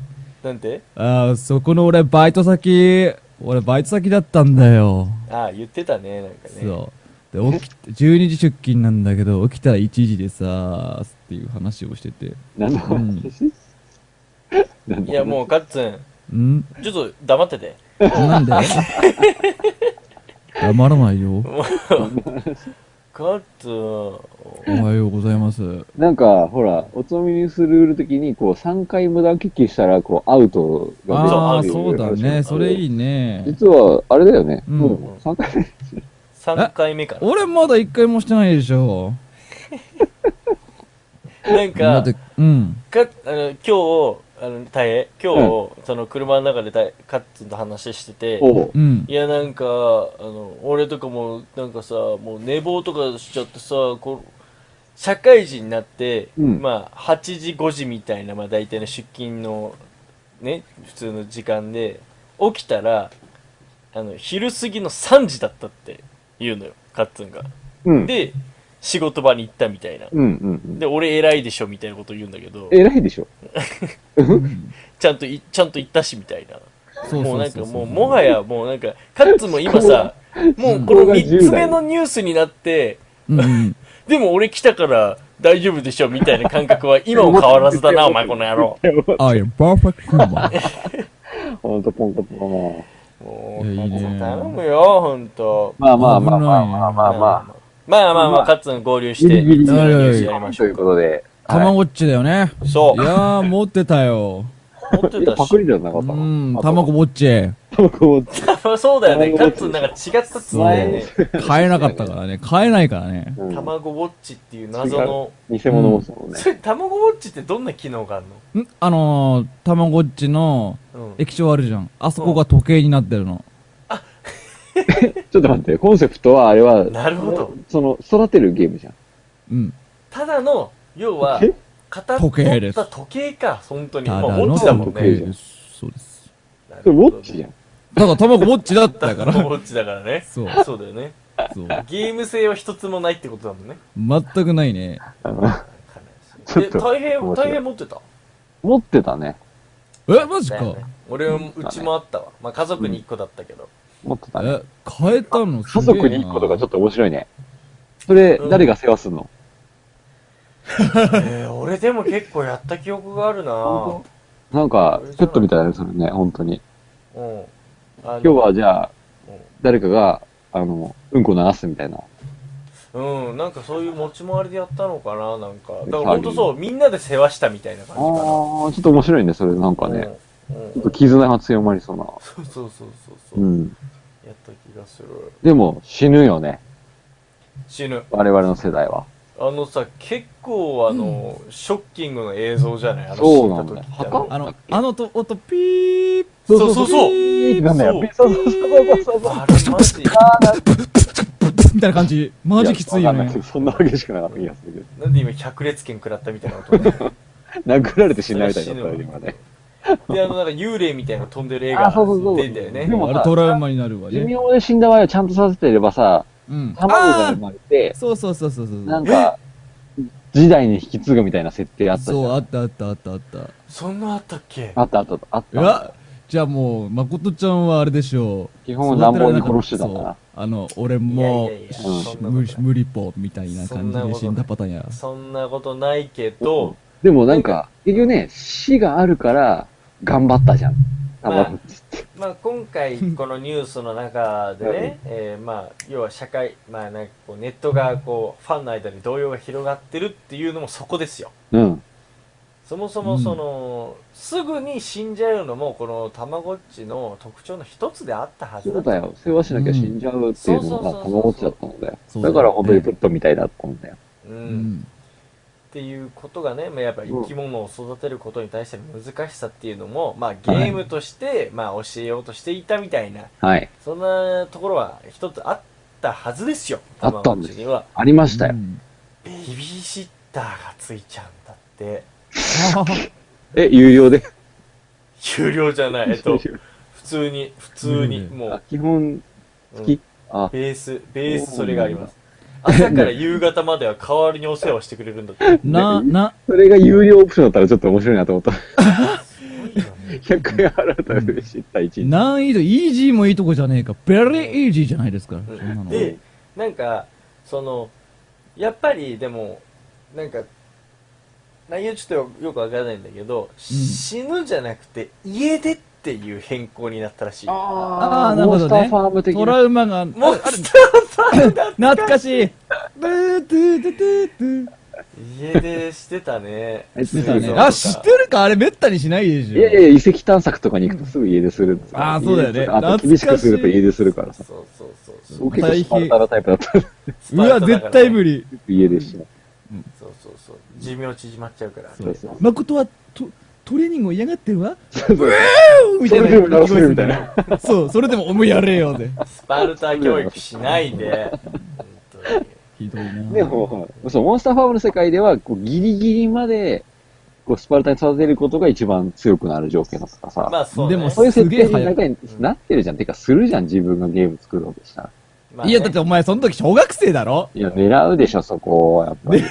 Speaker 4: なんて
Speaker 6: ああ、そこの俺、バイト先、俺、バイト先だったんだよ。
Speaker 4: ああ言ってたねなんかね
Speaker 6: そう。で、起きて、12時出勤なんだけど、起きたら1時でさ、っていう話をしてて。
Speaker 3: 何の話
Speaker 4: いやもうガッツン
Speaker 6: ん
Speaker 4: ちょっと黙ってて
Speaker 6: なんで黙らないよ。
Speaker 4: かった。
Speaker 6: おはようございます。
Speaker 3: なんか、ほら、おつまみニュースルール的に、こう、3回無断決起したら、こう、アウトが出る
Speaker 6: ああ、
Speaker 3: ってい
Speaker 6: そうだね。それい
Speaker 3: い。
Speaker 6: いね。
Speaker 3: 実は、あれだよね。
Speaker 6: うん
Speaker 3: もう3回目。
Speaker 4: 3回目かな。
Speaker 6: 俺まだ一回もしてないでしょ。
Speaker 4: なんか
Speaker 6: だっ、て、うん。
Speaker 4: かあの今日、あの、大変、今日、その車の中で大変カッツンと話してて、
Speaker 3: おう
Speaker 6: うん。
Speaker 4: いや、なんか、あの、俺とかも、なんかさ、もう寝坊とかしちゃってさ、こう、社会人になって、
Speaker 3: うん
Speaker 4: まあ、8時、5時みたいな、まあ、大体の出勤の、ね、普通の時間で、起きたら、あの、昼過ぎの3時だったって言うのよ、カッツンが。
Speaker 3: うん。
Speaker 4: で、仕事場に行ったみたいな。
Speaker 3: うんうんうん。
Speaker 4: で、俺偉いでしょ、みたいなこと言うんだけど、
Speaker 3: 偉いでしょ。
Speaker 4: ちゃんとい、ちゃんと行ったし、みたいな。
Speaker 6: そう
Speaker 4: もう
Speaker 6: そ
Speaker 4: な
Speaker 6: うん
Speaker 4: か
Speaker 6: そう。
Speaker 4: もうもはやもうなんかカッツも今 さもうこ
Speaker 3: 思考
Speaker 4: の
Speaker 3: が
Speaker 4: 3つ目のニュースになって
Speaker 6: うんうん。
Speaker 4: でも俺来たから大丈夫でしょみたいな感覚は今も変わらずだ なお前この野郎
Speaker 6: あ、いや、パーフェクトマン。
Speaker 3: ほんと、ポンコツだな。
Speaker 4: もう
Speaker 6: いやいいね
Speaker 4: カッツン頼むよほんと
Speaker 3: まあまあまあまあまあまあまあ。
Speaker 4: まあまあま
Speaker 3: ま
Speaker 4: あ
Speaker 3: あ
Speaker 4: カッツン合流して
Speaker 3: ギリギリ
Speaker 4: 次のニュースやりまし
Speaker 3: と
Speaker 4: ょ
Speaker 3: いううことで。
Speaker 6: たまごっちだよね。
Speaker 4: そ
Speaker 6: いやー、持ってたよ。
Speaker 4: う持
Speaker 3: い
Speaker 4: って
Speaker 3: や
Speaker 4: た
Speaker 3: パクリ
Speaker 4: し
Speaker 3: じゃなか
Speaker 6: う
Speaker 3: った
Speaker 6: ん
Speaker 3: の。、
Speaker 6: たまごぼっち。
Speaker 3: 卵を。
Speaker 4: そうだよねカッツンなんか違ったっつ
Speaker 6: そう
Speaker 4: 前ね
Speaker 6: 買えなかったからね。買えないからね。
Speaker 3: うん
Speaker 4: 卵ウォッチっていう謎の
Speaker 3: 偽物もそうね
Speaker 4: そ。れ卵ウォッチってどんな機能がある
Speaker 6: んあのー、たまごっちの
Speaker 4: のうん
Speaker 6: 液晶あるじゃん。あそこが時計になってるの。
Speaker 3: ちょっと待って、コンセプトはあれは、
Speaker 4: なるほど
Speaker 3: その、育てるゲームじゃん。
Speaker 6: うん。
Speaker 4: ただの要は
Speaker 3: え
Speaker 4: 型
Speaker 6: 時計です
Speaker 4: 取った時計か、本当に。
Speaker 6: た
Speaker 4: まあ、ウ
Speaker 6: だ
Speaker 4: ォ
Speaker 6: の
Speaker 4: ッチだもん
Speaker 6: 時計
Speaker 4: ね。
Speaker 6: です。そうです。
Speaker 3: それウォッチじゃ
Speaker 4: ん。
Speaker 3: ん。
Speaker 6: だから、たまごぼっちだったか
Speaker 4: ウォ
Speaker 6: ら。
Speaker 4: ッチだか らね。
Speaker 6: そう。
Speaker 4: そうだよね。
Speaker 6: そう。
Speaker 4: ゲーム性は一つもないってことだもんね。
Speaker 6: 全くないね。
Speaker 3: ちょっ
Speaker 4: で、
Speaker 3: と
Speaker 4: 大変、
Speaker 3: 面白い
Speaker 4: 大変持ってた。
Speaker 3: 持ってたね。
Speaker 6: え、マジ
Speaker 4: だ
Speaker 6: か。
Speaker 4: よね。俺も、うちもあったわ。まあ、家族に一個だったけど。
Speaker 3: 持ってたね。
Speaker 6: え、変えたの
Speaker 3: 家族に1個とかちょっと面白いね。それ
Speaker 4: うん、
Speaker 3: 誰が世話すんの
Speaker 4: えー、俺でも結構やった記憶があるなぁ。
Speaker 3: なんか、ペットみたいだね、それね、本当に。
Speaker 4: うん。今
Speaker 3: 今日はじゃあ
Speaker 4: うん、
Speaker 3: 誰かが、あの、うんこ流すみたいな。
Speaker 4: うん、なんかそういう持ち回りでやったのかななんか。だからほんとそう、みんなで世話したみたいな
Speaker 3: ああ
Speaker 4: 感じか
Speaker 3: ー、ちょっと面白いね、それなんか
Speaker 4: な。
Speaker 3: ね。
Speaker 4: うん。うん
Speaker 3: ちょっと絆が強まりそうな。
Speaker 4: そうそうそうそうそうう。
Speaker 3: ん。
Speaker 4: やった気がする。
Speaker 3: でも、死ぬよね。
Speaker 4: 死ぬ。
Speaker 3: 我々の世代は。
Speaker 4: あのさ、結構あの、ショッキングの映像じゃないあの
Speaker 3: そうなんだよ
Speaker 4: 死んだ時って
Speaker 3: 墓
Speaker 6: あの、あのと音、ピー
Speaker 4: そうそうそうそう
Speaker 3: いいなんだよ。
Speaker 4: そ
Speaker 3: そううそうそうそうそう。
Speaker 4: あれマジ
Speaker 6: みたいな感じ。マジきついよ
Speaker 3: やわかんな
Speaker 6: ね。
Speaker 3: そんな激しくなかった気がするけど。
Speaker 4: なんで今百裂拳食らったみたいな 音ね
Speaker 3: 殴られて死んだみたいになったよ今ね。
Speaker 4: で、あのなんか幽霊みたいなの飛んでる映画
Speaker 3: あそうそうそう
Speaker 4: 出んだよ
Speaker 3: で
Speaker 4: ね。
Speaker 3: も
Speaker 6: あれトラウマになるわ
Speaker 3: 寿
Speaker 6: ね。
Speaker 3: 命で死んだ場合はちゃんとさせていればさ、
Speaker 6: うん。
Speaker 3: 卵が生まれて、
Speaker 6: そうそうそうそうそう。
Speaker 3: なんか、時代に引き継ぐみたいな設定あったじゃん。
Speaker 6: そう、あったあったあったあった。
Speaker 4: そんなあったっけ
Speaker 3: あったあったあっ
Speaker 6: い
Speaker 3: た。
Speaker 6: や、じゃあもう、誠ちゃんはあれでしょう。
Speaker 3: 基本乱暴に殺してたんだ
Speaker 6: そう
Speaker 3: な。
Speaker 6: あの、俺も
Speaker 4: いやいやいや
Speaker 3: うん
Speaker 4: そんな
Speaker 6: 無
Speaker 4: ことない
Speaker 6: 無理ぽみたいな感じで死んだパターンや。
Speaker 4: そんなことないけど、
Speaker 3: でもなんか、結局ね、死があるから、頑張ったじゃん。卵っつって。
Speaker 4: まあ今回このニュースの中でね、えーまあ要は社会、まあなんかこうネットがこうファンの間に動揺が広がってるっていうのもそこですよ。
Speaker 3: うん。
Speaker 4: そもそもその、すぐに死んじゃうのもこのたまごっちの特徴の一つであったはず
Speaker 3: そう
Speaker 4: だ
Speaker 3: だよ。世話しなきゃ死んじゃうっていうのが
Speaker 4: うん
Speaker 3: 卵っちだったのだよ。
Speaker 6: そうそうそうそう
Speaker 3: だから本当にペットみたいだったんだよ。
Speaker 4: う、
Speaker 6: うん
Speaker 4: っ
Speaker 6: ん。
Speaker 4: ていうことがね、まあ、やっぱり生き物を育てることに対しての難しさっていうのも、まあ、ゲームとして、まあ、教えようとしていたみたいな
Speaker 3: はい。
Speaker 4: そんなところは一つあったはずですよ
Speaker 3: あったん
Speaker 4: ち
Speaker 3: です
Speaker 4: には
Speaker 3: ありましたよ
Speaker 6: う。ん
Speaker 4: ベビーシッターがついちゃうんだって
Speaker 6: あー
Speaker 3: え、有料で。
Speaker 4: 有料じゃないえっと
Speaker 3: 有料
Speaker 4: 普通に普通に
Speaker 6: うん
Speaker 4: も
Speaker 3: あ
Speaker 4: う、
Speaker 3: 基本、
Speaker 4: うん
Speaker 3: 月あ、
Speaker 4: ベースベースそれがあります朝から夕方までは代わりにお世話してくれるんだって
Speaker 6: な、な、
Speaker 3: それが有料オプションだったらちょっと面白いなと思った。
Speaker 4: いいよね
Speaker 3: 100円払うために知った1日。
Speaker 6: 難易度、イージーもいいとこじゃねえか。ベリーイージーじゃないですか。そんなの。
Speaker 4: でなんかそのやっぱりでもなんか内容ちょっとよくわからないんだけど、死ぬじゃなくて家出っていう変更になったらしい
Speaker 3: あ
Speaker 6: ーなる
Speaker 3: モ
Speaker 6: ほどね
Speaker 3: ンスターファーム的
Speaker 6: ト
Speaker 3: な。
Speaker 6: ラウマが、
Speaker 4: モンスターファームだ
Speaker 6: 懐かしい。ブートゥートゥトゥトゥ
Speaker 4: 家出してたね。
Speaker 3: してたね
Speaker 4: 水槽とか
Speaker 6: あ、知ってるかあれめったにしないでしょ。
Speaker 3: いやいや、遺跡探索とかに行くとすぐ家出するんですよ
Speaker 6: あーそうだよね
Speaker 3: 家出とあと厳しくすると家出するからさ。
Speaker 4: そうそうそうそう。
Speaker 3: 僕結構スパルタなタイプだったんで
Speaker 6: うわ、絶対無
Speaker 4: 理。
Speaker 6: 理。
Speaker 3: 家出しまっ
Speaker 4: そうそうそう。寿命縮まっちゃうから。
Speaker 3: たんですよ。
Speaker 6: 誠はトトレーニングを嫌がってるわ
Speaker 3: そうそう
Speaker 6: みたいな。
Speaker 3: それでも直せるみたいな。
Speaker 6: そう、それでもお前やれよで。
Speaker 4: スパルタ教育しないで。本当に
Speaker 6: ひどいな。
Speaker 3: でも、そう、モンスターファームの世界では、こうギリギリまで、こう、スパルタに育てることが一番強くなる条件だからさ。
Speaker 4: まあそうね。
Speaker 6: でも
Speaker 3: そういう設定
Speaker 6: すげ
Speaker 3: に
Speaker 6: え
Speaker 3: 中になってるじゃん。てか、するじゃん、自分がゲーム作ろうとしたら。
Speaker 4: まあね
Speaker 6: いや、だってお前その時小学生だろ
Speaker 3: いや、狙うでしょ、そこは、やっぱり。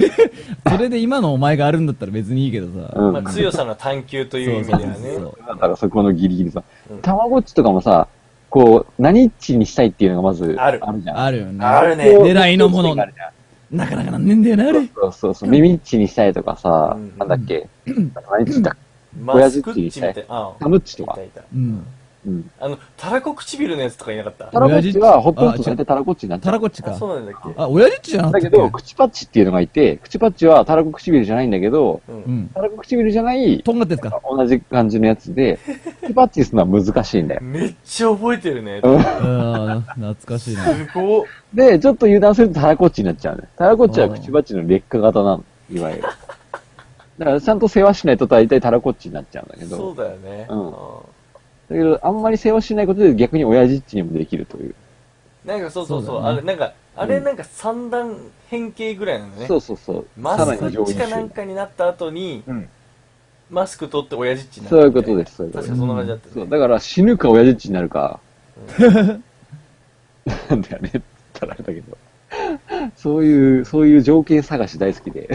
Speaker 6: それで今のお前があるんだったら別にいいけどさ。
Speaker 3: うん。
Speaker 4: まあ強さの探求という意味ではね。
Speaker 6: そう
Speaker 3: だからそこのギリギリさ
Speaker 4: うん。
Speaker 3: たまごっちとかもさ、こう、何値にしたいっていうのがまず
Speaker 4: あ
Speaker 3: あ
Speaker 4: る
Speaker 3: るじゃん。
Speaker 6: あるよね。
Speaker 4: あるね
Speaker 3: こう
Speaker 6: 狙いのも
Speaker 3: こうし
Speaker 6: の
Speaker 3: てあるじゃん
Speaker 6: なかなかなんねんだよな、あれ。
Speaker 3: そうそうそう、耳っちにしたいとかさ、
Speaker 4: うん
Speaker 3: なんだっけ、何っちだっけ、
Speaker 4: マスクっちみた
Speaker 3: 親
Speaker 4: い
Speaker 3: 父っ
Speaker 4: な。あ
Speaker 3: タムっち
Speaker 4: い
Speaker 3: とか
Speaker 4: た。いた。
Speaker 6: うん。
Speaker 3: うん。
Speaker 4: あの、たらこ唇のやつとかいなかった
Speaker 3: タラコッチは、ほっとんとされてタラコッチになっち
Speaker 6: た
Speaker 3: ゃ
Speaker 6: ら
Speaker 3: う。
Speaker 6: こっち
Speaker 4: あ、
Speaker 6: か。
Speaker 4: そうなんだっけ
Speaker 6: あ、親父っちじゃなか
Speaker 3: だ
Speaker 6: った
Speaker 3: け
Speaker 6: っけ
Speaker 3: ど、口パッチっていうのがいて、口パッチはタラコ唇じゃないんだけど、
Speaker 4: うん
Speaker 6: うん。
Speaker 3: タラコ唇じゃない、
Speaker 6: とんがってやつか。
Speaker 3: 同じ感じのやつで、口パッチするのは難しいんだよ。
Speaker 4: めっちゃ覚えてるね。
Speaker 6: ああ、懐かしい な。
Speaker 4: すごっ。
Speaker 3: で、ちょっと油断するとタラコッチになっちゃうね。タラコッチは口パッチの劣化型なの、いわゆる。だから、ちゃんと世話しないと大体タラコッチになっちゃうんだけど。
Speaker 4: そうだよね。
Speaker 3: うん
Speaker 4: あ
Speaker 3: だけど、あんまり世話しないことで逆に親父っちにもできるという。
Speaker 4: ーなんかそうそうそう。
Speaker 6: そうだ
Speaker 4: あ
Speaker 6: ね
Speaker 4: れ、なんか、あれなんか三段変形ぐらいなのね。
Speaker 3: そうそうそう。
Speaker 4: マ
Speaker 3: さら
Speaker 4: スク
Speaker 3: に上
Speaker 4: っ
Speaker 3: 位
Speaker 4: ちかな
Speaker 3: 種
Speaker 4: ん。かになった後に、
Speaker 7: うん
Speaker 4: マスク取って親父っちにな。
Speaker 3: そういうことですす、そういうことで
Speaker 4: 確か
Speaker 3: す。
Speaker 4: そんな感じだったね
Speaker 3: そう、だから死ぬか親父っちになるか。なんだよね、たられたけど。そういう、そういう条件探し大好きで。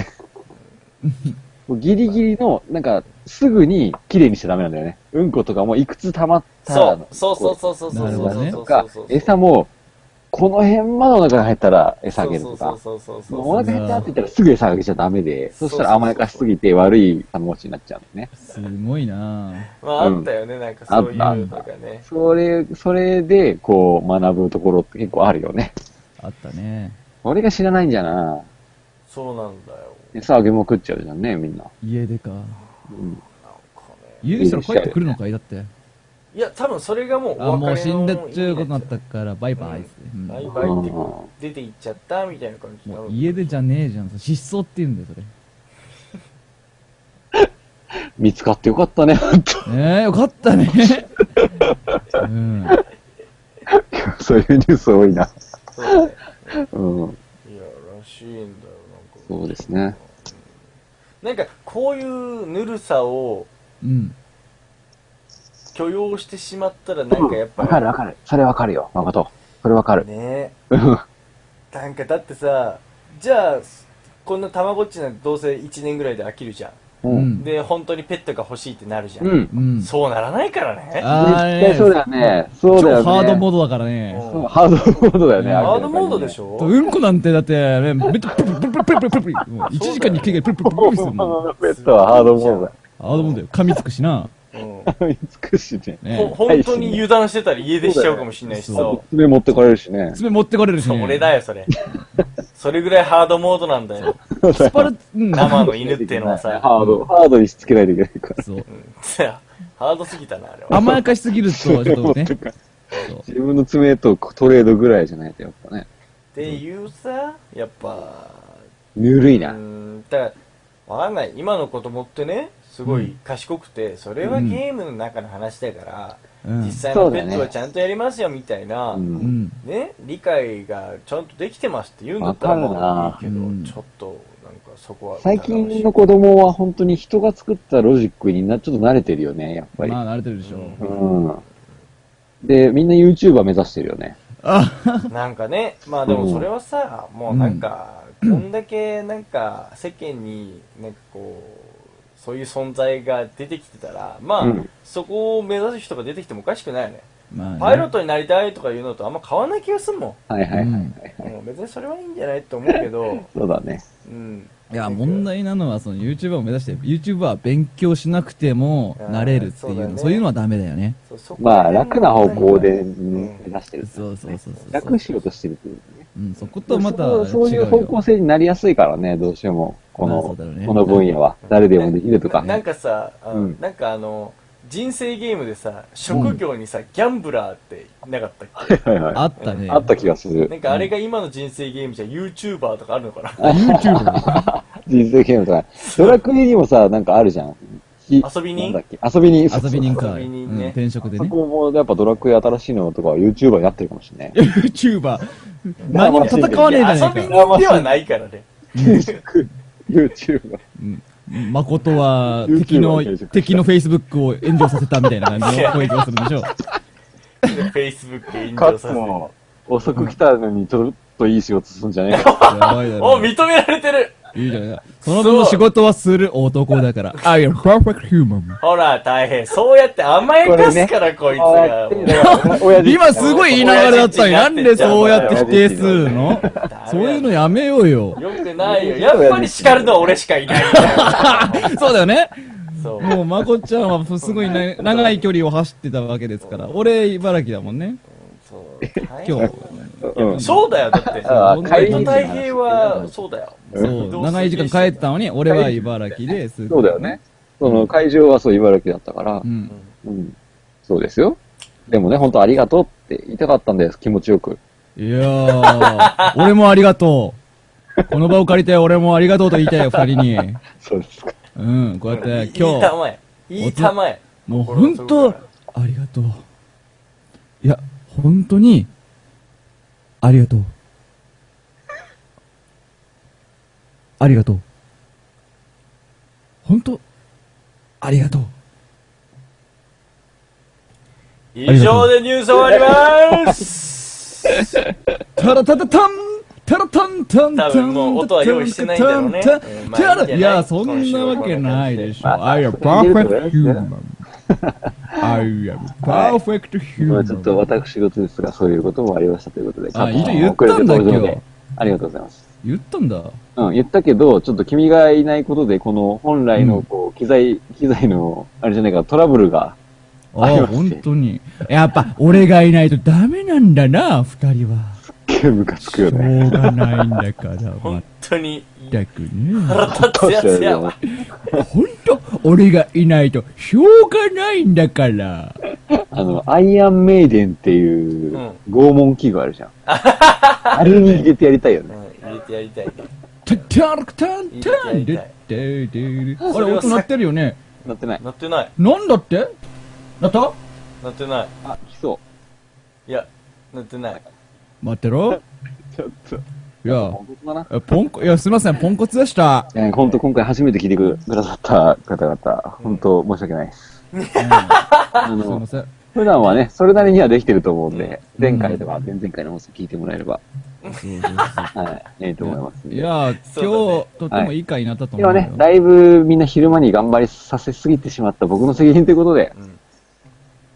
Speaker 3: もうギリギリの、なんか、すぐに綺麗にしちゃダメなんだよね。うんことかもいくつ溜まったら
Speaker 4: そう、そうそうそうそうそう
Speaker 6: なる
Speaker 4: そう
Speaker 6: ほど
Speaker 4: そう
Speaker 6: ね
Speaker 4: そ
Speaker 3: と
Speaker 4: う
Speaker 3: か
Speaker 4: そう、
Speaker 3: 餌も、この辺までお腹が減ったら餌あげるとか。
Speaker 4: そうそうそうそう
Speaker 3: お
Speaker 4: そう
Speaker 3: 腹減ったって言ったらすぐ餌あげちゃダメで、
Speaker 4: そ
Speaker 3: そう
Speaker 4: そう
Speaker 3: し
Speaker 4: そう
Speaker 3: たら甘やかしすぎて悪い金持ちになっちゃうんだよね。
Speaker 6: すごいな
Speaker 4: まああったよね、なんかそういうのとかね。
Speaker 3: それ、それで、こう、学ぶところって結構あるよね。
Speaker 6: あったね。
Speaker 3: 俺が知らないんじゃな。
Speaker 4: そうなんだよ。
Speaker 3: 餌あげまくっちゃうじゃんね、みんな。
Speaker 6: 家出か。
Speaker 3: うん。
Speaker 4: なんかね。
Speaker 6: 家出したら帰ってくるのかいだって。
Speaker 4: いや、多分それがもう
Speaker 6: あ、
Speaker 4: お
Speaker 6: もう
Speaker 4: 別
Speaker 6: 死
Speaker 4: れの
Speaker 6: ん
Speaker 4: 意味
Speaker 6: だ
Speaker 4: で
Speaker 6: っちゅうことになったから、バイバイっつって。うん
Speaker 4: バイ
Speaker 3: う
Speaker 4: バイってこ
Speaker 3: ん
Speaker 4: う出て行っちゃったみたいな感じだ
Speaker 6: も
Speaker 4: ろ
Speaker 6: う
Speaker 4: う
Speaker 6: 家出じゃねえじゃん。失踪って言うんだよ、それ。
Speaker 3: 見つかってよかったね、ほんと。
Speaker 6: ねえ、よかったね。うん。
Speaker 3: そういうニュース多いな。
Speaker 4: そうだよ
Speaker 3: うん。
Speaker 4: いやらしいんだよなんか
Speaker 3: そうですね。
Speaker 4: なんかこういうぬるさを
Speaker 6: うん。
Speaker 4: 許容してしまったらなんかやっぱ
Speaker 3: わかるわかる。それわかるよ、誠。それわかる。
Speaker 4: ねなんかだってさじゃあこんなたまごっちなんてどうせ1年ぐらいで飽きるじゃ
Speaker 3: う。
Speaker 6: うん
Speaker 4: ん
Speaker 6: ん。
Speaker 4: で本当にペットが欲しいってなるじゃん、
Speaker 3: うん。
Speaker 6: うん。
Speaker 4: そうならないからね
Speaker 6: あ
Speaker 3: 絶
Speaker 6: ー
Speaker 3: 対そうだよね。そうだよ
Speaker 6: 超
Speaker 3: ね。
Speaker 6: ハードモードだから
Speaker 4: う
Speaker 6: ね。
Speaker 4: ん
Speaker 3: うんハードモードだよね。
Speaker 6: うん
Speaker 3: 明らか
Speaker 4: ハ
Speaker 3: に
Speaker 4: ー
Speaker 3: ね
Speaker 4: ドモードでしょ
Speaker 6: うんこなんてだって、ね、めっちゃプルプルプルプルプルプルプル。もう1時間に1回ぐらいプルプルプルプルするもん。
Speaker 3: ベッドはハードモードだ
Speaker 6: ハードモードよ。噛みつくしな。
Speaker 4: うん
Speaker 3: よ。美しいね。
Speaker 4: ほ本
Speaker 6: ね
Speaker 4: 当に油断してたら家出しちゃうかもしれないしさ
Speaker 6: そ
Speaker 3: 爪持ってかれるしね。
Speaker 6: 爪持ってかれるし、
Speaker 4: そう
Speaker 6: ね。
Speaker 4: 俺だよそれそれぐらいハードモードなんだよ
Speaker 6: スパル、うん。
Speaker 4: 生の犬っていうのはさ
Speaker 3: ハード、ハードにしつけないといけないから。
Speaker 6: そう。
Speaker 4: ハードすぎたな、あれは。
Speaker 6: 甘やかしすぎると、ちょっとね。
Speaker 3: 自分の爪とトレードぐらいじゃないとやっぱね。
Speaker 4: っていうさ、やっぱ、
Speaker 3: ぬるいうな。
Speaker 4: ーん、だから、わかんない。今の子供ってね、すごい賢くて、それはゲームの中の話だから、
Speaker 6: うん
Speaker 4: 実際の
Speaker 3: そう
Speaker 4: ペ
Speaker 3: だね
Speaker 4: ットはちゃんとやりますよ、みたいな、
Speaker 3: う
Speaker 6: うんん。
Speaker 4: ね、理解がちゃんとできてますって言うんだったら
Speaker 3: わかるな
Speaker 4: まあいいけど、
Speaker 6: うん
Speaker 4: ちょっと、なんかそこは。
Speaker 3: 最近の子供は本当に人が作ったロジックにな、ちょっと慣れてるよね、やっぱり。
Speaker 6: まあ、慣れてるでしょ。
Speaker 4: うん
Speaker 3: うん。で、みんな YouTuber 目指してるよね。
Speaker 4: なんかね、まあでもそれはさ、もうなんか、こんだけなんか世間になんかこう、そういう存在が出てきてたら、まあ、
Speaker 3: うん
Speaker 4: そこを目指す人が出てきてもおかしくないよね。
Speaker 6: まあ、ね。
Speaker 4: パイロットになりたいとかいうのとあんま変わらない気がするも
Speaker 3: はいはいはい。
Speaker 6: うん
Speaker 4: ん。もう別にそれはいいんじゃないと思うけど、
Speaker 3: そうだね。
Speaker 4: うん。
Speaker 6: いや、問題なのは、その YouTuber を目指して、YouTuber は勉強しなくても、なれるってい
Speaker 4: あー
Speaker 6: う
Speaker 4: そうだ
Speaker 6: の、
Speaker 4: ね
Speaker 6: そういうのはダメだよね。
Speaker 4: そうそこら
Speaker 3: まあ、
Speaker 4: 辺の
Speaker 3: 楽な方向で
Speaker 4: ん
Speaker 3: 目指してる。
Speaker 6: そうそうそうそう。
Speaker 3: 楽しようとしてるっていうね。
Speaker 6: うん、そことはまた違うよ。
Speaker 3: そういう方向性になりやすいからね、どうしても。こ
Speaker 6: まあ
Speaker 3: の、
Speaker 6: そうだろうね
Speaker 3: この分野は。誰でもできるとか。
Speaker 4: なんかさ、あの
Speaker 3: うん
Speaker 4: なんかあの、人生ゲームでさ、職業にさ、ギャンブラーってなかったっけ
Speaker 3: はいはい
Speaker 6: あったね。
Speaker 3: あった気がする
Speaker 4: な。んかあれが今の人生ゲームじゃ YouTuber とかあるのかな
Speaker 3: 人生ゲームとか。ドラクエにもさ、なんかあるじゃん。ひ
Speaker 4: 遊び人
Speaker 3: なんだっけ遊び人。
Speaker 6: 遊び人か。
Speaker 4: 遊び人ね
Speaker 6: うん転職で
Speaker 3: そ
Speaker 6: ね。
Speaker 3: こも、やっぱドラクエ新しいのとかは YouTuber になってるかもしれない。
Speaker 6: YouTuber。何も戦わねえじゃね
Speaker 4: 遊び
Speaker 6: え
Speaker 4: 人
Speaker 6: か。
Speaker 4: ではないからね。
Speaker 3: YouTuber。
Speaker 6: 誠は
Speaker 3: YouTuber
Speaker 6: 敵の
Speaker 3: 転職した、
Speaker 6: 敵の Facebook を炎上させたみたいな感じの攻撃をするんでしょう。
Speaker 4: Facebook で
Speaker 3: カッ
Speaker 4: 炎上さ
Speaker 3: ツ
Speaker 4: せて。
Speaker 3: も、遅く来たのにちょっといい仕事するんじゃねえか。
Speaker 6: や ばいだ
Speaker 4: お、
Speaker 6: ろ。
Speaker 4: 認められてる
Speaker 6: いいじゃない。その分の仕事はする男だから。I am perfect human.
Speaker 4: ほら、大変。そうやって甘やかすから、こいつ
Speaker 3: ああや
Speaker 4: が
Speaker 3: って。んだよ親父
Speaker 6: 今すごい言いながらだったのに、なんでそうやって否定するのそういうのやめようよ。
Speaker 4: よくないよ。やっぱり叱るのは俺しかいないんだよ。
Speaker 6: そうだよね。
Speaker 4: そう。
Speaker 6: もう、まこちゃんはすごいな長い距離を走ってたわけですから。俺、茨城だもんね。
Speaker 4: そう。大変
Speaker 6: 今日。
Speaker 3: うん
Speaker 4: そうだよ、だって。
Speaker 3: ああ
Speaker 6: 本当
Speaker 3: 帰
Speaker 6: に
Speaker 3: り
Speaker 4: 太
Speaker 3: 道の
Speaker 4: 平
Speaker 3: 話
Speaker 4: 平は、そうだよ。
Speaker 6: そう、長い時間帰ったのに、俺は茨城です。
Speaker 3: そうだよね。。その会場はそう茨城だったから
Speaker 6: う、ん。
Speaker 3: うん。そうですよ。でもね、本当ありがとうって言いたかったんです、気持ちよく。
Speaker 6: いやー、俺もありがとう。この場を借りて、俺もありがとうと言いたいよ、二人に。
Speaker 3: そうですか。
Speaker 6: うん、こうやって、
Speaker 4: い
Speaker 6: 今
Speaker 4: い
Speaker 6: 日、
Speaker 4: 玉や。いい玉や。
Speaker 6: もう本当、ありがとう。いや、本当に、ありがとう。ありがとう。本当、ありがとう。
Speaker 4: 以上でニュース終わりまーす
Speaker 6: タラタタタンタラタンタンタン
Speaker 4: 多分もう音は用意してないんだろうね
Speaker 6: タン
Speaker 4: うんまあ
Speaker 6: タ
Speaker 4: いいんじゃな
Speaker 6: ラ
Speaker 4: い
Speaker 6: いや、そんなわけないでしょ。I am
Speaker 3: まあ
Speaker 6: perfect human. I am perfect
Speaker 3: まあちょっと
Speaker 6: human.
Speaker 3: 私事ですが、そういうこともありましたということで。
Speaker 6: あ
Speaker 3: ちょっと
Speaker 6: 言った言ったんだ
Speaker 3: 遅れて登場で
Speaker 6: 今日
Speaker 3: ありがとうございます。
Speaker 6: 言った んだ。
Speaker 3: うん、言ったけど、ちょっと君がいないことで、この本来の、こう、機材、機材の、あれじゃないか、トラブルが、
Speaker 6: あ
Speaker 3: あり
Speaker 6: あ、
Speaker 3: ます
Speaker 6: 本当に。やっぱ、俺がいないとダメなんだな、二人は。
Speaker 3: ムカつく
Speaker 6: しょ
Speaker 3: よね。
Speaker 6: うがないん だから、まっ
Speaker 4: 本当に。
Speaker 6: たくね。
Speaker 4: 腹立つやつやわ。
Speaker 6: ほんと、俺がいないと、しょうがないんだから。
Speaker 3: あの、アイアンメイデンっていう
Speaker 4: うん
Speaker 3: 拷問器具あるじゃん。あれに入れてやりたいよ
Speaker 4: う
Speaker 3: ね。
Speaker 4: ん入れてやりたいね。
Speaker 6: タッタラクタンタン
Speaker 4: いい
Speaker 6: で
Speaker 4: ね
Speaker 6: ででであ
Speaker 4: そ
Speaker 6: れ、
Speaker 4: れは
Speaker 6: 音鳴ってるよね。
Speaker 3: なってない。
Speaker 4: なってない。
Speaker 6: なんだって鳴った
Speaker 4: なってない。
Speaker 3: あ、来そ
Speaker 4: いや、なってない。
Speaker 6: 待ってろ。
Speaker 3: う。ちょっと。
Speaker 6: いや
Speaker 3: 本、当だな。
Speaker 6: えポンコ、いや、すいません、ポンコツでした。
Speaker 3: えー、本当今回初めて聞いてくださった方々、本当申し訳ないです。あ
Speaker 6: すいま
Speaker 3: の、
Speaker 6: せん。
Speaker 3: 普段はね、それなりにはできてると思うんで、
Speaker 6: ん
Speaker 3: 前回とか前々回の放送聞いてもらえれば、はい、ええと思いますんで。
Speaker 6: いや、今日、
Speaker 4: そう
Speaker 6: とってもいい回になったと思
Speaker 3: 今
Speaker 6: うよ。
Speaker 3: ね、だいぶみんな昼間に頑張りさせすぎてしまった僕の責任ということで、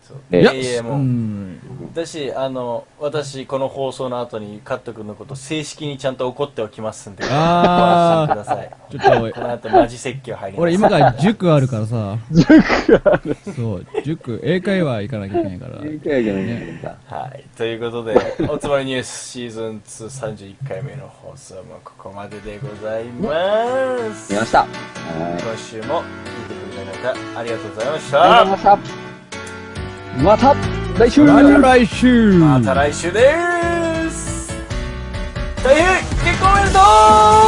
Speaker 4: そう
Speaker 3: え
Speaker 4: い
Speaker 3: ー
Speaker 4: やいや、
Speaker 6: う
Speaker 4: もう。
Speaker 6: ん。
Speaker 4: だし、あの、私、この放送の後に、カット君のこと、正式にちゃんと怒っておきますんで。
Speaker 6: あー
Speaker 4: ご安心ください。
Speaker 6: ちょっ、
Speaker 4: ことの後、マジ説教入ります。
Speaker 6: 俺今から塾あるからさ。塾あるそう、塾、英会話行かなきゃいけないから。
Speaker 3: いやいやいやいや
Speaker 4: はい。ということ で、おつまみニュースシーズン2 31回目の放送もここまででございます。
Speaker 3: 見ま
Speaker 4: 今
Speaker 3: した。はい。
Speaker 4: 週も聞いてくれた方、ありがとうございま
Speaker 3: あ
Speaker 4: し
Speaker 3: り
Speaker 4: た。
Speaker 3: がとうございました。また来週
Speaker 6: また来週
Speaker 4: また来週です。大変結婚おめでとう